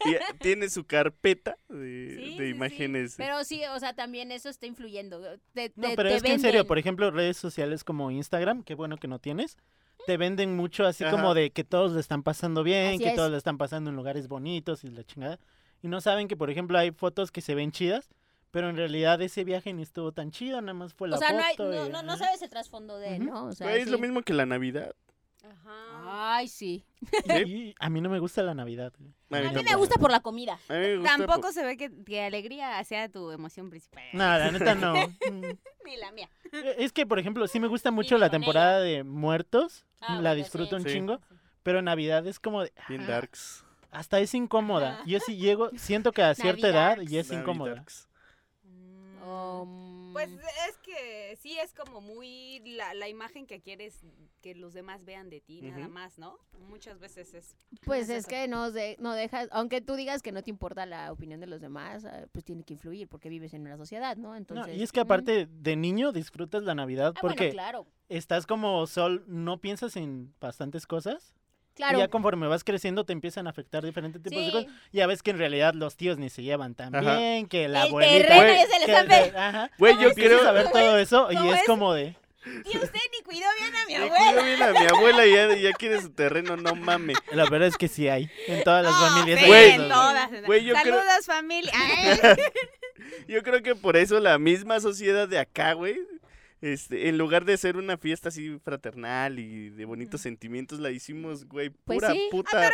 Speaker 3: Y eh, tiene su carpeta de,
Speaker 1: Sí,
Speaker 3: de
Speaker 1: sí, sí.
Speaker 3: imágenes.
Speaker 1: Pero sí, o sea, también eso está influyendo. Te,
Speaker 2: No,
Speaker 1: te-
Speaker 2: pero
Speaker 1: te
Speaker 2: es que en serio,
Speaker 1: venden.
Speaker 2: por ejemplo, redes sociales como Instagram, qué bueno que no tienes,
Speaker 1: Mm.
Speaker 2: te venden mucho así
Speaker 3: Ajá.
Speaker 2: como de que todos le están pasando bien,
Speaker 1: Así
Speaker 2: que
Speaker 1: es.
Speaker 2: todos le están pasando en lugares bonitos y la chingada. Y no saben que, por ejemplo, hay fotos que se ven chidas, pero en realidad ese viaje ni estuvo tan chido, nada más fue la
Speaker 1: O sea, no, hay-
Speaker 2: foto.
Speaker 1: no,
Speaker 2: y-
Speaker 1: no, no
Speaker 2: ajá.
Speaker 1: sabes el trasfondo de,
Speaker 2: Ujú.
Speaker 1: ¿no? O sea,
Speaker 3: Güey, es lo
Speaker 1: sí.
Speaker 3: mismo que la Navidad. Ah,
Speaker 4: Ajá.
Speaker 1: Ay, sí.
Speaker 3: ¿sí?
Speaker 2: Y a mí no me gusta la Navidad.
Speaker 3: A
Speaker 2: güey.
Speaker 3: mí
Speaker 1: A mí me
Speaker 3: tampoco.
Speaker 1: gusta por la comida.
Speaker 3: A mí me gusta
Speaker 4: Tampoco se ve que, que alegría sea tu emoción principal.
Speaker 2: No, la neta no. Mm.
Speaker 1: Ni la mía.
Speaker 2: Es que, por ejemplo, sí me gusta mucho
Speaker 1: ni
Speaker 2: la
Speaker 1: con
Speaker 2: temporada de muertos,
Speaker 1: Ah,
Speaker 2: la
Speaker 1: bueno, sí.
Speaker 2: disfruto un
Speaker 3: Sí.
Speaker 2: chingo, pero Navidad es como de...
Speaker 3: po- Bien
Speaker 2: ah,
Speaker 3: darks.
Speaker 2: Hasta es incómoda. Yo sí llego, siento que a cierta edad
Speaker 1: Navidarks.
Speaker 2: y es
Speaker 3: Navi
Speaker 2: incómoda.
Speaker 3: darks.
Speaker 4: Mm.
Speaker 1: Um,
Speaker 4: Pues es que sí es como muy la, la imagen que quieres que los demás vean de ti, nada
Speaker 3: Ujú.
Speaker 4: más, ¿no? Muchas veces es.
Speaker 1: pues
Speaker 4: es
Speaker 1: es
Speaker 4: eso.
Speaker 1: que no, de- no dejas, aunque tú digas que no te importa la opinión de los demás, eh, pues tiene que influir porque vives en una sociedad, ¿no?
Speaker 2: No,
Speaker 1: Entonces,
Speaker 2: y es que
Speaker 1: ujú.
Speaker 2: aparte de niño disfrutas la Navidad
Speaker 1: Ah,
Speaker 2: porque
Speaker 1: bueno, claro.
Speaker 2: estás como sol, no piensas en bastantes cosas.
Speaker 1: Claro.
Speaker 2: Y ya conforme vas creciendo te empiezan a afectar diferentes tipos de
Speaker 1: Sí.
Speaker 2: cosas. Ya ves que en realidad los tíos ni se llevan tan
Speaker 3: Ajá.
Speaker 2: bien, que la
Speaker 1: El
Speaker 2: abuelita...
Speaker 1: terreno
Speaker 3: Güey,
Speaker 1: es el
Speaker 2: que-
Speaker 1: escape.
Speaker 2: ajá.
Speaker 3: Güey, yo
Speaker 2: Empiezas
Speaker 3: quiero.
Speaker 2: a ver todo eso y
Speaker 4: ¿Cómo
Speaker 2: es
Speaker 4: es?
Speaker 2: como de...
Speaker 4: Y usted ni cuidó bien a mi
Speaker 3: Le
Speaker 4: abuela.
Speaker 3: cuido bien a mi abuela y ya, ya quiere su terreno, no mames.
Speaker 2: La verdad es que sí hay. En todas las
Speaker 1: Ah,
Speaker 4: No,
Speaker 2: familias
Speaker 4: sí,
Speaker 2: hay
Speaker 3: Güey,
Speaker 2: esos,
Speaker 4: en
Speaker 2: ¿no?
Speaker 4: todas.
Speaker 3: Güey, yo creo-
Speaker 4: Saludos, familia. Ay,
Speaker 1: Pues,
Speaker 3: Yo creo que por eso la misma sociedad de acá, güey, este, en lugar de ser una fiesta así fraternal y de bonitos sentimientos, la hicimos, güey,
Speaker 1: Pues
Speaker 3: pura
Speaker 1: sí. Ah,
Speaker 3: puta
Speaker 4: pero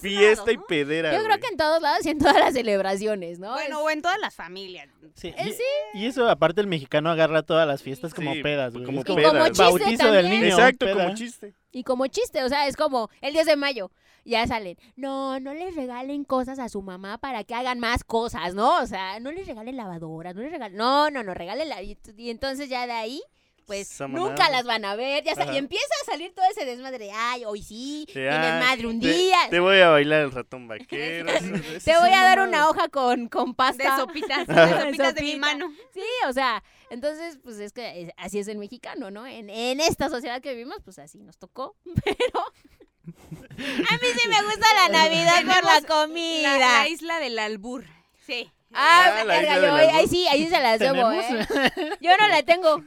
Speaker 3: fiesta
Speaker 4: lados,
Speaker 3: y
Speaker 4: ¿no?
Speaker 3: pedera.
Speaker 1: Yo creo
Speaker 3: güey.
Speaker 1: que en todos lados y en todas las celebraciones, ¿no?
Speaker 4: bueno,
Speaker 1: Es-
Speaker 4: o en todas las familias.
Speaker 2: Sí,
Speaker 1: Eh,
Speaker 2: y-
Speaker 1: sí.
Speaker 2: Y eso aparte el mexicano agarra todas las fiestas como
Speaker 3: Sí,
Speaker 2: pedas, güey.
Speaker 3: como
Speaker 2: Es
Speaker 1: y
Speaker 2: como
Speaker 3: pedas.
Speaker 1: como
Speaker 3: pedas.
Speaker 1: chiste
Speaker 2: bautizo
Speaker 1: también.
Speaker 2: del niño.
Speaker 3: Exacto,
Speaker 2: peda.
Speaker 3: como chiste.
Speaker 1: Y como chiste, o sea, es como el 10 de mayo, ya salen. No, no les regalen cosas a su mamá para que hagan más cosas, ¿no? O sea, no les regalen lavadoras, no les regalen. No, no, no, regálenla. Y, t- y entonces ya de ahí, pues
Speaker 3: Esa mamada.
Speaker 1: nunca las van a ver. Ya sa-
Speaker 3: Ajá.
Speaker 1: y empieza a salir todo ese desmadre. Ay, hoy sí,
Speaker 3: Sí,
Speaker 1: tiene
Speaker 3: ah,
Speaker 1: madre un
Speaker 3: te-
Speaker 1: día.
Speaker 3: Te, voy a bailar el ratón vaquero.
Speaker 1: Te voy a dar una hoja con, con
Speaker 4: De
Speaker 1: pasta.
Speaker 4: sopitas,
Speaker 1: Ajá.
Speaker 4: de sopitas de mi
Speaker 1: Sopita.
Speaker 4: mano.
Speaker 1: Sí, o sea, entonces, pues es que es- así es el mexicano, ¿no? En, en esta sociedad que vivimos, pues así nos tocó. Pero a mí sí me gusta la Navidad por la comida.
Speaker 4: La, la isla del albur. Sí.
Speaker 1: Ah,
Speaker 3: Ah, la
Speaker 1: verga,
Speaker 3: isla
Speaker 1: yo
Speaker 3: del
Speaker 1: ahí- ahí
Speaker 3: albur.
Speaker 1: sí, ahí sí se las debo, ¿eh?
Speaker 2: Tenemos-
Speaker 1: Yo no la tengo.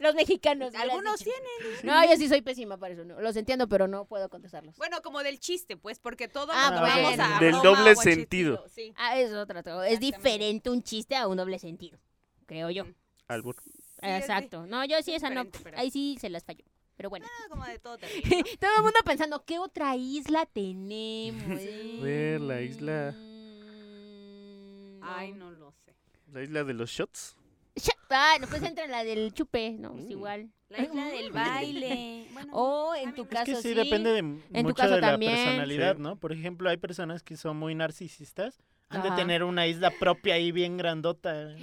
Speaker 1: Los mexicanos. me las
Speaker 4: Algunos
Speaker 1: dicen.
Speaker 4: tienen.
Speaker 1: No, yo sí soy pésima para eso. no, Los entiendo, pero no puedo contestarlos.
Speaker 4: Bueno, como del chiste, pues, porque todo
Speaker 1: Ah,
Speaker 4: lo
Speaker 1: bueno.
Speaker 4: tomamos a
Speaker 3: Del
Speaker 4: broma
Speaker 3: doble
Speaker 4: o a chistito,
Speaker 3: sentido.
Speaker 4: sí.
Speaker 1: Ah, es otra cosa. Es
Speaker 4: Exactamente.
Speaker 1: diferente un chiste a un doble sentido, creo yo.
Speaker 3: Albur.
Speaker 4: Sí, es de-
Speaker 1: Exacto. No, yo sí
Speaker 4: es
Speaker 1: esa no.
Speaker 4: diferente, pero-
Speaker 1: Ahí sí se las falló. Pero bueno.
Speaker 4: Ah, Como de todo terrible.
Speaker 1: Todo el mundo pensando, ¿qué otra isla tenemos?
Speaker 3: Ver la isla.
Speaker 1: Mm.
Speaker 4: Ay, no lo sé.
Speaker 3: La isla de los shots.
Speaker 1: Ah, no, pues entra la del chupe, no, es
Speaker 3: Mm.
Speaker 1: igual.
Speaker 4: La isla del baile. Bueno,
Speaker 1: O en
Speaker 4: Ay,
Speaker 1: tu
Speaker 4: es
Speaker 2: Es
Speaker 1: caso
Speaker 2: que
Speaker 1: sí,
Speaker 2: sí, depende de m-
Speaker 1: En tu
Speaker 2: mucho
Speaker 1: caso
Speaker 2: de la
Speaker 1: también.
Speaker 2: personalidad,
Speaker 3: Sí.
Speaker 2: ¿no? Por ejemplo, hay personas que son muy narcisistas, han
Speaker 1: Ajá.
Speaker 2: de tener una isla propia ahí bien grandota.
Speaker 3: La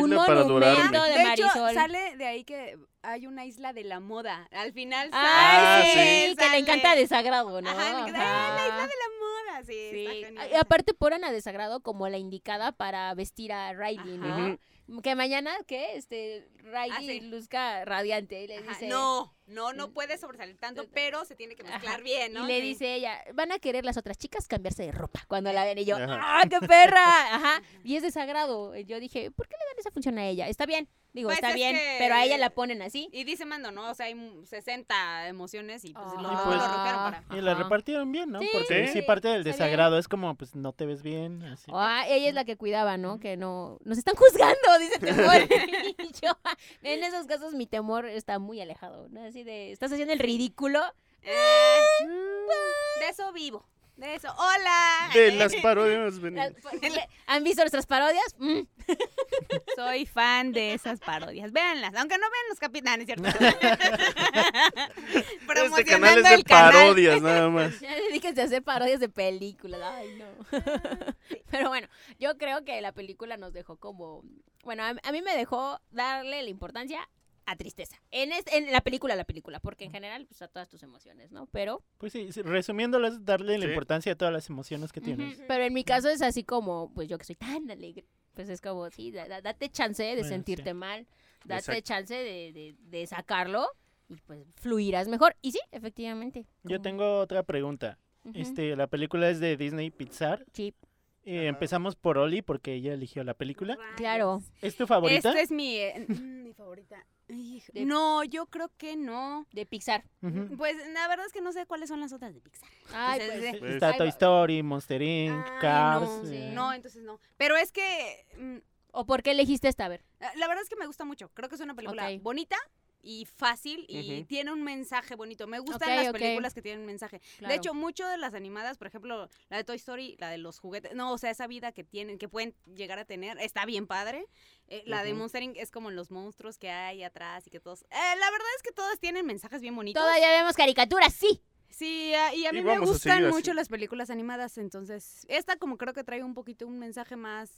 Speaker 1: Un
Speaker 3: isla para
Speaker 1: monumento
Speaker 3: adorarme.
Speaker 1: Ah, de
Speaker 4: de hecho,
Speaker 1: Marisol.
Speaker 4: sale de ahí que hay una isla de la moda. Al final sale.
Speaker 1: Ah,
Speaker 3: Ah,
Speaker 1: sí,
Speaker 3: sí.
Speaker 1: que le encanta
Speaker 4: sale.
Speaker 1: desagrado, ¿no?
Speaker 4: Ajá, le-
Speaker 1: Ajá.
Speaker 4: ¡Ah, la isla de la moda, sí.
Speaker 1: Sí.
Speaker 4: está genial.
Speaker 1: Y aparte ponen a desagrado como la indicada para vestir a Riley, ¿no?
Speaker 3: Ajá.
Speaker 1: Que mañana, ¿qué? Este, Riley
Speaker 4: Ah, sí.
Speaker 1: luzca radiante y le
Speaker 4: Ajá,
Speaker 1: dice...
Speaker 4: No, no, no puede sobresalir tanto, pero se tiene que mezclar
Speaker 1: Ajá,
Speaker 4: bien, ¿no?
Speaker 1: Y le
Speaker 4: Sí.
Speaker 1: dice ella, van a querer las otras chicas cambiarse de ropa cuando la ven. Y yo,
Speaker 3: Ajá.
Speaker 1: ¡ah, qué perra! Ajá. Y es desagrado. Y Yo dije, ¿por qué le dan esa función a ella? Está bien, digo,
Speaker 4: Pues
Speaker 1: está
Speaker 4: es
Speaker 1: bien,
Speaker 4: que-
Speaker 1: pero a ella la ponen así.
Speaker 4: Y dice Mando, ¿no? O sea, hay mm, 60 emociones y pues lo,
Speaker 1: Ah.
Speaker 4: lo
Speaker 2: Pues-
Speaker 4: rompieron para.
Speaker 2: Y la
Speaker 1: Ajá.
Speaker 2: repartieron bien, ¿no?
Speaker 1: Sí,
Speaker 2: Porque
Speaker 3: Sí.
Speaker 2: sí parte del
Speaker 1: está bien.
Speaker 2: desagrado es como, pues no te ves bien. Así.
Speaker 1: Ah, ella es la que cuidaba, ¿no? Que no... Nos están juzgando, dice Temor. Y yo, en esos casos mi temor está muy alejado, ¿no? Así de, estás haciendo el ridículo.
Speaker 4: Eh, de eso vivo. De eso. ¡Hola! Eh,
Speaker 3: De las parodias
Speaker 4: Mm.
Speaker 3: venimos.
Speaker 1: ¿Han visto nuestras parodias? Mm.
Speaker 4: Soy fan de esas parodias. Véanlas, aunque no vean los capitanes, ¿cierto?
Speaker 3: Este
Speaker 4: Promocionando
Speaker 3: canal es de
Speaker 4: el canal.
Speaker 3: parodias nada más.
Speaker 1: Ya dedíquense a hacer parodias de películas. Ay, no.
Speaker 4: Ah,
Speaker 1: Pero bueno, yo creo que la película nos dejó como. Bueno, a, a mí me dejó darle la importancia a tristeza. En, es- en la película, la película. Porque
Speaker 4: Mm.
Speaker 1: en general, pues a todas tus emociones, ¿no? Pero.
Speaker 2: Pues sí, sí, resumiéndolo es darle la
Speaker 3: Sí.
Speaker 2: importancia a todas las emociones que tienes.
Speaker 1: Ujú. Pero en mi caso es así como, pues yo que soy tan alegre. Pues es como, sí, da- da- date chance de
Speaker 2: Bueno,
Speaker 1: sentirte
Speaker 2: sí.
Speaker 1: mal. Date
Speaker 3: Exacto.
Speaker 1: chance de, de- de sacarlo. Y pues fluirás mejor. Y sí, efectivamente.
Speaker 2: Yo
Speaker 1: como-
Speaker 2: tengo otra pregunta.
Speaker 1: Ujú.
Speaker 2: Este, la película es de Disney Pixar.
Speaker 1: Sí,
Speaker 2: Eh,
Speaker 3: Ajá.
Speaker 2: empezamos por Oli porque ella eligió la película.
Speaker 1: claro.
Speaker 2: ¿Es tu favorita?
Speaker 4: Esta es mi, eh, mm, mi favorita. Hijo,
Speaker 1: De-
Speaker 4: No, yo creo que no.
Speaker 1: De Pixar.
Speaker 2: Ujú.
Speaker 4: Pues la verdad es que no sé cuáles son las otras de Pixar.
Speaker 1: Ay,
Speaker 4: Pues,
Speaker 1: pues,
Speaker 4: eh,
Speaker 1: sí.
Speaker 3: Pues-
Speaker 2: Está
Speaker 1: Ay,
Speaker 2: Toy
Speaker 1: va-
Speaker 2: Story, Monster Inc,
Speaker 4: Ay,
Speaker 2: Cars.
Speaker 4: no,
Speaker 2: eh,
Speaker 4: no, entonces no. Pero es que mm,
Speaker 1: ¿O por qué elegiste esta? A ver.
Speaker 4: la verdad es que me gusta mucho. Creo que es una película
Speaker 1: Ok.
Speaker 4: bonita y fácil y
Speaker 3: Ujú.
Speaker 4: tiene un mensaje bonito. Me gustan
Speaker 1: Ok,
Speaker 4: las
Speaker 1: ok.
Speaker 4: películas que tienen un mensaje.
Speaker 1: claro.
Speaker 4: De hecho, mucho de las animadas, por ejemplo, la de Toy Story, la de los juguetes, no, o sea, esa vida que tienen, que pueden llegar a tener, está bien padre. Eh, la de
Speaker 3: Ujú.
Speaker 4: Monster Inc. es como los monstruos que hay atrás y que todos... eh, la verdad es que todas tienen mensajes bien bonitos.
Speaker 1: Todavía vemos caricaturas, sí.
Speaker 4: Sí, a- y a
Speaker 3: Y
Speaker 4: mí me
Speaker 3: vamos a seguir
Speaker 4: gustan
Speaker 3: así.
Speaker 4: mucho las películas animadas, entonces esta como creo que trae un poquito un mensaje más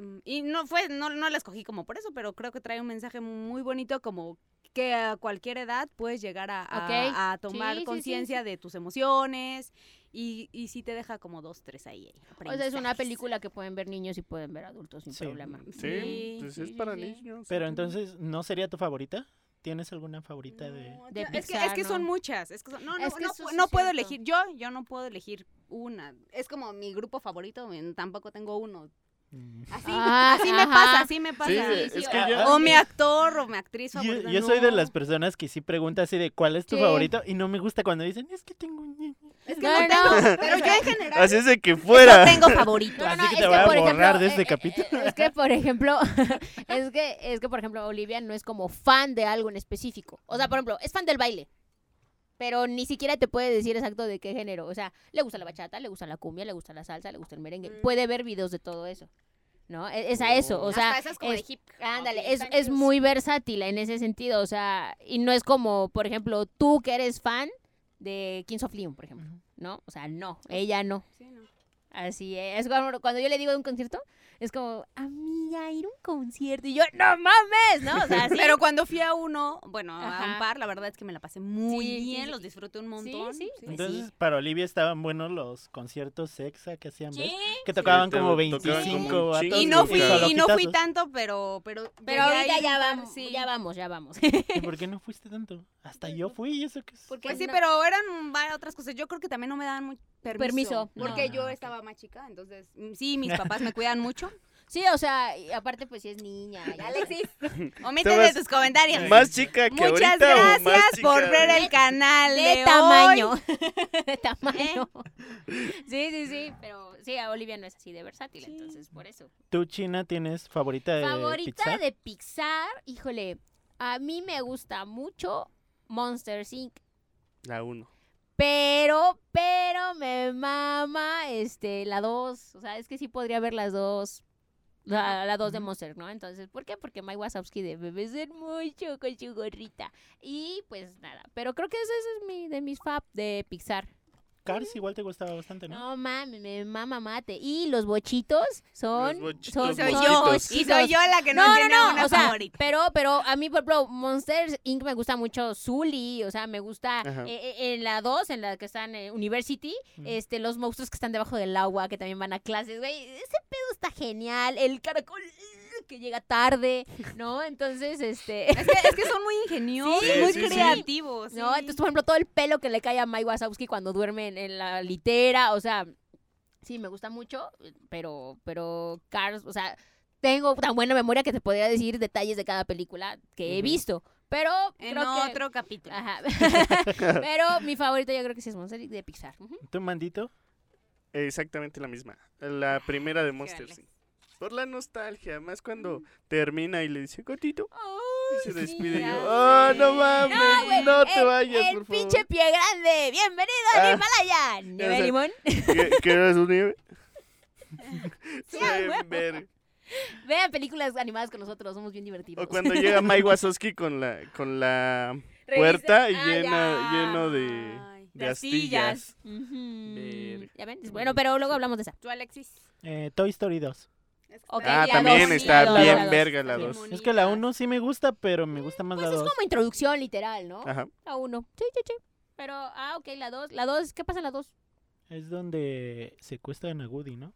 Speaker 4: mm, y no fue no no la escogí como por eso, pero creo que trae un mensaje muy bonito como que a cualquier edad puedes llegar a, a-
Speaker 1: Ok,
Speaker 4: a
Speaker 1: sí,
Speaker 4: tomar
Speaker 1: sí, sí,
Speaker 4: conciencia de tus emociones y, y sí te deja como dos, tres ahí. eh,
Speaker 1: O sea, es una
Speaker 4: aprendizajes.
Speaker 1: película que pueden ver niños y pueden ver adultos sin
Speaker 2: Sí.
Speaker 1: problema.
Speaker 4: Sí,
Speaker 3: Sí, pues
Speaker 1: sí,
Speaker 3: es
Speaker 1: sí,
Speaker 3: para
Speaker 1: sí.
Speaker 3: niños.
Speaker 2: Pero entonces, ¿no sería tu favorita? ¿Tienes alguna favorita de...?
Speaker 4: No,
Speaker 1: de
Speaker 4: yo- es, que,
Speaker 1: Pixar,
Speaker 4: es que son
Speaker 1: ¿no?
Speaker 4: muchas. Es que son- no, no,
Speaker 1: Es que
Speaker 4: no
Speaker 1: eso
Speaker 4: pu-
Speaker 1: sí
Speaker 4: no
Speaker 1: es
Speaker 4: puedo
Speaker 1: cierto.
Speaker 4: elegir. Yo, yo no puedo elegir una. Es como mi grupo favorito. en- Tampoco tengo uno.
Speaker 2: Mm.
Speaker 4: Así,
Speaker 1: Ah,
Speaker 4: así me
Speaker 1: ajá.
Speaker 4: pasa, así me pasa.
Speaker 3: Sí,
Speaker 1: Sí, sí,
Speaker 3: es que
Speaker 1: o-
Speaker 3: ya-
Speaker 4: O mi actor o mi actriz
Speaker 2: Yo,
Speaker 4: favorita.
Speaker 2: e-, yo soy de
Speaker 4: no.
Speaker 2: las personas que sí pregunta así de cuál es tu
Speaker 1: Sí.
Speaker 2: favorito y no me gusta cuando dicen, es que tengo un niño.
Speaker 4: Es que
Speaker 1: No,
Speaker 4: no,
Speaker 1: no.
Speaker 4: tengo. Pero yo en general
Speaker 3: Así es de que
Speaker 4: no
Speaker 3: fuera.
Speaker 4: tengo favorito.
Speaker 1: No, no,
Speaker 2: Así que
Speaker 1: es
Speaker 2: te voy a
Speaker 1: por
Speaker 2: borrar
Speaker 1: ejemplo,
Speaker 2: de este
Speaker 1: eh,
Speaker 2: capítulo.
Speaker 1: eh, Es que, por ejemplo, es que, es que, por ejemplo, Olivia no es como fan de algo en específico. O sea, por ejemplo, es fan del baile. Pero ni siquiera te puede decir exacto de qué género. O sea, le gusta la bachata, le gusta la cumbia, le gusta la salsa, le gusta el merengue.
Speaker 4: Mm.
Speaker 1: Puede ver videos de todo eso. ¿No? E- Es a eso. O sea,
Speaker 4: Hasta esas como
Speaker 1: es-
Speaker 4: de hip.
Speaker 1: Ándale,
Speaker 4: Ok,
Speaker 1: es,
Speaker 4: están
Speaker 1: es
Speaker 4: cute.
Speaker 1: muy versátil en ese sentido, o sea, y no es como, por ejemplo, tú que eres fan de Kings of Leon, por ejemplo, ¿no? O sea, no, ella no.
Speaker 4: Sí, no.
Speaker 1: Así eh, es, es como cuando yo le digo de un concierto, es como, amiga, ir a un concierto, y yo, no mames, ¿no? O sea, así.
Speaker 4: Pero cuando fui a uno, bueno, a
Speaker 1: Ajá.
Speaker 4: un par, la verdad es que me la pasé muy
Speaker 1: Sí, sí,
Speaker 4: bien,
Speaker 1: sí.
Speaker 4: los disfruté un montón.
Speaker 1: sí,
Speaker 4: sí.
Speaker 2: Entonces, para Olivia estaban buenos los conciertos exa que hacían, ¿ves? Que
Speaker 3: Sí,
Speaker 2: tocaban
Speaker 3: te- tocaban
Speaker 2: como
Speaker 3: como
Speaker 2: 25
Speaker 3: un
Speaker 2: vatos
Speaker 3: chingo,
Speaker 4: Y no
Speaker 2: de
Speaker 4: fui,
Speaker 3: claro.
Speaker 4: y no fui
Speaker 2: solopitazos.
Speaker 4: tanto, pero, pero, llegué
Speaker 1: Pero ahorita
Speaker 4: ahí
Speaker 1: ya
Speaker 4: un par,
Speaker 1: vamos,
Speaker 4: sí.
Speaker 1: ya vamos, ya vamos.
Speaker 2: ¿Y por qué no fuiste tanto? Hasta yo fui y eso que es...
Speaker 1: Porque
Speaker 4: Pues sí,
Speaker 1: no-
Speaker 4: pero eran varias otras cosas. Yo creo que también no me daban mucho permiso.
Speaker 1: Permiso, no.
Speaker 4: Porque
Speaker 2: Ah,
Speaker 4: yo
Speaker 2: ok.
Speaker 4: estaba más chica, entonces mm, sí, mis papás me cuidan mucho.
Speaker 1: Sí, o sea, y aparte pues si es niña. ya le-
Speaker 4: Alexis, omíteme
Speaker 3: Estabas
Speaker 4: tus comentarios.
Speaker 3: Más chica que ahorita.
Speaker 4: Muchas
Speaker 3: o más
Speaker 4: gracias
Speaker 3: chica?
Speaker 4: por ver el canal de,
Speaker 1: de
Speaker 4: hoy.
Speaker 1: tamaño. de tamaño. Sí, sí, sí. Pero sí, a Olivia no es así de versátil,
Speaker 4: ¿Eh? Sí.
Speaker 1: entonces por eso.
Speaker 2: ¿Tú, China, tienes favorita Eh, de
Speaker 1: Favorita
Speaker 2: Pixar?
Speaker 1: de Pixar, híjole, a mí me gusta mucho Monster Inc.
Speaker 3: La uno.
Speaker 1: Pero, pero me mama este, la 2. O sea, es que sí podría ver las dos. la, la dos de Monster, ¿no? Entonces, ¿por qué? Porque Mike Wazowski de bebés es mucho con su gorrita. Y pues nada, pero creo que ese, ese es mi, de mis fab de Pixar.
Speaker 2: Cars igual te gustaba bastante, ¿no?
Speaker 1: No mames, me mama mate. Y los bochitos son.
Speaker 3: Los bochitos,
Speaker 1: son
Speaker 4: Y soy
Speaker 3: los
Speaker 1: son
Speaker 4: yo,
Speaker 3: mosquitos.
Speaker 4: y
Speaker 1: bochitos.
Speaker 4: soy yo la que no,
Speaker 1: No, no,
Speaker 4: tiene
Speaker 1: no,
Speaker 4: una
Speaker 1: o sea,
Speaker 4: favorita.
Speaker 1: pero, pero a mí, por ejemplo, Monsters Inc. me gusta mucho Zully, o sea, me gusta
Speaker 3: Ajá.
Speaker 1: eh, eh, en la 2, en la que están eh, University,
Speaker 2: Mm.
Speaker 1: este, los monstruos que están debajo del agua, que también van a clases, güey, ese pedo está genial, el caracol eh, que llega tarde, ¿no? Entonces, este...
Speaker 4: Es que, es que son muy ingeniosos,
Speaker 3: Sí,
Speaker 4: muy
Speaker 3: sí, sí.
Speaker 4: creativos.
Speaker 1: No,
Speaker 4: sí.
Speaker 1: entonces, por ejemplo, todo el pelo que le cae a Mike Wazowski cuando duerme en, en la litera, o sea, sí, me gusta mucho, pero, pero Cars, o sea, tengo tan buena memoria que te podría decir detalles de cada película que he
Speaker 3: Ujú.
Speaker 1: visto, pero
Speaker 4: en
Speaker 1: creo que-
Speaker 4: otro capítulo.
Speaker 1: Ajá. pero mi favorito yo creo que sí es Monster Inc. de Pixar. Ujú.
Speaker 2: ¿Tú, mandito?
Speaker 3: Exactamente la misma. La primera de Monsters.
Speaker 4: Híjole.
Speaker 3: Inc. Por la nostalgia, más cuando termina y le dice, Cotito, y se
Speaker 1: sí,
Speaker 3: despide. y
Speaker 1: ya
Speaker 3: yo,
Speaker 1: sé.
Speaker 3: oh, no
Speaker 1: No, Ah, güey,
Speaker 3: mames, Oh, no, te
Speaker 1: el-
Speaker 3: vayas,
Speaker 1: el
Speaker 3: por
Speaker 1: pinche pie grande. Bienvenido
Speaker 3: Ah.
Speaker 1: al Himalaya. Nieve de
Speaker 3: sé.
Speaker 1: limón.
Speaker 3: favor. ¿Qué, qué era su nieve?
Speaker 1: Sí, a
Speaker 3: Se
Speaker 1: huevo.
Speaker 3: ver-
Speaker 1: Vean películas animadas con nosotros, somos bien divertidos.
Speaker 3: O cuando llega Mike Wazowski con la, con la puerta
Speaker 1: Revisas- Ah,
Speaker 3: llena,
Speaker 1: ya.
Speaker 3: lleno de,
Speaker 4: Ay,
Speaker 3: de
Speaker 4: de
Speaker 3: astillas.
Speaker 4: astillas.
Speaker 1: Ujú.
Speaker 3: Verga.
Speaker 1: Ya ven, bueno, pero luego hablamos de esa.
Speaker 4: Tú, Alexis.
Speaker 2: Eh, Toy Story 2.
Speaker 1: Ok,
Speaker 3: Ah,
Speaker 1: la
Speaker 3: también
Speaker 1: dos,
Speaker 3: está
Speaker 1: la dos,
Speaker 3: bien
Speaker 1: la dos,
Speaker 3: verga
Speaker 1: está
Speaker 3: la
Speaker 1: bien.
Speaker 3: dos.
Speaker 2: Es que la 1 sí me gusta, pero me gusta más
Speaker 1: Pues
Speaker 2: la
Speaker 1: es
Speaker 2: 2.
Speaker 1: como introducción literal, ¿no?
Speaker 3: Ajá.
Speaker 1: La uno. Sí, sí, sí. Pero, ah, ok, la dos. La dos, ¿qué pasa en la dos?
Speaker 2: Es donde secuestran a Woody, ¿no?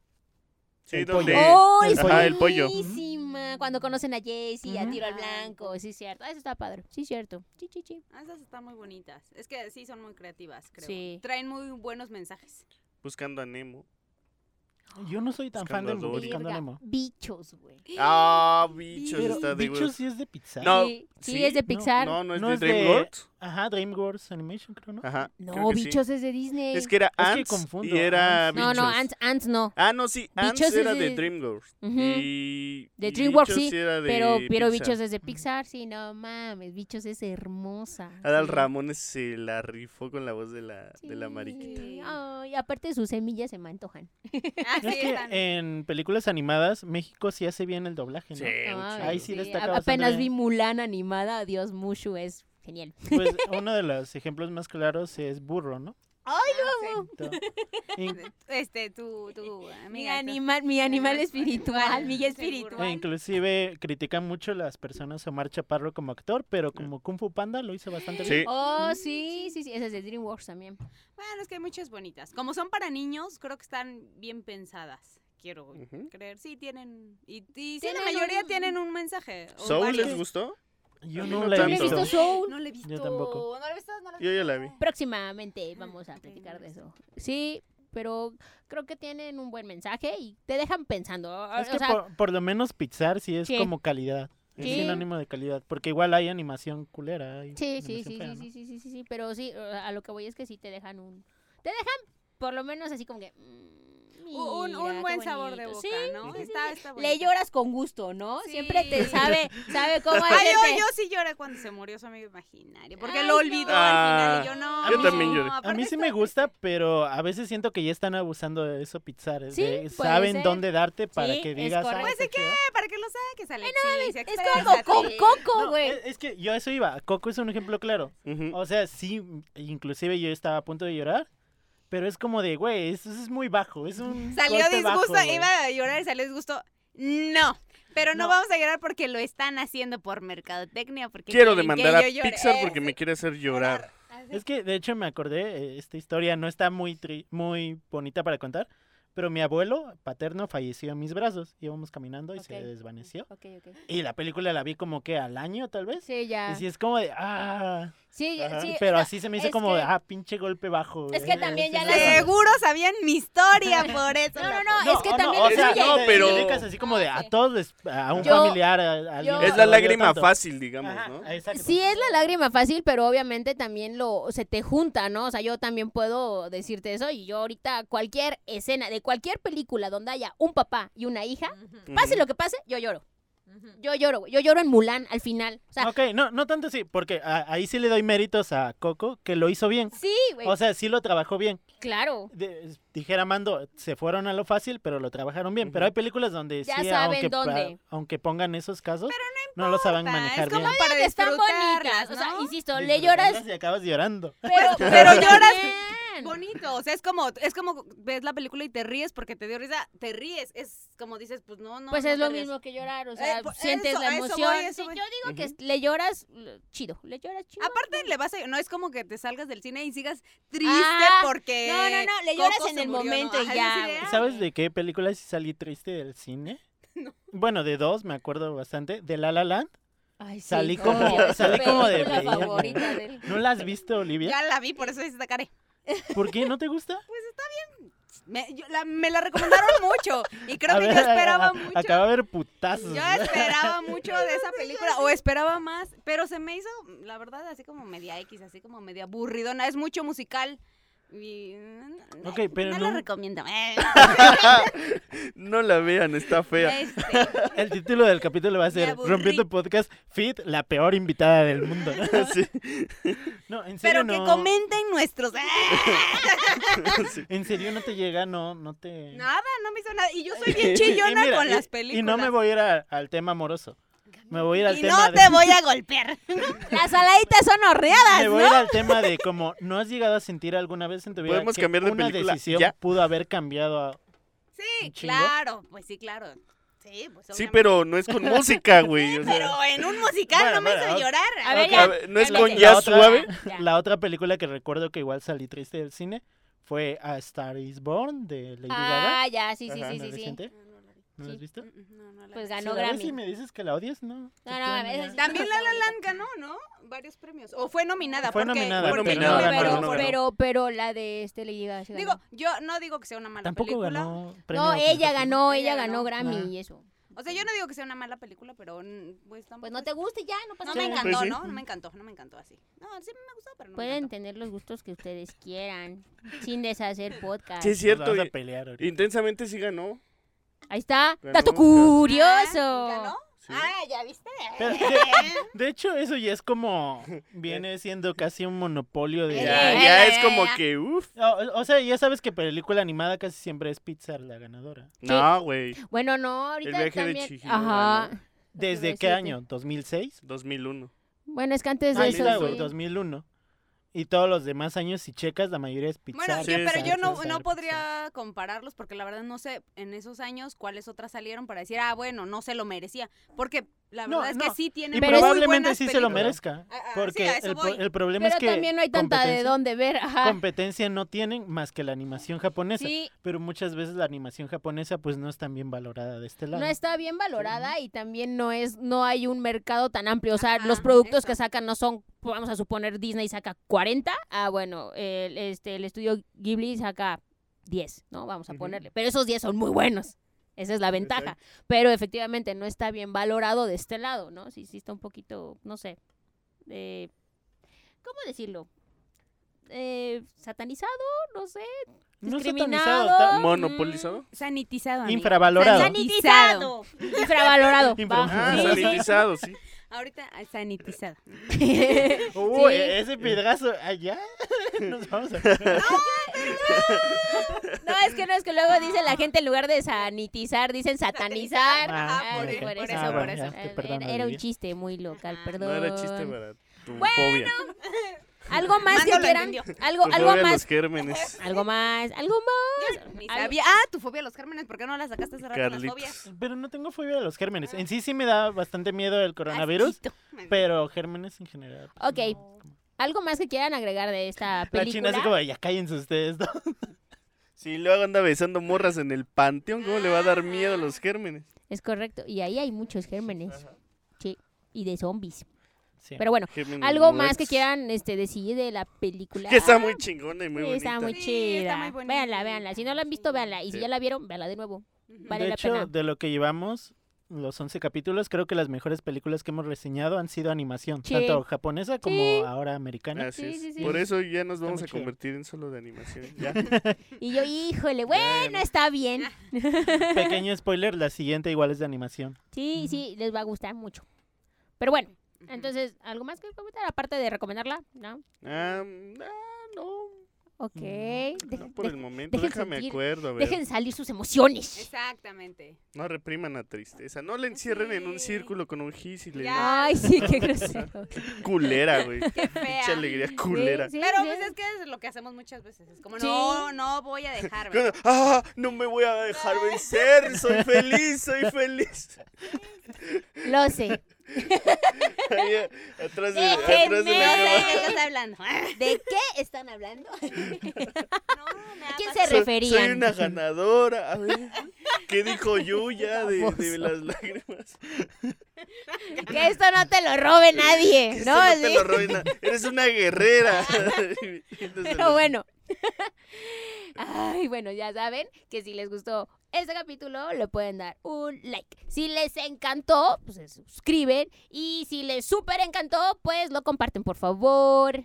Speaker 3: Sí,
Speaker 2: El
Speaker 3: donde-
Speaker 2: pollo.
Speaker 1: ¡Oh, es
Speaker 3: Ajá, el pollo.
Speaker 1: buenísima! Cuando conocen a Jesse, a
Speaker 2: Ujú.
Speaker 1: Tiro al
Speaker 4: Ah.
Speaker 1: Blanco, sí, cierto. Ah, Eso está padre, sí, cierto. Sí, sí, sí.
Speaker 4: Ah, esas están muy bonitas. Es que sí son muy creativas, creo.
Speaker 1: Sí.
Speaker 4: Traen muy buenos mensajes.
Speaker 3: Buscando a Nemo.
Speaker 2: Yo no soy tan fan de
Speaker 3: Buscando a Dory.
Speaker 2: Buscando a
Speaker 1: Verga,
Speaker 2: Nemo.
Speaker 1: Bichos, güey.
Speaker 3: Ah, bichos,
Speaker 2: Pero
Speaker 3: está de
Speaker 2: Bichos sí es de Pixar.
Speaker 3: No,
Speaker 1: sí, sí,
Speaker 3: sí,
Speaker 1: es de
Speaker 2: no,
Speaker 1: Pixar. No,
Speaker 3: No, no es
Speaker 2: No
Speaker 3: de
Speaker 2: es de-
Speaker 3: DreamWorks.
Speaker 2: Ajá, DreamWorks Animation, creo, ¿no?
Speaker 3: Ajá. creo que sí.
Speaker 1: Bichos es de Disney.
Speaker 3: Es que era
Speaker 2: que
Speaker 3: Ants
Speaker 2: confundo,
Speaker 3: y era
Speaker 2: Ants.
Speaker 1: no, no,
Speaker 3: Bichos.
Speaker 1: Ants, Ants no.
Speaker 3: Ah, no, sí, Ants
Speaker 1: Bichos
Speaker 3: era
Speaker 1: es
Speaker 3: de
Speaker 1: de-
Speaker 3: DreamWorks.
Speaker 1: Ujú.
Speaker 3: Y
Speaker 1: De
Speaker 3: y
Speaker 1: DreamWorks,
Speaker 3: Bichos
Speaker 1: sí,
Speaker 3: era de
Speaker 1: Pero, pero
Speaker 3: Pixar.
Speaker 1: Bichos es de Pixar, sí, no mames, Bichos es hermosa.
Speaker 3: Adal
Speaker 1: sí.
Speaker 3: Ramones se la rifó con la voz de la, de la
Speaker 1: Sí.
Speaker 3: mariquita.
Speaker 1: Ay, aparte sus semillas se me antojan.
Speaker 4: Ah, sí,
Speaker 2: Es que
Speaker 4: están.
Speaker 2: en películas animadas, México sí hace bien el doblaje, ¿no?
Speaker 3: Sí, un
Speaker 1: Ay,
Speaker 3: chingo.
Speaker 2: Ahí sí destaca
Speaker 1: a-
Speaker 2: bastante
Speaker 1: Apenas
Speaker 2: bien.
Speaker 1: vi Mulan animada, Dios, Mushu es genial.
Speaker 2: Pues uno de los ejemplos más claros es Burro, ¿no?
Speaker 1: Ay,
Speaker 4: Ah,
Speaker 2: Entonces, in-
Speaker 4: sí. Este, tu, tu
Speaker 1: mi
Speaker 4: amiga. tu-
Speaker 1: animal, mi animal
Speaker 4: Dios,
Speaker 1: espiritual, mi guía
Speaker 4: seguro.
Speaker 1: espiritual.
Speaker 2: e inclusive critican mucho las personas a Omar Chaparro como actor, pero como Kung Fu Panda lo hizo bastante bien.
Speaker 3: Sí.
Speaker 1: Oh, sí, sí, sí, esa es de DreamWorks también.
Speaker 4: Bueno, es que hay muchas bonitas. Como son para niños, creo que están bien pensadas. Quiero
Speaker 3: Ujú.
Speaker 4: creer. Sí, tienen. Y, y sí, la
Speaker 1: Tienen
Speaker 4: mayoría
Speaker 1: un-
Speaker 4: tienen un mensaje. o
Speaker 3: ¿Soul les
Speaker 4: varios.
Speaker 3: gustó?
Speaker 2: Yo
Speaker 3: A mí
Speaker 2: no
Speaker 3: no
Speaker 2: la he
Speaker 1: ¿No he
Speaker 3: tanto.
Speaker 2: visto.
Speaker 1: visto Soul?
Speaker 4: No le he visto.
Speaker 2: tampoco.
Speaker 4: No le he visto, no Ah, le he
Speaker 3: Yo ya la vi.
Speaker 1: Próximamente vamos a platicar de eso. Sí, pero creo que tienen un buen mensaje y te dejan pensando. o-
Speaker 2: Es que
Speaker 1: o sea,
Speaker 2: por, por lo menos Pixar sí es
Speaker 1: Sí.
Speaker 2: como calidad.
Speaker 1: Sí.
Speaker 2: Es sinónimo de calidad. Porque igual hay animación culera. hay
Speaker 1: Sí, sí,
Speaker 2: animación
Speaker 1: sí,
Speaker 2: fea,
Speaker 1: sí,
Speaker 2: ¿no?
Speaker 1: sí, sí, sí, sí, sí, pero sí, eh, a lo que voy es que sí te dejan un... Te dejan por lo menos así como que... mm,
Speaker 4: Un, un-
Speaker 1: mira,
Speaker 4: un
Speaker 1: qué
Speaker 4: buen sabor de
Speaker 1: bonito.
Speaker 4: boca,
Speaker 1: Sí,
Speaker 4: ¿no?
Speaker 1: sí, sí,
Speaker 4: Está, está
Speaker 1: sí.
Speaker 4: bonita.
Speaker 1: Le lloras con gusto, ¿no?
Speaker 4: Sí.
Speaker 1: Siempre te sabe, sabe cómo
Speaker 4: Ay,
Speaker 1: hacerte-
Speaker 4: yo, yo sí lloré cuando se murió su amigo imaginario. Porque
Speaker 1: Ay,
Speaker 4: lo olvidó
Speaker 1: no.
Speaker 4: al final. Y
Speaker 1: Ah,
Speaker 4: yo no.
Speaker 1: yo
Speaker 3: también
Speaker 4: no,
Speaker 3: lloré. A
Speaker 2: A
Speaker 4: aparte
Speaker 2: mí sí me
Speaker 4: está-
Speaker 2: gusta, pero a veces siento que ya están abusando de eso Pixar.
Speaker 1: Sí,
Speaker 2: de-
Speaker 1: puede
Speaker 2: saben
Speaker 1: ser.
Speaker 2: dónde darte para
Speaker 1: Sí,
Speaker 2: que
Speaker 1: es
Speaker 2: digas. "Ah, "Ay,
Speaker 1: correcto.
Speaker 2: está
Speaker 4: Pues, ¿qué?
Speaker 2: chido".
Speaker 4: Para que lo saques, Alexis.
Speaker 1: Es como con Coco,
Speaker 2: No, eh,
Speaker 1: güey.
Speaker 2: es- es que yo a eso iba. Coco es un ejemplo claro.
Speaker 3: Ujú.
Speaker 2: O sea, sí, m- inclusive yo estaba a punto de llorar. Pero es como de, güey, eso es muy bajo. Es un
Speaker 4: Salió
Speaker 2: golpe bajo,
Speaker 4: disgusto,
Speaker 2: güey.
Speaker 4: iba a llorar y salió disgusto. No. Pero no,
Speaker 2: No.
Speaker 4: vamos a llorar porque lo están haciendo por mercadotecnia. Porque
Speaker 3: Quiero
Speaker 4: quieren que
Speaker 3: demandar a
Speaker 4: yo llore.
Speaker 3: Pixar
Speaker 4: Eh,
Speaker 3: porque me quiere hacer llorar.
Speaker 2: Es que, de hecho, me acordé, eh, esta historia no está muy, tri- muy bonita para contar. Pero mi abuelo paterno falleció en mis brazos. Íbamos caminando y
Speaker 1: Ok.
Speaker 2: se desvaneció.
Speaker 1: Ok, ok.
Speaker 2: Y la película la vi como que al año, tal vez.
Speaker 1: Sí, ya.
Speaker 2: Y sí es como de, ah.
Speaker 1: Sí,
Speaker 3: Ajá.
Speaker 1: sí. no,
Speaker 2: pero así se me hizo
Speaker 1: es
Speaker 2: como, de,
Speaker 1: que-
Speaker 2: ah, pinche golpe bajo.
Speaker 1: Es
Speaker 2: güey.
Speaker 1: que también
Speaker 2: Sí,
Speaker 1: ya
Speaker 2: sí,
Speaker 1: la-
Speaker 2: sí.
Speaker 4: Seguro sabían mi historia, por eso.
Speaker 1: No, no,
Speaker 4: la-
Speaker 1: no, es que
Speaker 2: o
Speaker 1: también
Speaker 2: o sea,
Speaker 1: influye.
Speaker 3: no,
Speaker 2: te
Speaker 3: pero-
Speaker 2: dedicas así como de a
Speaker 1: Sí.
Speaker 2: todos les, a un
Speaker 1: Yo-
Speaker 2: familiar, a, a alguien
Speaker 1: yo-
Speaker 2: que
Speaker 1: Es
Speaker 3: Es
Speaker 2: te
Speaker 3: la
Speaker 2: dolió
Speaker 3: lágrima
Speaker 2: tanto.
Speaker 3: fácil, digamos,
Speaker 2: Ajá,
Speaker 3: ¿no?
Speaker 2: exacto.
Speaker 1: Sí es la lágrima fácil, pero obviamente también lo se te junta, ¿no? O sea, yo también puedo decirte eso y yo ahorita cualquier escena de cualquier película donde haya un papá y una hija,
Speaker 4: Ujú,
Speaker 1: pase lo que pase, yo lloro.
Speaker 4: ujú.
Speaker 5: Ujú.
Speaker 1: Yo lloro, güey. Yo lloro en Mulan al final. O sea,
Speaker 2: Ok, no, no tanto sí, porque a- ahí sí le doy méritos a Coco, que lo hizo bien.
Speaker 1: sí, güey.
Speaker 2: O sea, sí lo trabajó bien.
Speaker 1: claro.
Speaker 2: De- dijera Mando, se fueron a lo fácil, pero lo trabajaron bien.
Speaker 3: Ujú.
Speaker 2: Pero hay películas donde
Speaker 1: Ya
Speaker 2: sí,
Speaker 1: saben
Speaker 2: aunque, pa-
Speaker 1: dónde.
Speaker 2: aunque pongan esos casos, no, lo saben
Speaker 4: importa,
Speaker 2: manejar
Speaker 4: es como
Speaker 2: bien.
Speaker 4: para
Speaker 1: Están
Speaker 4: disfrutarlas,
Speaker 1: bonitas.
Speaker 4: ¿no?
Speaker 1: O sea, insisto, le lloras.
Speaker 2: Disfrutarlas Y acabas llorando.
Speaker 1: Pero,
Speaker 4: pero lloras
Speaker 1: bien.
Speaker 4: Bonito, o sea, es como, es como ves la película y te ríes porque te dio risa, te ríes, es como dices, pues no, no.
Speaker 1: Pues
Speaker 4: no
Speaker 1: es
Speaker 4: te
Speaker 1: lo
Speaker 4: ríes.
Speaker 1: mismo que llorar, o sea,
Speaker 4: Eh, pues,
Speaker 1: sientes
Speaker 4: eso,
Speaker 1: la
Speaker 4: a eso
Speaker 1: emoción.
Speaker 4: voy, a
Speaker 1: Sí,
Speaker 4: eso voy.
Speaker 1: yo digo que es- le lloras l- chido, le lloras chido.
Speaker 4: Aparte le vas a, no es como que te salgas del cine y sigas triste
Speaker 1: Ah,
Speaker 4: porque.
Speaker 1: no, no, no, le lloras
Speaker 4: Coco
Speaker 1: en
Speaker 4: se
Speaker 1: el
Speaker 4: murió, ¿no?
Speaker 1: momento y
Speaker 4: Ajá,
Speaker 1: ya,
Speaker 4: es así de,
Speaker 1: güey.
Speaker 4: "Ah,
Speaker 2: ¿Sabes de qué película sí salí triste del cine? Bueno, de dos, me acuerdo bastante. De La La Land.
Speaker 1: Ay, sí,
Speaker 2: Salí
Speaker 1: como
Speaker 2: como- salí como
Speaker 1: La
Speaker 2: de película.
Speaker 1: favorita de él.
Speaker 2: ¿No la has visto, Olivia?
Speaker 4: Ya la vi, por eso hice esta cara.
Speaker 2: ¿Por qué? ¿No te gusta?
Speaker 4: Me, yo- la, me la recomendaron mucho y creo
Speaker 2: A
Speaker 4: que
Speaker 2: ver,
Speaker 4: yo
Speaker 2: a-
Speaker 4: esperaba
Speaker 2: a-
Speaker 4: mucho.
Speaker 2: Acaba de haber putazos.
Speaker 4: Yo
Speaker 2: ¿verdad?
Speaker 4: esperaba mucho de esa película o esperaba más, pero se me hizo, la verdad, así como media X, así como media aburridona. Es mucho musical. Y,
Speaker 2: Ok, pero
Speaker 4: no,
Speaker 2: no-
Speaker 4: lo recomiendo. eh.
Speaker 3: No la vean, está fea.
Speaker 4: Este,
Speaker 2: El título del capítulo va a
Speaker 4: Me
Speaker 2: ser
Speaker 4: aburrí.
Speaker 2: Rompiendo Podcast Fit, la peor invitada del mundo. ¿no?
Speaker 3: Sí,
Speaker 2: No, en serio
Speaker 4: pero que
Speaker 2: no.
Speaker 4: comenten nuestros. eh.
Speaker 3: sí.
Speaker 2: En serio no te llega, no, no te.
Speaker 4: Nada, no me hizo nada. Y yo soy bien
Speaker 2: Y- y
Speaker 4: chillona
Speaker 2: Eh, mira,
Speaker 4: con
Speaker 2: y-
Speaker 4: las
Speaker 2: Y,
Speaker 4: películas.
Speaker 2: no me voy a ir a- al tema amoroso. Me voy a ir al
Speaker 4: Y
Speaker 2: tema
Speaker 4: no
Speaker 2: de-
Speaker 4: te voy a golpear.
Speaker 1: Las saladitas son
Speaker 2: Me
Speaker 1: horneadas,
Speaker 2: voy
Speaker 1: ¿no?
Speaker 2: a ir al tema de como no has llegado a sentir alguna vez en tu vida
Speaker 3: ¿Podemos
Speaker 2: que
Speaker 3: cambiar de
Speaker 2: una
Speaker 3: película
Speaker 2: decisión
Speaker 3: ya?
Speaker 2: pudo haber cambiado a...
Speaker 4: Sí,
Speaker 2: ¿Un chingo?
Speaker 4: claro. Pues sí, claro. Sí, pues
Speaker 3: Sí,
Speaker 4: obviamente.
Speaker 3: pero no es con música, güey. o sea,
Speaker 4: Pero en un musical
Speaker 2: Bueno,
Speaker 4: no me
Speaker 2: bueno,
Speaker 4: hizo
Speaker 2: ok.
Speaker 4: llorar.
Speaker 1: A ver,
Speaker 2: Ok.
Speaker 1: ya.
Speaker 3: A ver, no es
Speaker 1: cálmate.
Speaker 3: con ya
Speaker 2: La otra-
Speaker 3: suave.
Speaker 1: Ya.
Speaker 2: La otra película que recuerdo que igual salí triste del cine fue A Star is Born de Lady Gaga.
Speaker 1: Ah, ya, sí, sí,
Speaker 3: Ajá,
Speaker 1: sí,
Speaker 2: ¿La
Speaker 1: sí, sí.
Speaker 2: reciente?
Speaker 4: No, no la vi.
Speaker 2: ¿No la has
Speaker 1: Sí.
Speaker 2: visto?
Speaker 4: No, no la
Speaker 1: Pues
Speaker 4: vi.
Speaker 2: Si
Speaker 1: ganó
Speaker 2: la ves y
Speaker 1: Grammy.
Speaker 2: me dices que la odias, no. te
Speaker 1: No, no,
Speaker 2: puedo
Speaker 1: a veces-
Speaker 2: negar.
Speaker 4: También La La Land ganó, ¿no? Varios premios. O fue nominada.
Speaker 2: Fue
Speaker 4: porque-
Speaker 2: nominada,
Speaker 4: porque
Speaker 3: pero
Speaker 4: no
Speaker 3: no
Speaker 4: le
Speaker 3: ganó,
Speaker 4: ganó.
Speaker 1: pero,
Speaker 3: no ganó.
Speaker 1: pero, pero la de este le llega.
Speaker 4: Digo, yo no digo que sea una mala
Speaker 2: Tampoco
Speaker 4: película.
Speaker 2: ganó premio.
Speaker 1: no,
Speaker 2: por
Speaker 1: ella
Speaker 2: mejor
Speaker 1: ganó, ella
Speaker 4: Ella
Speaker 1: ganó
Speaker 4: ganó.
Speaker 1: Grammy
Speaker 2: Ajá.
Speaker 1: y eso.
Speaker 4: O sea, yo no digo que sea una mala película, pero mm, pues tampoco.
Speaker 1: Pues no
Speaker 4: es-
Speaker 1: te gusta y ya, no pasa
Speaker 4: No me
Speaker 1: nada.
Speaker 4: encantó,
Speaker 3: Pues sí.
Speaker 4: ¿no? No me encantó, no me encantó así. No, sí me gustó, pero no me
Speaker 1: Pueden
Speaker 4: encantó.
Speaker 1: tener los gustos que ustedes quieran, sin deshacer podcast.
Speaker 3: Sí, es
Speaker 2: Nos
Speaker 3: cierto.
Speaker 2: vamos a
Speaker 3: y-
Speaker 2: pelear ahorita.
Speaker 3: Intensamente sí ganó.
Speaker 1: Ahí está,
Speaker 3: Ganó,
Speaker 1: dato
Speaker 3: ganó.
Speaker 1: curioso.
Speaker 4: Ah, ¿Ganó?
Speaker 3: Sí.
Speaker 4: Ah, ¿ya viste?
Speaker 2: Pero de, de hecho, eso ya es como. Viene siendo casi un monopolio de. Oh,
Speaker 3: Ya,
Speaker 1: Eh,
Speaker 3: ya
Speaker 1: eh,
Speaker 3: es como
Speaker 1: eh.
Speaker 3: que, uff.
Speaker 2: O, o sea, ya sabes que película animada casi siempre es Pixar la ganadora.
Speaker 3: No, güey.
Speaker 1: Bueno, no, ahorita
Speaker 3: viaje de
Speaker 1: también.
Speaker 3: Chihiro,
Speaker 1: Ajá.
Speaker 3: ganó.
Speaker 1: Lo que iba a
Speaker 2: ¿Desde qué
Speaker 1: decirte.
Speaker 2: año? ¿2006?
Speaker 3: 2001.
Speaker 1: Bueno, es que antes
Speaker 3: Ah,
Speaker 1: de
Speaker 2: Ahí
Speaker 1: eso.
Speaker 2: está, güey,
Speaker 1: sí.
Speaker 2: 2001. Y todos los demás años, si checas, la mayoría es Pixar.
Speaker 4: Bueno, yo-
Speaker 3: Sí,
Speaker 4: pero yo
Speaker 2: Pixar,
Speaker 4: no,
Speaker 2: Pixar,
Speaker 4: no
Speaker 2: Pixar.
Speaker 4: podría compararlos porque la verdad no sé en esos años cuáles otras salieron para decir, ah, bueno, no se lo merecía. Porque la
Speaker 2: No,
Speaker 4: verdad es que
Speaker 2: no.
Speaker 4: sí tienen
Speaker 2: Y
Speaker 1: Pero
Speaker 4: muy
Speaker 2: probablemente
Speaker 4: buenas
Speaker 2: sí se lo
Speaker 4: películas.
Speaker 2: merezca.
Speaker 4: Ah, ah, sí,
Speaker 2: Porque
Speaker 4: a eso
Speaker 2: el, pro-
Speaker 4: voy.
Speaker 2: el problema
Speaker 1: Pero
Speaker 2: es que.
Speaker 1: también no hay tanta de
Speaker 2: competencia-
Speaker 1: dónde ver. Ajá.
Speaker 2: Competencia no tienen más que la animación japonesa.
Speaker 1: Sí,
Speaker 2: Pero muchas veces la animación japonesa, pues no es tan bien valorada de este lado.
Speaker 1: no está bien valorada y también no es no hay un mercado tan amplio. O sea,
Speaker 4: Ajá,
Speaker 1: los productos
Speaker 4: eso.
Speaker 1: que sacan no son, vamos a suponer, Disney saca 40. Ah, bueno, el, este, el estudio Ghibli saca 10, ¿no? Vamos a
Speaker 3: Ujú.
Speaker 1: ponerle. Pero esos 10 son muy buenos. Esa es la ventaja. Pero efectivamente no está bien valorado de este lado, ¿no? Sí, sí está un poquito, no sé, eh, ¿cómo decirlo? Eh, satanizado, no sé,
Speaker 2: No
Speaker 1: discriminado.
Speaker 2: satanizado, ta-
Speaker 3: ¿Monopolizado?
Speaker 4: Sanitizado. amiga.
Speaker 2: Infravalorado.
Speaker 1: Sanitizado. Infravalorado.
Speaker 2: Infra-
Speaker 1: va.
Speaker 3: Ah,
Speaker 2: Sí, sí, sí.
Speaker 3: sanitizado, sí.
Speaker 4: Ahorita ah, sanitizado.
Speaker 2: Uh,
Speaker 1: Sí.
Speaker 2: e- ese piedrazo allá. Nos vamos a.
Speaker 1: No, es que no, es que luego dice la gente en lugar de sanitizar, dicen satanizar.
Speaker 2: Ah,
Speaker 1: Ay,
Speaker 4: por- por
Speaker 1: eso,
Speaker 4: eso, por
Speaker 2: ya,
Speaker 4: eso.
Speaker 2: te
Speaker 1: Era-
Speaker 2: perdono,
Speaker 1: Era un
Speaker 2: Olivia.
Speaker 1: chiste muy local,
Speaker 4: Ajá.
Speaker 1: perdón.
Speaker 3: No era chiste para tu fobia.
Speaker 1: Algo más que
Speaker 4: Mando lo
Speaker 1: quieran.
Speaker 4: entendió.
Speaker 1: Algo,
Speaker 3: Tu fobia
Speaker 1: algo
Speaker 3: a
Speaker 1: más.
Speaker 3: los gérmenes.
Speaker 1: Algo más. Algo más.
Speaker 4: Ni
Speaker 1: Algo-
Speaker 4: sabía. Ah, tu fobia a los gérmenes, ¿por qué no la sacaste hace rato en las fobias?
Speaker 3: Carlitos.
Speaker 2: Pero no tengo fobia a los gérmenes. En sí sí me da bastante
Speaker 1: Ah,
Speaker 2: miedo el coronavirus,
Speaker 4: Asquito.
Speaker 2: pero gérmenes en general. pues,
Speaker 1: Ok, algo más que quieran agregar de esta
Speaker 2: La china
Speaker 1: película.
Speaker 2: así como, ya cállense ustedes dos.
Speaker 3: Si luego anda besando morras en el panteón, ¿cómo le va a dar miedo a los gérmenes?
Speaker 1: Es correcto. Y ahí hay muchos gérmenes. Sí. Y de zombies.
Speaker 2: Sí.
Speaker 1: Pero bueno,
Speaker 3: Gérmenes
Speaker 1: algo más que
Speaker 3: muertos.
Speaker 1: quieran este, decir de la película.
Speaker 3: Que está muy chingona y muy
Speaker 1: Sí,
Speaker 3: bonita.
Speaker 1: está muy
Speaker 4: Sí,
Speaker 1: chida.
Speaker 4: está muy bonita.
Speaker 1: véanla, véanla. Si no la han visto, véanla. Y si
Speaker 3: Sí.
Speaker 1: ya la vieron, véanla de nuevo.
Speaker 4: Ujú.
Speaker 1: Vale
Speaker 2: de
Speaker 1: la
Speaker 2: hecho,
Speaker 1: pena.
Speaker 2: de lo que llevamos, los 11 capítulos, creo que las mejores películas que hemos reseñado han sido animación,
Speaker 1: Sí.
Speaker 2: tanto japonesa como
Speaker 1: Sí.
Speaker 2: ahora americana.
Speaker 3: Así
Speaker 1: Sí,
Speaker 3: es.
Speaker 1: sí, sí.
Speaker 3: Por eso ya nos
Speaker 2: Está
Speaker 3: vamos
Speaker 2: muy
Speaker 3: a
Speaker 2: chido.
Speaker 3: convertir en solo de animación. Ya.
Speaker 1: Y yo, híjole, bueno, está bien.
Speaker 3: Eh.
Speaker 2: Pequeño spoiler, la siguiente igual es de animación.
Speaker 1: Sí, sí, les va a gustar mucho. Pero bueno, entonces, ¿algo más que comentar? Aparte de recomendarla, ¿no?
Speaker 3: Ah, mm, ah, no,
Speaker 1: Ok.
Speaker 3: no
Speaker 1: Dejen,
Speaker 3: por el
Speaker 1: de-
Speaker 3: momento.
Speaker 1: dejen
Speaker 3: Déjame
Speaker 1: sentir,
Speaker 3: acuerdo, a ver.
Speaker 1: dejen salir sus emociones.
Speaker 4: Exactamente.
Speaker 3: No repriman la tristeza. No la encierren en un
Speaker 4: Sí.
Speaker 3: círculo con un gis y le
Speaker 4: Ya.
Speaker 1: Ay, sí, qué grosero.
Speaker 3: digan, culera, güey.
Speaker 4: Qué fea.
Speaker 3: Pinche alegría culera.
Speaker 1: Sí, sí,
Speaker 4: Pero
Speaker 1: sí.
Speaker 4: pues es que es lo que hacemos muchas veces. Es como,
Speaker 1: Sí.
Speaker 4: no, no voy a dejar.
Speaker 3: Cuando,
Speaker 4: ¿verdad?
Speaker 3: ¡Ah! No me voy a dejar vencer. Soy feliz, soy feliz.
Speaker 1: Lo sé.
Speaker 3: Ahí, atrás, de,
Speaker 1: Déjenme
Speaker 3: atrás de
Speaker 4: No
Speaker 3: la
Speaker 4: sé de
Speaker 3: cama.
Speaker 4: qué estás hablando. No,
Speaker 1: ¿De qué están hablando?
Speaker 4: me
Speaker 1: ¿A quién
Speaker 4: ha
Speaker 1: se
Speaker 4: pasado.
Speaker 3: Soy- Soy
Speaker 1: referían?
Speaker 3: una ganadora. A ver, ¿qué dijo Yuya de, de
Speaker 1: Baboso.
Speaker 3: las lágrimas?
Speaker 1: Que esto no te lo robe nadie,
Speaker 3: Esto
Speaker 1: Eh, ¿no?
Speaker 3: no te
Speaker 1: Sí.
Speaker 3: lo roben, na- Eres una guerrera.
Speaker 1: Pero bueno. Ay, bueno, ya saben que si les gustó este capítulo, le pueden dar un like. Si les encantó, pues se suscriben. Y si les súper encantó, pues lo comparten, por favor.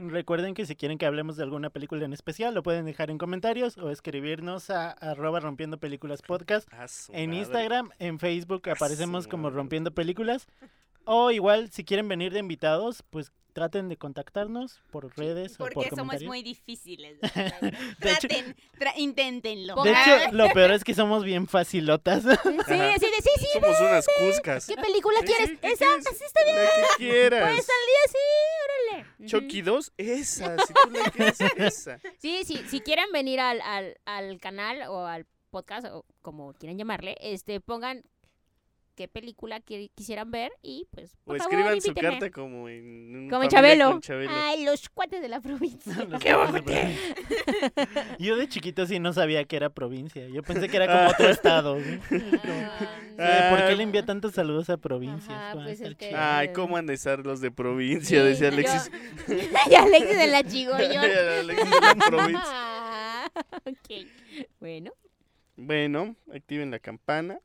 Speaker 2: Recuerden que si quieren que hablemos de alguna película en especial, lo pueden dejar en comentarios o escribirnos a arroba rompiendo películas podcast.
Speaker 3: A ah, su
Speaker 2: En
Speaker 3: madre.
Speaker 2: Instagram, en Facebook
Speaker 3: Ah,
Speaker 2: aparecemos
Speaker 3: su
Speaker 2: como
Speaker 3: madre.
Speaker 2: rompiendo películas. O igual, si quieren venir de invitados, pues traten de contactarnos por redes o por
Speaker 4: Porque somos
Speaker 2: comentarios.
Speaker 4: muy difíciles. la verdad.
Speaker 2: De hecho-
Speaker 4: Traten, tra- inténtenlo.
Speaker 2: De hecho, lo peor es que somos bien facilotas.
Speaker 1: Sí, así de, sí, sí,
Speaker 3: Somos unas cuscas.
Speaker 1: ¿qué película
Speaker 3: Sí,
Speaker 1: quieres?
Speaker 3: sí, ¿qué
Speaker 1: Esa,
Speaker 3: quieres?
Speaker 1: así está bien.
Speaker 3: La que quieras.
Speaker 1: Puede salir así, órale.
Speaker 3: Chucky 2, esa. Si tú la quieres, esa.
Speaker 1: Sí, sí, si quieren venir al, al, al canal o al podcast, o como quieran llamarle, este, pongan qué película qui- quisieran ver y pues
Speaker 3: O
Speaker 1: por favor,
Speaker 3: escriban su
Speaker 1: invítenme.
Speaker 3: carta como en. un
Speaker 1: Como en
Speaker 3: familia
Speaker 1: Chabelo.
Speaker 3: con Chabelo.
Speaker 1: Ay, los cuates de la provincia.
Speaker 2: Yo de chiquito sí no sabía que era provincia. Yo pensé que era como otro estado. güey. Sí,
Speaker 1: Ah,
Speaker 2: ¿Por qué
Speaker 3: Ay.
Speaker 2: le envía tantos saludos a provincias?
Speaker 1: Ajá,
Speaker 2: Va,
Speaker 1: pues
Speaker 2: está
Speaker 1: es que-
Speaker 2: chido.
Speaker 3: Ay, cómo han de estar los de provincia,
Speaker 1: Sí,
Speaker 3: decía
Speaker 1: yo-
Speaker 3: Alexis.
Speaker 1: y Alexis de la chigollón.
Speaker 3: Alexis de la provincia.
Speaker 1: Ah, ok. Bueno,
Speaker 3: Bueno, activen la campana.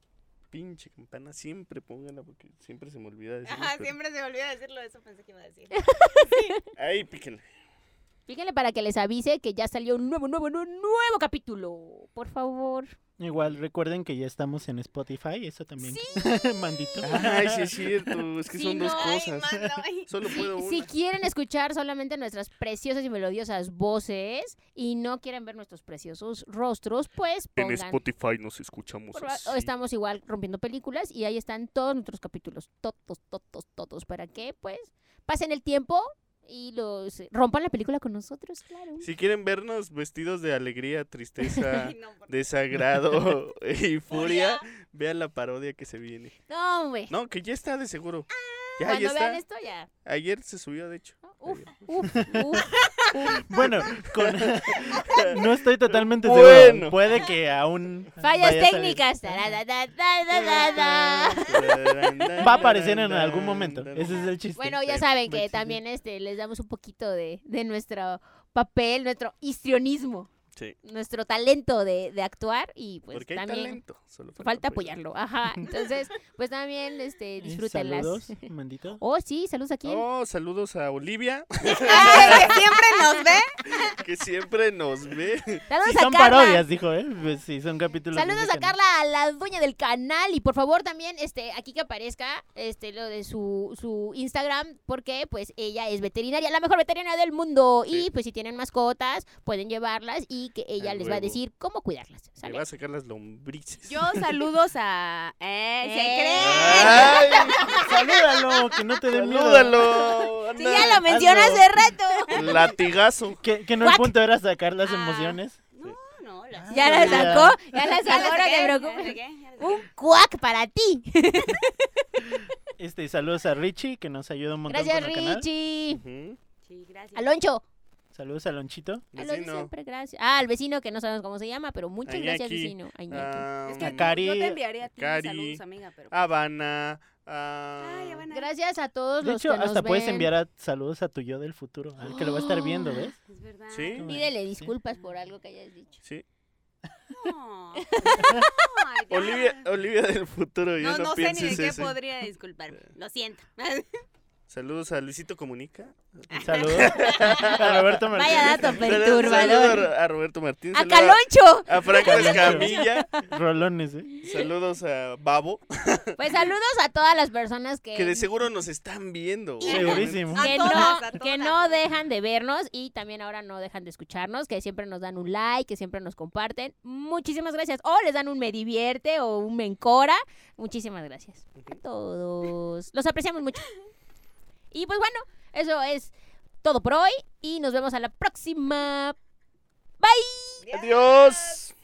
Speaker 3: Pinche campana, siempre pónganla porque siempre se me olvida decirlo.
Speaker 4: Ajá,
Speaker 3: pero-
Speaker 4: siempre se me olvida decirlo, eso pensé que iba a decir.
Speaker 3: Ahí píquenle.
Speaker 1: fíjense para que les avise que ya salió un nuevo, nuevo, nuevo, nuevo capítulo. Por favor.
Speaker 2: Igual, recuerden que ya estamos en Spotify, eso también. Mandito.
Speaker 1: Ah.
Speaker 3: Ay, sí es cierto, es que
Speaker 1: Sí,
Speaker 3: son dos
Speaker 1: no,
Speaker 4: Ay,
Speaker 3: cosas.
Speaker 4: mano, ay.
Speaker 3: Solo puedo una.
Speaker 1: Si quieren escuchar solamente nuestras preciosas y melodiosas voces y no quieren ver nuestros preciosos rostros, pues
Speaker 3: En
Speaker 1: pongan.
Speaker 3: Spotify nos escuchamos
Speaker 1: Por-
Speaker 3: así.
Speaker 1: o Estamos igual rompiendo películas y ahí están todos nuestros capítulos, todos, todos, todos, para que pues pasen el tiempo y los eh, rompan la película con nosotros, claro.
Speaker 3: Si quieren vernos vestidos de alegría, tristeza,
Speaker 4: Ay, no, por-
Speaker 3: desagrado y furia, vean la parodia que se viene.
Speaker 1: No, güey.
Speaker 3: No, que ya está de seguro. Ya, ya
Speaker 1: Cuando vean esto
Speaker 3: está.
Speaker 1: ya.
Speaker 3: Ayer se subió, de hecho.
Speaker 1: ¿no? Uf, uf, uf.
Speaker 2: Bueno, con- no estoy totalmente
Speaker 3: Bueno.
Speaker 2: seguro. Puede que aún.
Speaker 1: Fallas
Speaker 2: vaya a salir.
Speaker 1: técnicas. Tarara, da, da, da, da, da.
Speaker 2: Va a aparecer en algún momento. Ese es el chiste.
Speaker 1: Bueno, ya
Speaker 3: Pero,
Speaker 1: saben que
Speaker 2: pues, sí,
Speaker 1: también este les damos un poquito de, de nuestro papel, nuestro histrionismo,
Speaker 3: Sí.
Speaker 1: nuestro talento de, de actuar y pues
Speaker 3: Porque hay
Speaker 1: también
Speaker 3: talento. Solo
Speaker 1: falta apoyarlo. Ajá. Entonces, pues también este
Speaker 2: Eh,
Speaker 1: disfrútenlas.
Speaker 2: Saludos, mandito.
Speaker 1: Oh, sí, saludos a quién.
Speaker 3: Oh, saludos a Olivia,
Speaker 4: Ay, que siempre nos ve.
Speaker 3: que siempre nos ve.
Speaker 1: Saludos
Speaker 2: Sí,
Speaker 1: a
Speaker 2: son
Speaker 1: Carla.
Speaker 2: parodias, dijo, ¿eh? Pues sí, son capítulos.
Speaker 1: Saludos
Speaker 2: de
Speaker 1: a Carla, a la dueña del canal. Y por favor también, este, aquí que aparezca este, lo de su, su Instagram, porque pues ella es veterinaria, la mejor veterinaria del mundo.
Speaker 3: Sí.
Speaker 1: Y pues si tienen mascotas, pueden llevarlas y que ella
Speaker 3: A
Speaker 1: les va a
Speaker 3: huevo.
Speaker 1: decir cómo cuidarlas.
Speaker 3: Me
Speaker 1: ¿sale?
Speaker 3: va a sacar las lombrices.
Speaker 4: Yo saludos a. ¡Eh!
Speaker 1: Eh.
Speaker 4: ¡Se cree!
Speaker 3: ¡Ay!
Speaker 2: Salúdalo, que no te dé miedo.
Speaker 3: ¡Salúdalo!
Speaker 4: Sí,
Speaker 3: anda.
Speaker 4: ya lo mencioné
Speaker 2: hazlo.
Speaker 4: hace rato.
Speaker 3: Latigazo.
Speaker 2: Que, que no el
Speaker 1: Cuac.
Speaker 2: punto era sacar las
Speaker 4: Ah.
Speaker 2: emociones.
Speaker 4: No, no, la
Speaker 1: Ya
Speaker 2: Ah,
Speaker 1: la
Speaker 2: ya.
Speaker 1: sacó, ya la
Speaker 4: Ya la
Speaker 1: sacó, no
Speaker 4: saqué,
Speaker 1: te
Speaker 4: ya la
Speaker 1: preocupes. Uh,
Speaker 4: saqué, ya la saqué.
Speaker 1: Un cuac para ti.
Speaker 2: Este, saludos a Richie, que nos ayuda un montón
Speaker 1: Gracias,
Speaker 2: con el canal.
Speaker 1: Richie.
Speaker 3: Ujú.
Speaker 4: Sí, gracias.
Speaker 1: Aloncho,
Speaker 2: Saludos a Lonchito.
Speaker 1: Aloncho
Speaker 3: Vecino.
Speaker 1: siempre, gracias. Ah, al vecino que no sabemos cómo se llama, pero muchas gracias,
Speaker 3: Añaki.
Speaker 1: vecino. Añaki.
Speaker 3: Ah,
Speaker 4: Es que
Speaker 2: a Cari-
Speaker 4: yo te enviaría a ti
Speaker 3: Cari.
Speaker 4: saludos, amiga, pero.
Speaker 3: Habana. ah,
Speaker 4: Ay, Habana.
Speaker 1: Gracias a todos
Speaker 2: De
Speaker 1: los
Speaker 2: hecho,
Speaker 1: que nos
Speaker 2: hasta puedes
Speaker 1: ven.
Speaker 2: enviar a- saludos a tu yo del futuro, al que lo va a estar viendo, ¿ves?
Speaker 4: Es verdad.
Speaker 3: Sí.
Speaker 1: Pídele disculpas por algo que hayas dicho.
Speaker 3: Sí.
Speaker 4: No. No, Ay, ya.
Speaker 3: Olivia, Olivia del futuro, ya
Speaker 4: No,
Speaker 3: no,
Speaker 4: no sé ni de
Speaker 3: pienses
Speaker 4: qué
Speaker 3: ese.
Speaker 4: podría disculparme. Lo siento.
Speaker 3: Saludos a Luisito Comunica.
Speaker 2: Saludos a Roberto Martínez.
Speaker 1: Vaya dato
Speaker 3: Saludos- saludos
Speaker 1: perturbador.
Speaker 3: a, a Roberto Martínez.
Speaker 1: ¡A
Speaker 3: saludos
Speaker 1: Caloncho!
Speaker 3: A Franco Escamilla.
Speaker 2: Rolones, ¿eh?
Speaker 3: Saludos a Babo,
Speaker 1: Pues saludos a todas las personas que,
Speaker 3: que de seguro nos están viendo.
Speaker 2: Segurísimo.
Speaker 4: A
Speaker 1: que
Speaker 4: todas,
Speaker 1: no,
Speaker 4: a
Speaker 1: que
Speaker 4: todas.
Speaker 1: no dejan de vernos y también ahora no dejan de escucharnos, que siempre nos dan un like, que siempre nos comparten. Muchísimas gracias. O les dan un me divierte o un me encora. Muchísimas gracias a todos. Los apreciamos mucho. Y pues bueno, eso es todo por hoy y nos vemos a la próxima. Bye.
Speaker 3: Adiós.